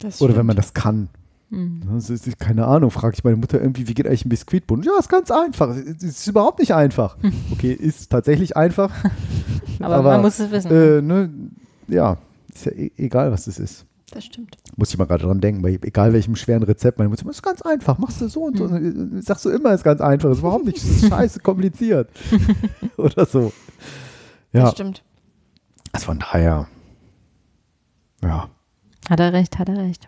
Das Oder wenn stimmt. Hm. man das kann. Ne, Mhm. Das ist, ist- keine Ahnung, frage ich meine Mutter irgendwie, wie geht eigentlich ein Biskuitbund? Ja, ist ganz einfach. Es Ist, ist überhaupt nicht einfach. Okay, ist tatsächlich einfach. Aber, man muss es wissen. äh, ne, ja, ist ja e egal, was es ist. Das stimmt. Muss ich mal gerade dran denken, bei egal welchem schweren Rezept, meine Mutter immer, ist ganz einfach, machst du so und Hm. so. Und, äh, Sagst du immer, ist ganz einfach, ist überhaupt nicht, ist scheiße kompliziert. Oder so. Das Ja, stimmt. also von daher. Ja, Hat er recht, hat er recht.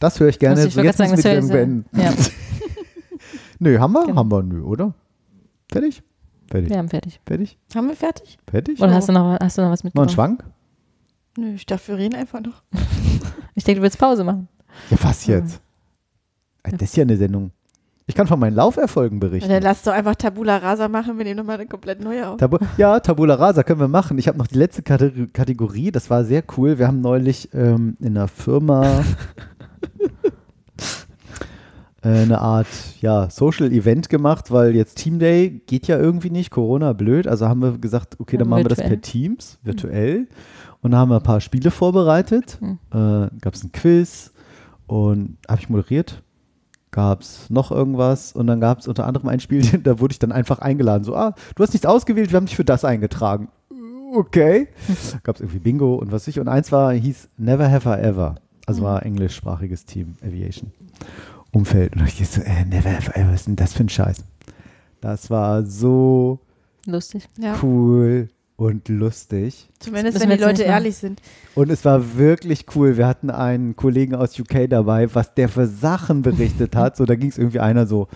das höre ich gerne. Muss ich So, wollte jetzt gerade müssen wir die sagen, Sendung das wäre beenden. Ja, Nö, haben wir? Genau. Haben wir, nö, oder? Fertig? Fertig. wir haben fertig. Fertig? Haben wir fertig? Fertig? Oder hast du noch, hast du noch was noch einen mitgenommen? Schwank? Nö, ich dachte, wir reden einfach noch. ich denke, du willst Pause machen. Ja, was jetzt? Ey, Das ist ja eine Sendung. Ich kann von meinen Lauferfolgen berichten. Dann lass doch einfach Tabula Rasa machen, wir nehmen nochmal eine komplett neue auf. Tabu ja, Tabula Rasa können wir machen. Ich habe noch die letzte Kate- Kategorie, das war sehr cool. Wir haben neulich ähm, in einer Firma äh, eine Art ja, Social Event gemacht, weil jetzt Team Day geht ja irgendwie nicht, Corona blöd. Also haben wir gesagt, okay, dann machen wir das per Virtuell. Teams, virtuell. Und da haben wir ein paar Spiele vorbereitet. Mhm. Äh, Gab es ein Quiz und habe ich moderiert gab es noch irgendwas und dann gab es unter anderem ein Spiel, da wurde ich dann einfach eingeladen. So, ah, du hast nichts ausgewählt, wir haben dich für das eingetragen. Okay. gab es irgendwie Bingo und was weiß ich. Und eins war, hieß Never Have I Ever. Also war ein englischsprachiges Team, Aviation. Umfeld. Und ich dachte so, äh, Never Have I Ever, was ist denn das für ein Scheiß? Das war so Lustig. Ja, cool und lustig. zumindest müssen wenn wir die jetzt Leute nicht machen. ehrlich sind. Und es war wirklich cool. Wir hatten einen Kollegen aus UK dabei, was der für Sachen berichtet hat. So, da ging es irgendwie einer so,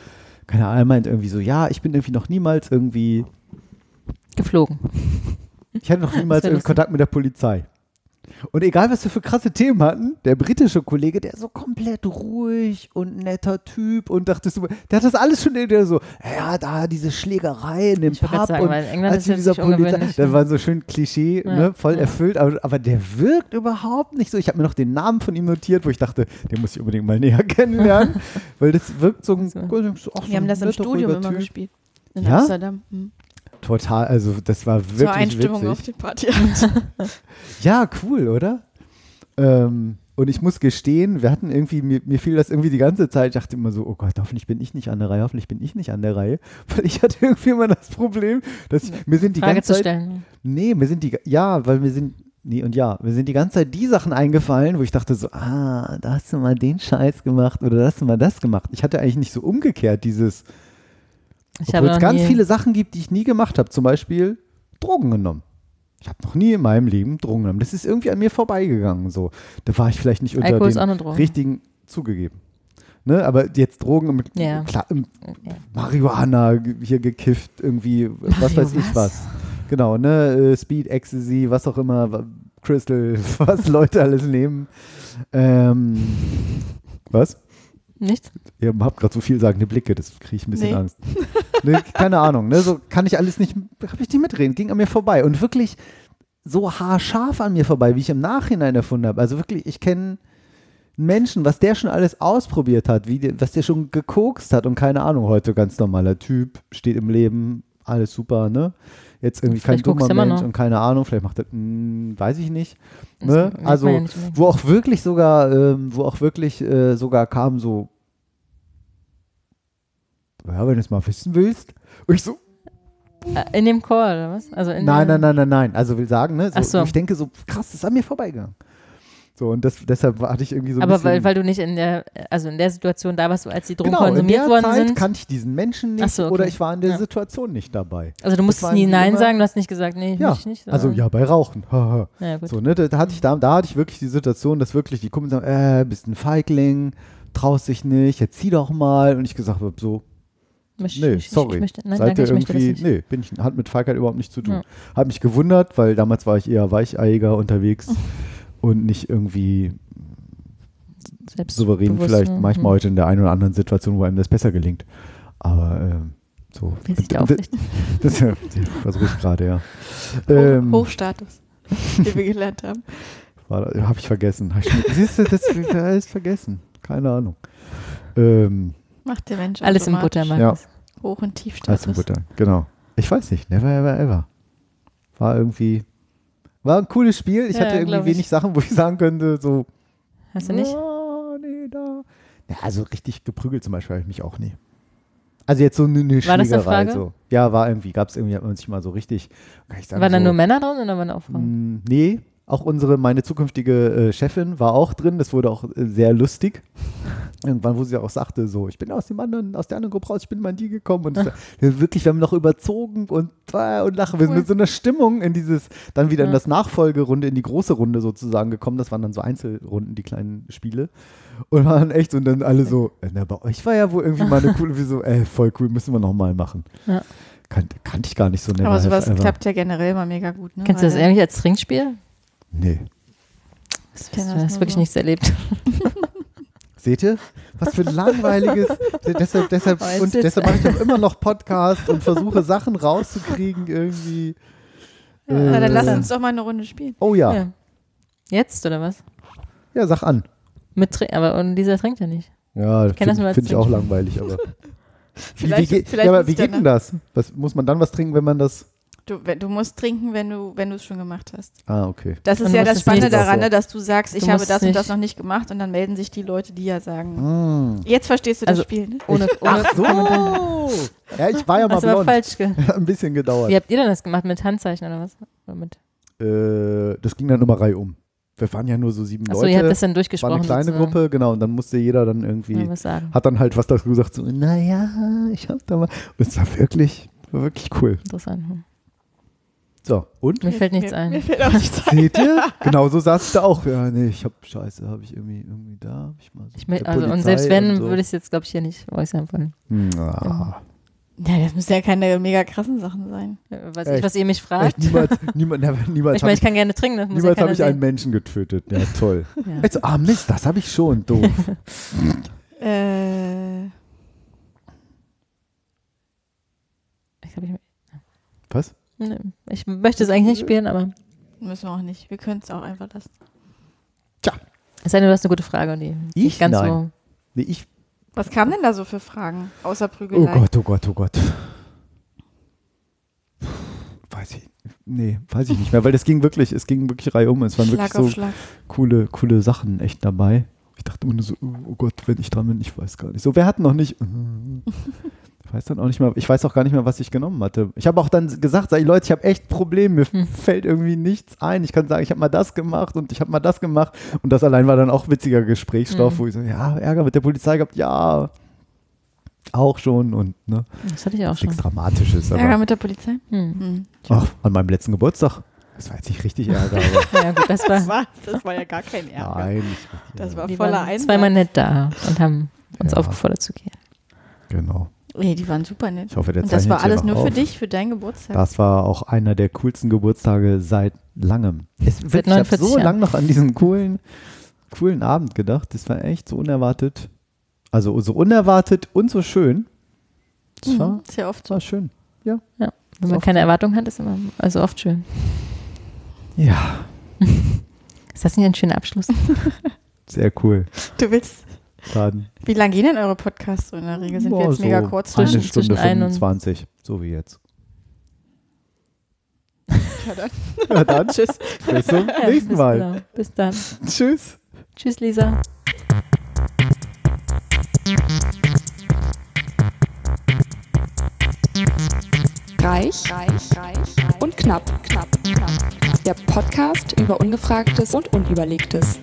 keine Ahnung, meint irgendwie so, ja, ich bin irgendwie noch niemals irgendwie, Geflogen. ich hatte noch niemals wär irgendwie lustig. Kontakt mit der Polizei. Und egal, was wir für krasse Themen hatten, der britische Kollege, der so komplett ruhig und netter Typ und dachtest du, der hat das alles schon in der so, ja, da diese Schlägerei in dem wollte gerade Pub sagen, und weil in England als ist jetzt dieser nicht Polizei, ungewöhnlich, da ne? war so schön Klischee, Ja, ne, voll ja. erfüllt, aber, aber der wirkt überhaupt nicht so. Ich habe mir noch den Namen von ihm notiert, wo ich dachte, den muss ich unbedingt mal näher kennenlernen, weil das wirkt so ein, ach, so ein Wir haben das im netter, Studium ruhiger immer Typ. gespielt. In Ja? Amsterdam. Hm. Total, also das war wirklich Zur Einstimmung witzig. auf die Party. Ja, cool, oder? Ähm, und ich muss gestehen, wir hatten irgendwie, mir, mir fiel das irgendwie die ganze Zeit, ich dachte immer so, oh Gott, hoffentlich bin ich nicht an der Reihe, hoffentlich bin ich nicht an der Reihe, weil ich hatte irgendwie immer das Problem, dass ich, mir sind die Frage ganze zu Zeit, stellen. nee, mir sind die, ga- ja, weil mir sind, nee und ja, mir sind die ganze Zeit die Sachen eingefallen, wo ich dachte so, ah, da hast du mal den Scheiß gemacht oder da hast du mal das gemacht. Ich hatte eigentlich nicht so umgekehrt dieses, Ich habe obwohl es noch ganz nie, viele Sachen gibt, die ich nie gemacht habe. Zum Beispiel Drogen genommen. Ich habe noch nie in meinem Leben Drogen genommen. Das ist irgendwie an mir vorbeigegangen. So. Da war ich vielleicht nicht unter Alkohol ist auch dem eine Droge. richtigen zugegeben. Ne? Aber jetzt Drogen mit Ja. klar, ähm, Ja. Marihuana ge- hier gekifft, irgendwie, was weiß ich was. Genau, ne? äh, Speed, Ecstasy, was auch immer, wa- Crystal, was Leute alles nehmen. Ähm, was? Nichts? Ihr habt gerade so vielsagende Blicke, das kriege ich ein bisschen Nee. Angst. Nee, keine Ahnung, ne? so kann ich alles nicht, habe ich nicht mitreden, ging an mir vorbei und wirklich so haarscharf an mir vorbei, wie ich im Nachhinein erfunden habe. Also wirklich, ich kenne einen Menschen, was der schon alles ausprobiert hat, wie der, was der schon gekokst hat und keine Ahnung, heute ganz normaler Typ, steht im Leben, alles super, ne? Jetzt irgendwie Vielleicht kein kokst dummer du immer Mensch noch. und keine Ahnung, vielleicht macht er, mm, weiß ich nicht. Das Ne? merkt man Also, ja nicht mehr. wo auch wirklich sogar, ähm, wo auch wirklich äh, sogar kam so, ja, wenn du es mal wissen willst. Und ich so, Äh, In dem Chor oder was? Also in nein, nein, dem, nein, nein, nein. Also will sagen, ne? So, Ach so. Ich denke so, krass, das ist an mir vorbeigegangen. So, und das, deshalb hatte ich irgendwie so ein aber bisschen, weil, weil du nicht in der, also in der Situation da warst, als die Drogen genau, in konsumiert der worden Zeit sind. kannte ich diesen Menschen nicht Ach so, okay. oder ich war in der Ja. Situation nicht dabei. Also du Das musstest waren nie wie Nein immer- sagen, du hast nicht gesagt, nee, Ja, ich nicht. also sondern- ja, bei Rauchen. haha. Ja, gut. so, ne, da, da hatte ich da, da hatte ich wirklich die Situation, dass wirklich die Kumpels sagen, äh, bist ein Feigling, traust dich nicht, jetzt zieh doch mal. Und ich gesagt habe so, Möchte- Nee, ich- ich- sorry. Ich möchte, nein, Seid danke, ihr ich möchte das irgendwie, nicht. nee, bin ich, hat mit Feigheit überhaupt nichts zu tun. Ja. Hab mich gewundert, weil damals war ich eher weicheiiger unterwegs und nicht irgendwie souverän, Selbstbewusst, vielleicht ne? manchmal heute in der einen oder anderen Situation, wo einem das besser gelingt. Aber ähm, so. Will sich Und- da und- aufrichten. Das, das versuche ich gerade, ja. Hoch, Ähm, Hochstatus, den wir gelernt haben. habe ich vergessen. Hab ich, schon- siehst du, das das ist vergessen. Keine Ahnung. Ähm, Macht der Mensch Alles im automatisch. Buttermann. Ja. Hoch- Als und im Tiefstatus. Butter, genau. Ich weiß nicht, never ever ever. War irgendwie, war ein cooles Spiel. Ich Ja, hatte glaub irgendwie ich. wenig Sachen, wo ich sagen könnte, so. Hast du nicht? "Ah, nee, da. Ja, also richtig geprügelt zum Beispiel habe ich mich auch nie. Also jetzt so eine, eine War das eine Schlägerei. Frage? So. Ja, war irgendwie, gab es irgendwie, hat man sich mal so richtig, kann ich sagen. Waren da so, nur Männer drin oder waren auch Frauen? Mm, Nee, auch unsere, meine zukünftige äh, Chefin war auch drin. Das wurde auch äh, sehr lustig. Irgendwann, wo sie auch sagte, so, ich bin aus dem anderen, aus der anderen Gruppe raus, ich bin mal in die gekommen. Und das, wir wirklich, wir haben noch überzogen und, äh, und lachen. Wir sind mit so einer Stimmung in dieses, dann wieder in Ja. das Nachfolgerunde, in die große Runde sozusagen gekommen. Das waren dann so Einzelrunden, die kleinen Spiele. Und waren echt und dann alle so, äh, na, bei euch war ja wohl irgendwie mal eine coole, wie so, ey, voll cool, müssen wir nochmal machen. Ja. Kannte, kannte ich gar nicht so never Aber have sowas ever. klappt ja generell mal mega gut. Ne? Kennst du das Weil- irgendwie als Trinkspiel? Nee. Das kenn hast, das du hast nur wirklich so. nichts erlebt. Seht ihr? Was für ein langweiliges. deshalb deshalb, Oh, jetzt und sitzt- deshalb mache ich doch immer noch Podcast und versuche Sachen rauszukriegen irgendwie. Na, dann lass Äh, uns doch mal eine Runde spielen. Oh ja. ja. Ja. Jetzt oder was? sag an. Mit Trin- aber und Lisa trinkt ja nicht. Ja, kenn das nur finde als find ich auch Trinkspiel. langweilig, aber. wie, Vielleicht- wie, geht- vielleicht ja, aber muss wie ich geht denn das? Was, muss man dann was trinken, wenn man das. Du, wenn- du musst trinken, wenn du wenn du es schon gemacht hast. Ah, okay. Das ist Und du ja musst das es Spannende nicht- daran, Ach so. ne, dass du sagst, ich Du habe musst das und das nicht- noch nicht Mhm. gemacht und dann melden sich die Leute, die ja sagen. Mm. Jetzt verstehst du das Also- Spiel. ne? Ohne, ohne Ach so! Ja, ich war ja mal Hast du aber blond. falsch ge Hat ein bisschen gedauert. Wie habt ihr denn das gemacht? Mit Handzeichen oder was? Oder mit Äh, das ging dann immer reihum. um. Wir waren ja nur so sieben Achso, Leute. ihr habt das dann war durchgesprochen. eine kleine sozusagen. Gruppe, genau. Und dann musste jeder dann irgendwie. Mal was sagen. hat dann halt was dazu gesagt, so, naja, ich hab da mal. Und es war wirklich, war wirklich cool. Interessant. Hm. So, und? Mir fällt nichts mir, ein. Mir fällt auch nichts ein. Seht ihr? Genau so saß ich da auch. Ja, nee, ich hab Scheiße, habe ich irgendwie, irgendwie da, hab ich mal so. Ich mel- mit der also, und Polizei selbst wenn, so. würde ich es jetzt, glaube ich, hier nicht äußern wollen. Na, Ja, das müssen ja keine mega krassen Sachen sein. Weiß Echt? nicht, was ihr mich Echt, fragt. niemals, niemals, na, niemals Ich meine, habe ich kann gerne trinken, das muss ja niemals hab keiner ich einen sehen. Menschen getötet. Ja, toll. Ja. Also, ah, Mist, das habe ich schon. Doof. Äh, Ich, glaub, ich, Was? nee, ich möchte es eigentlich nicht spielen, aber müssen wir auch nicht. Wir können es auch einfach lassen. es sei denn, du hast eine gute Frage und die ist Ich? nicht ganz Nein. Nee, ich. Was kam denn da so für Fragen? Außer Prügelei. Oh Gott, oh Gott, oh Gott. Weiß ich. Nee, weiß ich nicht mehr, weil das ging wirklich, es ging wirklich reihum. Es waren Schlag wirklich so auf Schlag. coole, coole Sachen echt dabei. Ich dachte immer nur so, oh Gott, wenn ich dran bin, ich weiß gar nicht. So, wer hat noch nicht? Mhm. Ich weiß dann auch nicht mehr, ich weiß auch gar nicht mehr, was ich genommen hatte. Ich habe auch dann gesagt, sag ich, Leute, ich habe echt Probleme, mir Hm. fällt irgendwie nichts ein. Ich kann sagen, ich habe mal das gemacht und ich habe mal das gemacht. Und das allein war dann auch witziger Gesprächsstoff, Hm. wo ich so, ja, Ärger mit der Polizei gehabt, ja, auch schon und ne, so. Das hatte ich auch schon. nichts Dramatisches. Ärger Aber, mit der Polizei? Hm. Hm. ach, an meinem letzten Geburtstag, das war jetzt nicht richtig Ärger, aber Ja, gut, das war. war, das war ja gar kein nein, nicht richtig Das Ärger. war Die voller waren Einsatz. zweimal nicht da und haben uns Ja. aufgefordert zu gehen. genau. Nee, die waren super nett. Ich hoffe, der Und das zeichnet war hier alles noch nur auf. für dich, für deinen Geburtstag. Das war auch einer der coolsten Geburtstage seit langem. Es, Seit wirklich, ich habe 49 so Jahren. lang noch an diesen coolen, coolen Abend gedacht. Das war echt so unerwartet. Also so unerwartet und so schön. Das war, Mhm, ist ja oft das so. war schön. Wenn man oft keine Erwartung hat, ist immer also oft schön. Ja, Ist das nicht ein schöner Abschluss? sehr cool. Du willst. Dann Wie lang gehen denn eure Podcasts so in der Regel? Sind boah, wir jetzt so mega kurz dran? Eine Zwischen- Stunde zwischen ein und- 25, so wie jetzt. Ja, dann. Na dann, tschüss. Bis zum Ja, nächsten bis- Mal. genau. Bis dann. Tschüss. Tschüss, Lisa. Reich, reich, reich und knapp, knapp, knapp. Der Podcast über Ungefragtes und Unüberlegtes.